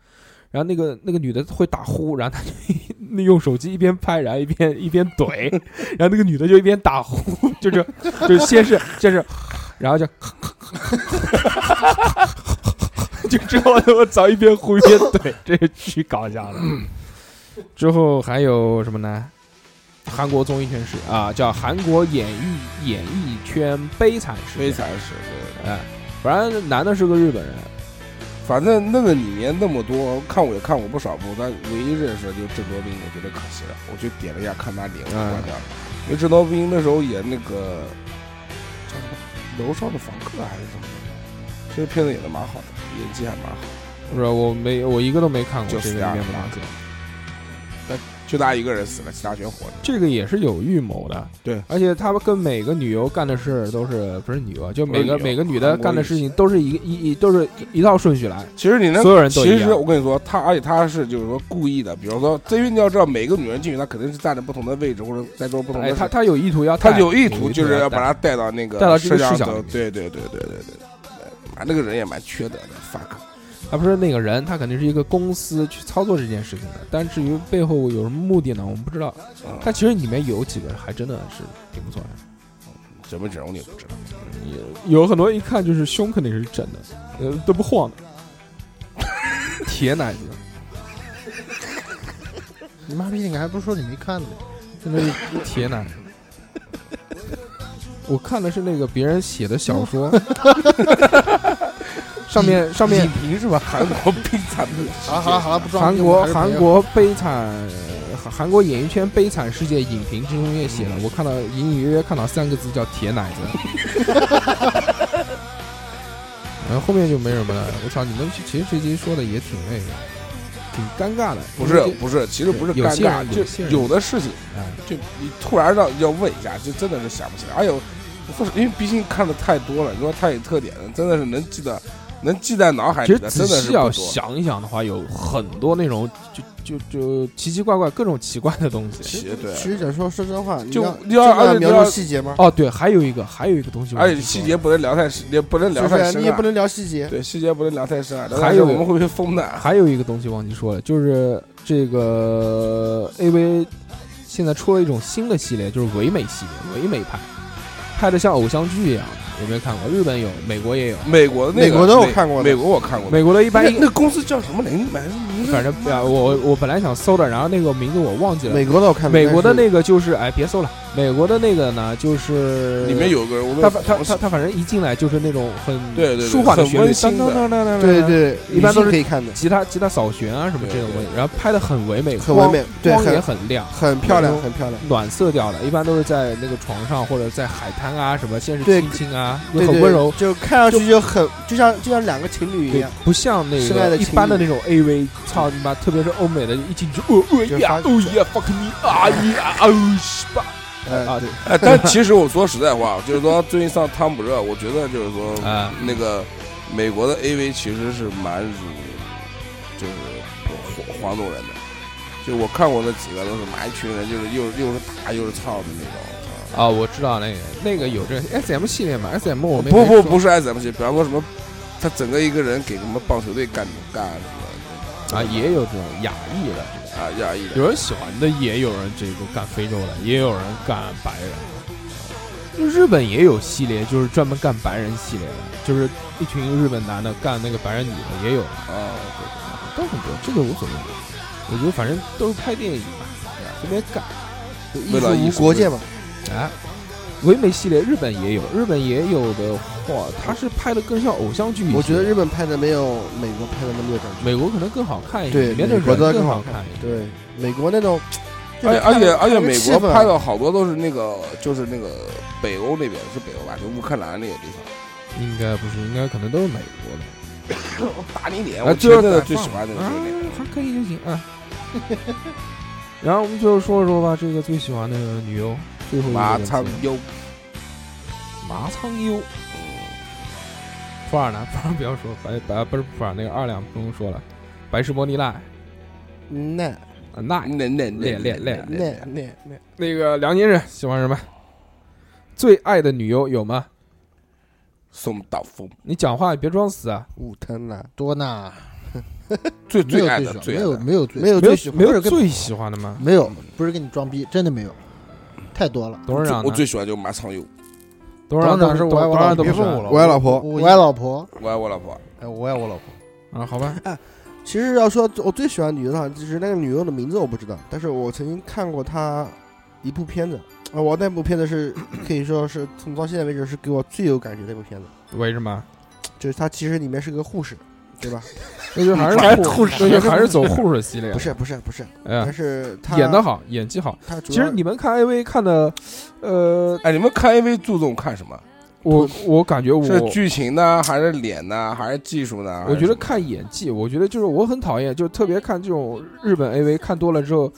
S2: 然后那个那个女的会打呼，然后他就用手机一边拍，然后一边一边怼， (laughs) 然后那个女的就一边打呼，就是就是先是先是，然后就，就之后我早一边呼一边怼，这是巨搞笑的。之后还有什么呢？韩国综艺圈史啊，叫韩国演艺演艺圈悲惨史。
S4: 悲惨史，对。
S2: 哎，反正男的是个日本人，
S4: 反正那个里面那么多，看我也看过不少部，但唯一认识的就是郑多彬，我觉得可惜了。我去点了一下看他脸，
S2: 嗯
S4: 我就关掉了。因为郑多彬那时候演那个叫什么楼上的房客还是什么的，这个片子演的蛮好的，演技还蛮好的。
S2: 不是我没我一个都没看过
S4: 就
S2: 这
S4: 是
S2: 个里
S4: 这样
S2: 面的东西。
S4: 就他一个人死了，其他全活着。
S2: 这个也是有预谋的，
S4: 对
S2: 而且他们跟每个女优干的事儿都是不是女优啊，就每
S4: 不是
S2: 个
S4: 女优
S2: 每个女的干的事情都是一个一一都是一套顺序来，
S4: 其实你能，
S2: 所有人都一
S4: 其
S2: 样
S4: 实我跟你说，他而且他是就是说故意的，比如说，这因为你要知道，每个女人进去，她肯定是站在不同的位置或者在做不同的
S2: 哎，
S4: 事。
S2: 他他有意图要带
S4: 他有意图就是要把
S2: 带
S4: 他带到那个
S2: 带到这
S4: 摄
S2: 个
S4: 像
S2: 视角
S4: 头
S2: 里，面
S4: 对对对对对对。啊，那个人也蛮缺德的，fuck。
S2: 他不是那个人，他肯定是一个公司去操作这件事情的，但至于背后有什么目的呢，我们不知道。
S4: 嗯，
S2: 但其实里面有几个还真的是挺不错的，
S4: 整没整容你也不知道。
S2: 有很多一看就是胸肯定是整的，呃都不晃的，铁奶子，
S3: 你妈逼，你还不是说你没看呢？
S2: 真的是铁奶。我看的是那个别人写的小说， (laughs) 上面上面
S3: 影评是吧？
S4: 韩国悲惨的世界，
S3: 好了好了好了，不装
S2: 韩
S3: 逼
S2: 国
S3: 我还是
S2: 韩
S3: 没有
S2: 国悲惨，韩韩国演艺圈悲惨世界影评之中也写了，
S4: 嗯
S2: 我看到隐隐约约看到三个字叫铁奶子。然后后面就没什么了。我操，你们其实这集说的也挺那个，挺尴尬的。
S4: 不是
S2: 因为
S4: 不是，其实不是
S2: 有
S4: 尴
S2: 些
S4: 尬，
S2: 人有些
S4: 就
S2: 人
S4: 有的事情，
S2: 这哎，
S4: 就你突然让要问一下，就真的是想不起来。哎呦，我说因为毕竟看的太多了，你说太有特点了，真的是能记得能记在脑海
S2: 其
S4: 里
S2: 实
S4: 的
S2: 仔
S4: 真的是
S2: 细
S4: 不
S2: 要
S4: 多。
S2: 想一想的话，有很多那种就就就奇奇怪怪各种奇怪的东西。
S4: 其实对，
S5: 其实讲说说真话，你
S4: 就
S5: 要
S4: 你要
S5: 这
S4: 而且
S5: 个
S4: 你
S5: 描
S4: 要
S5: 述细节吗？
S2: 哦，对，还有一个还有一个东西，
S4: 而且哎细节不能聊太深，也不能聊
S5: 就
S4: 太
S5: 是
S4: 深
S5: 你也不
S4: 啊。
S5: 能聊细节，
S4: 对，细节不能聊太深啊，聊
S2: 还
S4: 太深
S2: 有
S4: 我们会不会疯的啊？
S2: 还有一个东西忘记说了，就是这个 AV 现在出了一种新的系列，就是唯美系列，唯美派，拍的像偶像剧一样，有没有看过？日本有，美国也有，
S4: 美国的那个，
S5: 美国的我看过的
S4: 美美国我看过的。
S2: 美国的一般
S4: 那那公司叫什么名？买名字
S2: 反正啊，我我本来想搜的，然后那个名字我忘记了。
S5: 美国的我看过，
S2: 美国的
S5: 但是
S2: 那个就是，哎，别搜了。美国的那个呢，就是
S4: 里面有个人，我
S2: 他
S4: 们
S2: 他他他反正一进来就是那种很
S4: 对对对
S2: 舒缓的
S4: 很
S2: 旋律，
S4: 温馨的
S2: 当当当当当
S5: 对对，
S2: 一般都是
S5: 女性可以看的，
S2: 吉他吉他扫弦啊什么这种东西，然后拍的很唯美，
S5: 很唯美，对，
S2: 光也
S5: 很
S2: 很亮，
S5: 很漂亮，很漂亮。
S2: 暖色调的，一般都是在那个床上或者在海滩啊什么，先是
S5: 对
S2: 亲亲啊，又
S5: 对
S2: 很
S5: 对
S2: 温柔，
S5: 就看上去就很就像就像两个情侣一
S2: 对
S5: 样，，
S2: 不像那
S5: 深爱
S2: 个
S5: 的
S2: 一
S5: 情
S2: 般的
S5: 侣
S2: 那种 AV，操你妈，特别是欧美的，一进去哦哦
S5: 就
S2: 呀
S5: 发
S2: 哦呀，fuck me 啊呀哦是吧？
S5: 呃，
S2: 啊
S5: 对，
S4: 哎，但其实我说实在话， (laughs) 就是说最近上汤姆热，我觉得就是说，
S2: 啊
S4: 那个美国的 AV 其实是蛮辱，就是黄黄种人的。就我看过的几个都是嘛一群人，就是又又是打又是操的那种。
S2: 啊，我知道那个那个有这 SM 系列嘛，SM 我们
S4: 不
S2: 也没
S4: 不
S2: 说
S4: 不是 S M 系，比方说什么，他整个一个人给什么棒球队干干什么
S2: 啊，也有这种亚裔的，
S4: 啊压抑的。
S2: 有人喜欢的，也有人这个干非洲的，也有人干白人的。就日本也有系列，就是专门干白人系列的，就是一群日本男的干那个白人女的也有，
S4: 啊，
S2: 都很多，这个无所谓。我觉得反正都是拍电影嘛，对吧随便干。
S4: 为了
S5: 艺
S4: 艺
S5: 术无
S4: 术
S5: 国界嘛，
S2: 哎，唯美系列日本也有，日本也有的话，它是拍的更像偶像剧一些。
S5: 我觉得日本拍的没有美国拍的那么有感觉，
S2: 美国可能更好看一点，
S5: 对，
S2: 里面的
S5: 美国
S2: 人
S5: 的更
S2: 好
S5: 看
S2: 一点。，
S5: 对，美国那种，
S2: 哎
S4: 而且而且而且，美国拍
S5: 的
S4: 的好多都是那个，就是那个北欧那边是北欧吧，就乌克兰那个地方。
S2: 应该不是，应该可能都是美国的。
S4: 打你脸！
S2: 啊，
S4: 我
S2: 就是
S4: 前阵子
S2: 在
S4: 最
S2: 放
S4: 喜欢的就
S2: 啊
S4: 是那个，
S2: 还可以就行啊。 (laughs) 然后我们就说说吧，这个最喜欢的女优，最后一个
S4: 麻
S2: 人
S4: 仓
S2: 词
S4: 优，
S2: 麻仓优，普洱呢？普洱 (laughs) 不要说白白不是普洱那个二两不用说了，白石摩尼奈，
S5: 那
S2: 呃那
S4: 那那那
S2: 练练练
S5: 那那那
S2: 那个辽宁人喜欢什么？最爱的女优有吗？
S4: 松岛枫
S2: 你讲话也别装死啊！
S5: 武藤兰，
S3: 多呢，
S4: 最
S3: 没有
S4: 最爱的
S3: 喜欢
S4: 最
S3: 没
S4: 爱
S3: 有
S4: 的，
S3: 没有最
S5: 没有
S2: 没
S5: 最喜
S2: 有
S5: 欢
S2: 没有
S5: 的
S2: 最喜欢的吗？
S3: 没有，不是跟你装逼，真的没有，太多了。
S2: 董事
S4: 最
S2: 长呢
S4: 我最喜欢就是麻仓优，
S2: 董事长
S3: 董
S2: 当时
S3: 事长是
S2: 我
S3: 我爱我
S2: 当然
S3: 老
S2: 都不
S3: 婆
S2: 喜欢
S3: 别问
S5: 我爱老婆，
S3: 我爱老婆，
S4: 我爱我老婆。
S1: 哎，我爱我老婆，
S2: 啊，好吧，
S5: 其实要说我最喜欢的女优的话，就是那个女优的名字我不知道，但是我曾经看过她一部片子，啊，我那部片子是可以说是从到现在为止是给我最有感觉的一部片子，
S2: 为什么？
S5: 就是她其实里面是个护士，对吧？
S2: 那 (laughs) 就还是护士，那就还是走护士系列。
S5: 不，是不是不是，
S2: 哎呀
S5: 但，是她
S2: 啊演的好，演技好。
S5: 她主
S2: 其
S5: 要
S2: 实你们看 AV 看的，呃，
S4: 哎，你们看 AV 注重看什么？
S2: 我我感觉我，
S4: 是剧情呢，还是脸呢，还是技术呢？
S2: 我觉得
S4: 还是什么
S2: 看演技，我觉得就是我很讨厌，就特别看这种日本 AV 看多了之后，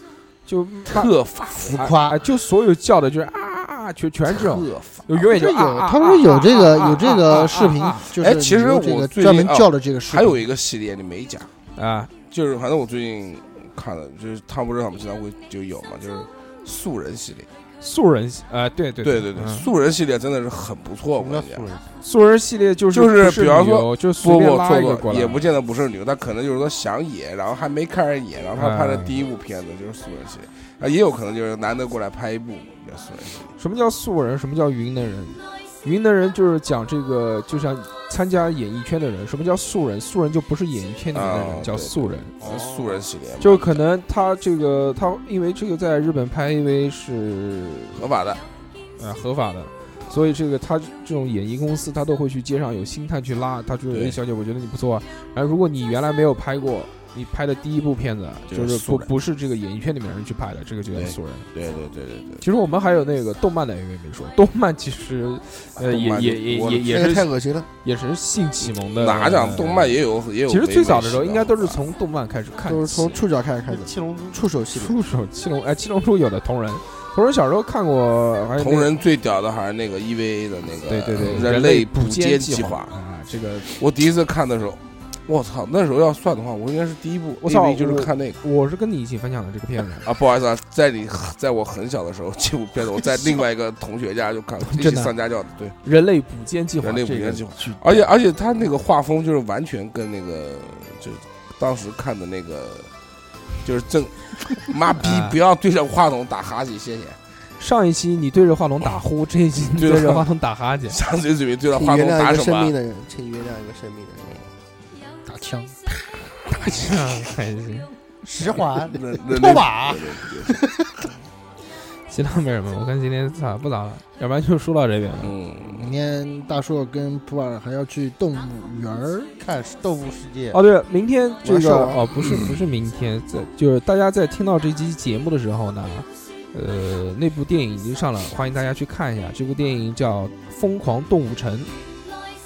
S2: 就
S4: 特发
S3: 浮
S2: 哎
S3: 夸
S2: 哎，就所有叫的就是啊啊啊，全全是这种，
S4: 特发。
S2: 就永远就
S3: 有，
S2: 啊啊
S3: 他们是有这个
S2: 啊啊
S3: 有这个视频
S2: 啊啊，
S3: 就
S4: 哎
S3: 是
S4: 其实
S3: 有这
S4: 我
S3: 个
S4: 最
S3: 专
S4: 近
S3: 门
S4: 哦
S3: 叫的这个视频，
S4: 还有一个系列你没讲，
S2: 啊啊，
S4: 就是反正我最近看了，就是汤姆热他们经常会就有嘛，就是素人系列。
S2: 素人系呃，对对
S4: 对
S2: 对
S4: 对对，
S2: 嗯
S4: 素人系列真的是很不错，我
S1: 我
S4: 跟
S1: 们
S4: 你
S1: 素
S4: 讲。
S1: 人，
S2: 素人系列就是
S4: 就
S2: 不
S4: 是
S2: 是
S4: 比方
S2: 旅
S4: 说
S2: 游就随
S4: 不
S2: 便
S4: 不
S2: 拉一个
S4: 错
S2: 过
S4: 错，
S2: 来，
S4: 也不见得不是牛，他可能就是说想演，然后还没开始演，然后他拍的第一部片子就是素人系列，啊，也有可能就是难得过来拍一部叫素人系列，
S2: 什么叫素人？什么叫云南人？云南人就是讲这个，就像参加演艺圈的人。什么叫素人？素人就不是演艺圈里面的人，
S4: 哦
S2: 叫
S4: 对
S2: 素人。
S4: 是素人系列嘛，
S2: 就可能他这个他因为这个在日本拍 AV 是
S4: 合法的，
S2: 呃合法的，所以这个他这种演艺公司他都会去街上有心态去拉，他就是
S4: 对
S2: 哎小姐，我觉得你不错啊。然后如果你原来没有拍过，你拍的第一部片子
S4: 就
S2: 就是是
S4: 素
S2: 不
S4: 人
S2: 不是这个演艺圈里面的人去拍的，这个就叫
S4: 对
S2: 素人。
S4: 对对对对对，
S2: 其实我们还有那个动漫的 AV 没说，动漫其实呃
S4: 动
S2: 也
S4: 漫
S2: 也
S4: 就
S2: 也
S4: 多了
S2: 也
S5: 那
S2: 也
S5: 个太
S2: 是
S5: 恶心了，
S2: 也是性启蒙的。
S4: 哪讲动漫也有也有，
S2: 其实最早的时候应该都是从动漫开始看起，
S5: 都是从触角开始看
S2: (laughs)
S5: 的，
S1: 七龙珠，
S5: 触手系列，
S2: 触手七龙哎七龙珠有的同人，同人小时候看
S4: 啊
S2: 过，还有那个
S4: E 同人最屌的还是那个 EVA 的那个
S2: 对对对
S4: 人
S2: 类
S4: 补
S2: 补
S4: 接
S2: 计
S4: 划，
S2: 哎这个
S4: 我第一次看的时候，我操，那时候要算的话，我应该是第一部，
S2: 我操
S4: AV 就是
S2: 我
S4: 看那个
S2: 我是跟你一起分享的这个片子，
S4: (laughs) 啊，不好意思啊，在你在我很小的时候，这部片子我在另外一个同学家就看，一起
S3: 真的
S4: 上家教的，对，
S2: 《人类捕歼计划》
S4: 人类
S2: 这
S4: 捕
S2: 个
S4: 歼计划
S2: 剧
S4: 而且而且他那个画风就是完全跟那个就当时看的那个就是正妈逼
S2: 啊
S4: 不要对着话筒打哈欠，谢谢。
S2: 上一期你对着话筒打呼，这一期你
S4: 对
S2: 对
S4: 着
S2: 着话筒打哈欠，
S4: 张嘴嘴对着
S5: 请
S4: 话筒
S5: 原谅
S4: 打
S5: 一个
S4: 什么
S5: 生
S4: 啊
S5: 病？的人，请原谅一个生病的
S2: 啊
S5: 人。
S3: 打枪，
S2: 打行，
S1: (laughs)
S3: 十
S2: (laughs)
S1: 啊
S3: 环
S4: 人人
S3: 拖
S4: 类
S3: 把，
S2: 其他没什么，我看今天咋不咋了，要不然就说到这边了。
S4: 嗯，
S3: 明天大硕跟普洱还要去动物园儿看《动物世界》
S2: 哦，对，明天这
S5: 马
S2: 个
S5: 上啊
S2: 哦，不是不是明天，在就是大家在听到这期节目的时候呢，呃，那部电影已经上了，欢迎大家去看一下。这部电影叫《疯狂动物城》，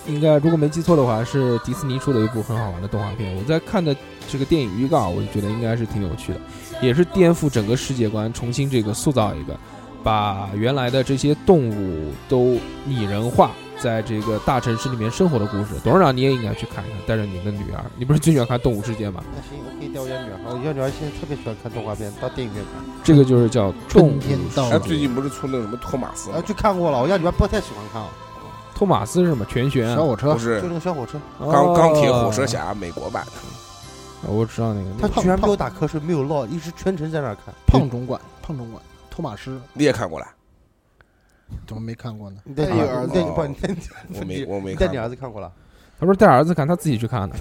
S2: 应该如果没记错的话，是迪士尼出的一部很好玩的动画片。我在看的这个电影预告，我就觉得应该是挺有趣的，也是颠覆整个世界观，重新这个塑造一个，把原来的这些动物都拟人化。在这个大城市里面生活的故事，董事长你也应该去看一看，带着你的女儿，你不是最喜欢看《动物世界》吗？
S1: 那行，我可以带我家女儿。我家女儿现在特别喜欢看动画片，到电影院看。
S2: 这个就是叫动物
S3: 春天到
S4: 哎，
S2: 世
S4: 最
S2: 界。
S4: 近不是出那个什么托马斯
S1: 啊，
S4: 吗？
S1: 去看过了。我家女儿不太喜欢看了，
S2: 托马斯是什么？全旋
S3: 小火车
S4: 不，是
S1: 就那个小火车，
S4: 钢钢铁火车、侠美国版的，
S2: 哦我知道那个。
S1: 她
S2: 那
S1: 居然没有打瞌睡，没有落，一直全程在那儿看。
S3: 胖总管，胖总管，托马斯
S4: 你也看过了？
S3: 怎么没看过呢？
S1: 你带
S5: 哎
S1: 你
S5: 呦
S1: 儿
S5: 儿
S1: 子，
S5: 子
S2: 哦
S1: 带你不，你带你
S4: 我没我没
S1: 你
S4: 看
S1: 带你
S4: 过。
S1: 儿子看过了，
S2: 他不是带儿子看，他自己去看的。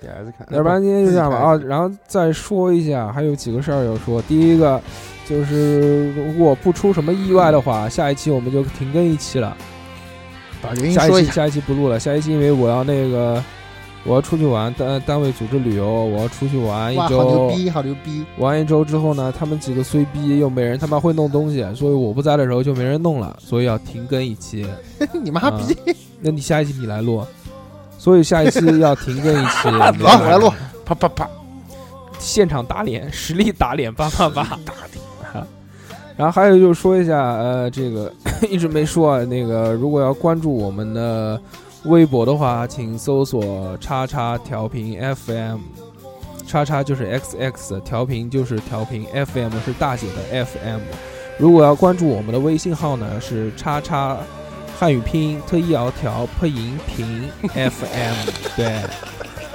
S1: 带儿子看。
S2: 要不然今天就这样吧
S1: 自己看
S2: 啊，然后再说一下，还有几个事儿要说。第一个就是，如果不出什么意外的话，下一期我们就停更一期了。
S3: 把原因
S2: 下
S3: 说
S2: 一
S3: 一
S2: 期
S3: 下。
S2: 下一期不录了，下一期因为我要那个，我要出去玩，单单位组织旅游，我要出去玩一
S3: 哇，好牛
S2: 周。
S3: 逼，好牛逼！
S2: 玩一周之后呢，他们几个虽逼又没人他妈会弄东西，所以我不在的时候就没人弄了，所以要停更一期。
S3: 你妈
S2: 嗯
S3: 逼！
S2: 那你下一期你来录，所以下一期要停更一
S3: (laughs)
S2: 期。
S3: 好
S2: 没办法
S3: 我来录，
S4: 啪啪啪，
S2: 现场打脸，实力打脸，叭叭叭，打脸。 (laughs) 然后还有就是说一下，呃，这个 (coughs) 一直没说啊，那个如果要关注我们的微博的话，请搜索“叉叉调频 FM”，叉叉就是 XX，调频就是调频，FM 是大写的 FM。如果要关注我们的微信号呢，是叉叉汉语拼音特意窈窕配音频 FM，对，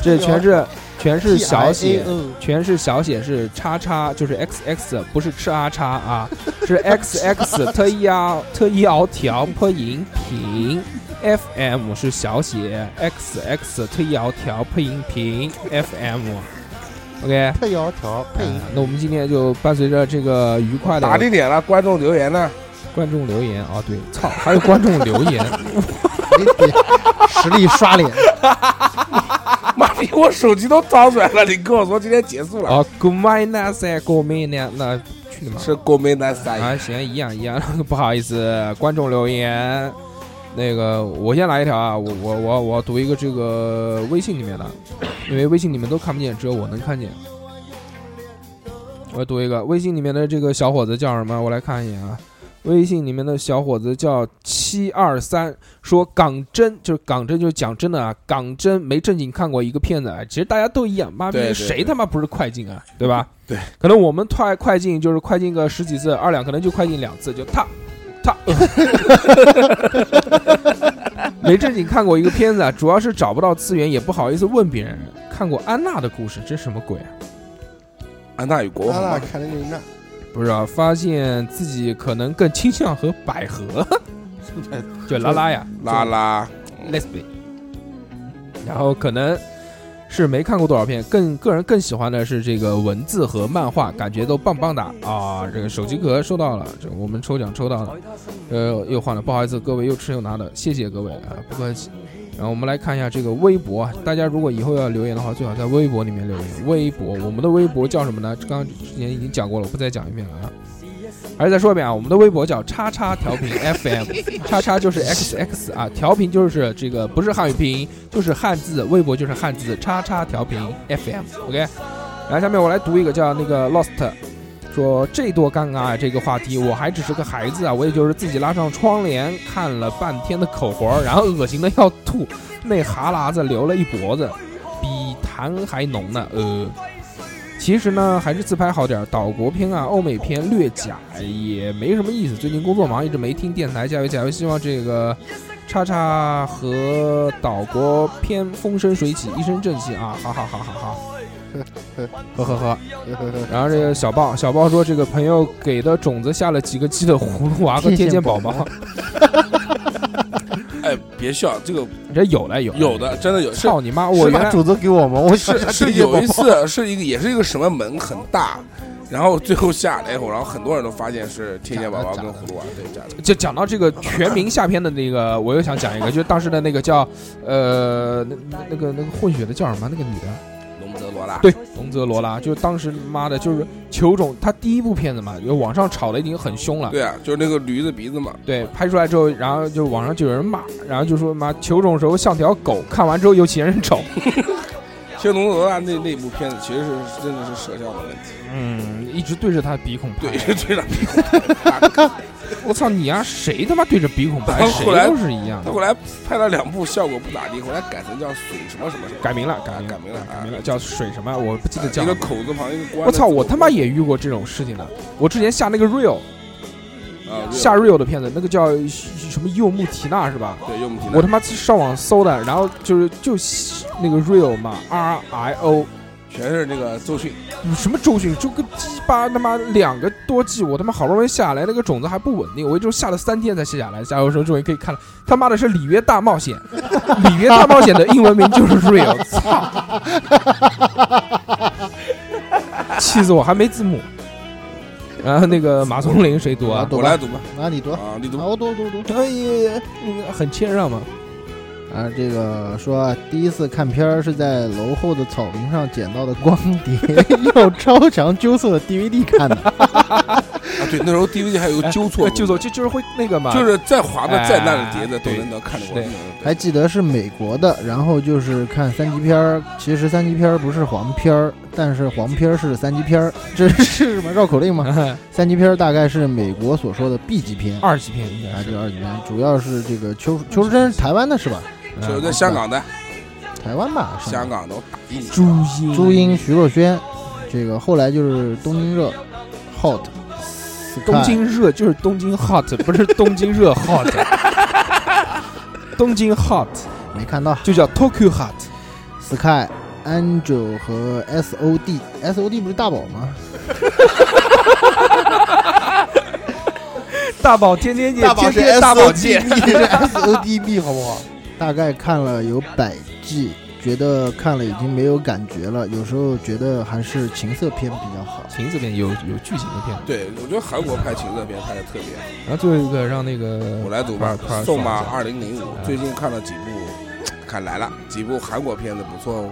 S2: 这全是全是小写
S3: T I A。N
S2: 全是小写是叉叉，就是 x x，不是吃啊叉啊，是 x x 特意啊特意窈窕破音频，f m 是小写 x x 特意窈窕破音频 f m。OK，
S1: 配窈窕，配
S2: 嗯那我们今天就伴随着这个愉快的
S4: 打地点了，观众留言呢？
S2: 观众留言啊，对，操，还有观众留言，
S3: 没别实力刷脸，
S4: (laughs) 妈逼，我手机都掏出来了，你跟我说今天结束了？
S2: 啊，Good morning，good morning，那去你妈！
S4: 是国美男三。
S2: 啊，行，一样一样， (laughs) 不好意思，观众留言，那个我先来一条啊，我我我我读一个这个微信里面的，因为微信你们都看不见，只有我能看见。我读一个，微信里面的这个小伙子叫什么？我来看一眼啊。微信里面的小伙子叫七二三，说港真就是港真，就是讲真的啊，港真没正经看过一个片子啊。其实大家都一样，妈逼
S4: 对，对
S2: 谁
S4: 对
S2: 他妈不是快进啊，对吧？
S4: 对，
S2: 可能我们快快进就是快进个十几次，二两可能就快进两次，就踏踏。 (laughs) 没正经看过一个片子啊，主要是找不到资源，也不好意思问别人。看过《安娜的故事》，这什么鬼啊？
S4: 安娜与国王
S5: 安娜
S4: 嘛，
S5: 卡列尼娜，
S2: 不是啊，发现自己可能更倾向和百合， (laughs) 就拉拉呀，
S4: 拉拉，
S2: lesbian，然后可能是没看过多少片，更个人更喜欢的是这个文字和漫画，感觉都棒棒的啊！这个手机壳收到了，这我们抽奖抽到了，呃，又换了，不好意思，各位又吃又拿的，谢谢各位啊，不客气。然后我们来看一下这个微博，啊，大家如果以后要留言的话，最好在微博里面留言。微博，我们的微博叫什么呢？刚刚之前已经讲过了，我不再讲一遍了啊。还是再说一遍啊，我们的微博叫叉叉调频 FM，叉叉就是 X X 啊，调频就是这个不是汉语拼音，就是汉字，微博就是汉字，叉叉调频 FM。OK，然后下面我来读一个叫那个 Lost，说这多尴尬啊！这个话题，我还只是个孩子啊，我也就是自己拉上窗帘看了半天的口活儿，然后恶心的要吐，那哈喇子流了一脖子，比痰还浓呢。呃，其实呢，还是自拍好点儿，岛国片啊、欧美片略假，也没什么意思。最近工作忙，一直没听电台，加油加油！希望这个叉叉和岛国片风生水起，一身正气啊！好好好好好，呵呵呵。然后这个小豹，小豹说这个朋友给的种子下了几个鸡的葫芦娃和天
S3: 天
S2: 线
S3: 线宝
S2: 宝宝，
S4: 哎，别笑，这个
S2: 这有了有了
S4: 有的真的有，是
S2: 操你妈！我原
S1: 是把
S2: 来
S1: 主子给我吗？我想
S4: 是
S1: 想
S4: 是
S1: 这些
S4: 有一
S1: 宝宝
S4: 次是一个也是一个什么门很大，然后最后下来以后，然后很多人都发现是天线宝宝跟葫芦娃对假的，
S2: 就讲到这个全民下篇的那个，我又想讲一个，就是当时的那个叫呃那那那个那个混血的叫什么？那个女的，
S4: 龙泽罗拉
S2: 对，龙泽罗拉，就是当时妈的就是球种，她第一部片子嘛，就网上炒的已经很凶了。
S4: 对啊，就是那个驴子鼻子嘛，
S2: 对，拍出来之后，然后就网上就有人骂，然后就说妈球种时候像条狗，看完之后又嫌人
S4: (laughs)
S2: 丑。
S4: 其实龙泽罗拉那那部片子其实是真的是摄像的问题，
S2: 嗯，一直对着她鼻孔拍
S4: (laughs) 对，。是这样。
S2: (laughs) 我操你丫、谁他妈对着鼻孔拍，谁
S4: (laughs) 后来
S2: 都是一样
S4: 他
S2: 的。
S4: 后来拍了两部，效果不咋地，后来改成叫水什么什么什么，
S2: 改名了，改
S4: 改
S2: 名
S4: 改
S2: 了，
S4: 名了
S2: 改
S4: 啊
S2: 名，了，叫水什么？我不记得叫
S4: 一
S2: 了
S4: 个。口字旁一个关的字。
S2: 我操！我他妈也遇过这种事情的。我之前下那个 real
S4: 啊，
S2: 下 real 的片子，那个叫什么柚木提娜是吧？
S4: 对用不停
S2: 我他妈上网搜的，然后就是就那个 real 嘛，R I O
S4: 全是那个周迅，
S2: 什么周迅，就个鸡巴他妈两个多 G，我他妈好不容易下来，那个种子还不稳定，我一直下了三天才卸下来。下回说终于可以看了，他妈的是里约大冒险，里约大冒险的英文名就是 real，操！气死我，还没字幕。然后那个马松林谁读啊？
S4: 我来读吧
S3: 那你多
S4: 啊，你读
S3: 啊，我多多多
S2: 哎呀，很谦让嘛。
S3: 啊！这个说啊第一次看片儿是在楼后的草坪上捡到的光碟，用超强纠错的 DVD 看的。
S4: 啊，对，那时候 DVD 还有纠错，
S2: 哎就错，就就是会那个嘛，
S4: 就是再滑的再烂的碟子
S2: 哎
S4: 都能能看得过
S2: 是的。
S3: 还记得是美国的，然后就是看三级片儿。其实三级片儿不是黄片儿，但是黄片儿是三级片儿，这是什么绕口令吗？
S2: (laughs)
S3: 三级片儿大概是美国所说的 B 级片。
S2: 二级片应该
S3: 啊，
S2: 是
S3: 这，二级片主要是这个邱邱淑贞是台湾的是吧？
S4: 就
S2: 嗯
S4: 是在香港的，
S3: 台湾吧，上海
S4: 香港的我打一
S2: 朱茵，
S3: 朱茵、徐若瑄，这个后来就是东京热，hot，
S2: 东京热就是东京 hot，不是东京热 hot，东京 hot
S3: 没看到
S2: 就叫 Tokyo hot，
S3: ，sky、angel 和 sod，sod 不是大宝吗？
S2: 大宝天天见，
S6: 大宝
S2: 天
S6: 是
S2: 天大宝
S6: SOD
S2: 见，
S3: 是 SODB 好不好？大概看了有百季，觉得看了已经没有感觉了，有时候觉得还是情色片比较好。
S2: 情这边有有剧情的片子，
S4: 对，我觉得韩国拍情色片拍的特别好。
S2: 然后最后一个让那个
S4: 我来读吧
S2: 快快，
S4: 宋马
S2: 呃爽
S4: 二零零五
S2: 嗯
S4: 最近看了几部，看来了几部韩国片子不错哦，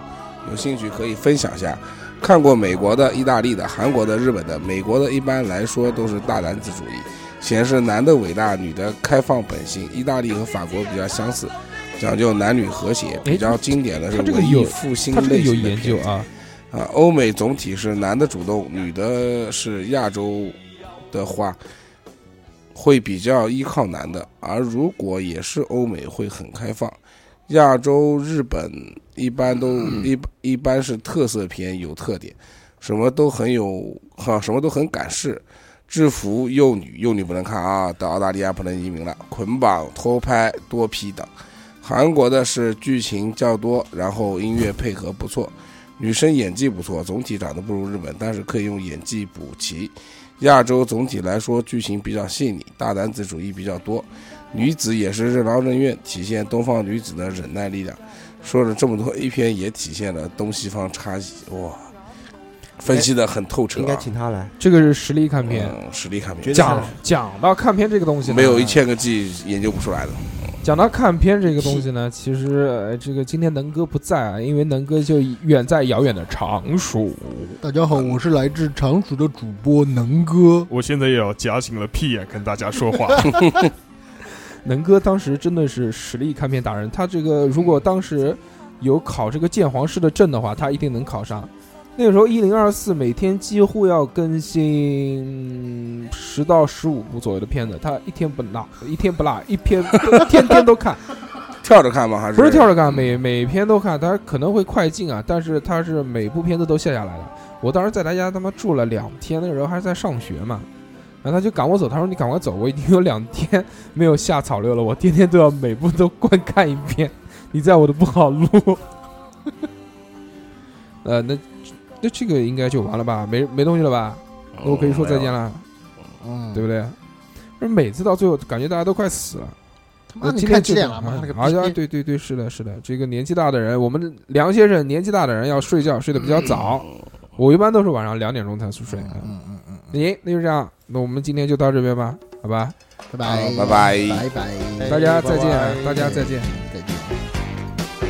S4: 有兴趣可以分享下。看过美国的、意大利的、韩国的、日本的，美国的一般来说都是大男子主义，显示男的伟大，女的开放本性。意大利和法国比较相似，讲究男女和谐。比较经典的是
S2: 他这个
S4: 文艺
S2: 有
S4: 复兴
S2: 他这个
S4: 类
S2: 有
S4: 型的
S2: 研
S4: 片
S2: 究
S4: 子
S2: 啊，
S4: 啊，欧美总体是男的主动，女的是亚洲的话，会比较依靠男的；而如果也是欧美，会很开放。亚洲、日本一般都一一般是特色片，有特点，什么都很有哈、什么都很敢试。制服幼女，幼女不能看啊，到澳大利亚不能移民了。捆绑、偷拍、多批等。韩国的是剧情较多，然后音乐配合不错，女生演技不错，总体长得不如日本，但是可以用演技补齐。亚洲总体来说剧情比较细腻，大男子主义比较多，女子也是任劳任怨，体现东方女子的忍耐力量。说了这么多 A 片，也体现了东西方差异。哇，分析的很透彻、啊，
S1: 应该请他来。
S2: 这个是实力看片。
S4: 嗯，实力看片，
S5: 绝对看
S2: 讲讲到看片这个东西呢，
S4: 没有一千个 G 研究不出来的。
S2: 讲到看片这个东西呢，其实呃这个今天能哥不在啊，因为能哥就远在遥远的常熟。
S3: 大家好，我是来自常熟的主播能哥。
S6: 我现在也要夹紧了屁眼跟大家说话。
S2: 能哥当时真的是实力看片达人，他这个如果当时有考这个鉴黄师的证的话，他一定能考上。那个时候一零二四每天几乎要更新十到十五部左右的片子，他一天不落，一天不落，一篇 (laughs) 天天都看，
S4: 跳着看吗？还是
S2: 不是跳着看，每每篇都看，他可能会快进啊，但是他是每部片子都下下来的。我当时在他家他妈住了两天，那个时候还是在上学嘛，然后他就赶我走，他说你赶快走，我已经有两天没有下草榴了，我天天都要每部都观看一遍，你在我的不好录。 (laughs) 呃，那那这个应该就完了吧？没没东西了吧？
S4: 哦
S2: 那我可以说再见哦了，
S3: 嗯，
S2: 对不对？就是每次到最后，感觉大家都快死了。
S3: 他
S2: 我
S3: 妈你
S2: 今
S3: 看
S2: 天
S3: 几
S2: 就
S3: 点了？妈了个
S2: 啊啊，
S3: 逼！
S2: 对对对，是的，是的。这个年纪大的人，我们梁先生年纪大的人要睡觉，睡得比较早。我一般都是晚上两点钟才去睡。啊
S3: 嗯嗯嗯，
S2: 行，那就这样，那我们今天就到这边吧，好吧？
S3: 拜拜
S4: 好拜拜
S3: 拜拜，
S2: 大家再见啊
S3: 拜拜
S2: 大家再见，
S3: 再见。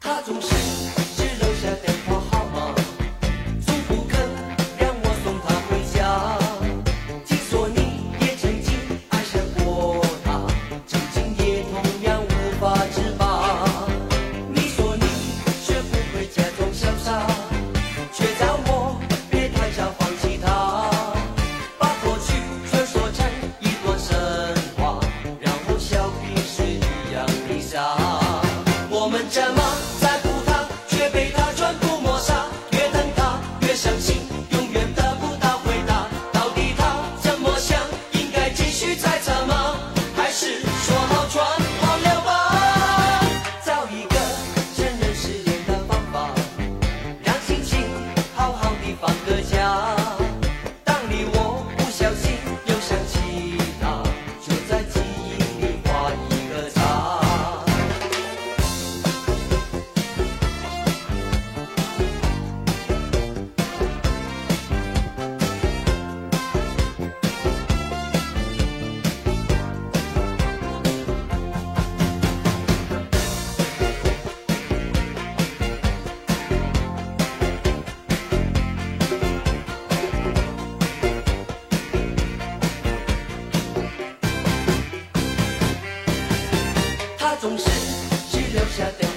S7: 他总是只留下电话号码，从不肯让我送他回家。听说你也曾经爱上过他，曾经也同样无法自拔。你说你学不会假装潇洒，却叫我别太早放弃他。把过去传说成一段神话，然后像冰水一样滴下。我们怎么在乎他，却被他全部抹杀？越等他越伤心，永远得不到回答。到底他怎么想？应该继续猜测吗？还是说好全忘了吧？找一个承认失恋的方法，让心情好好的放个假。当你我不小心又想起他，就在记忆里画一个叉。他总是只留下电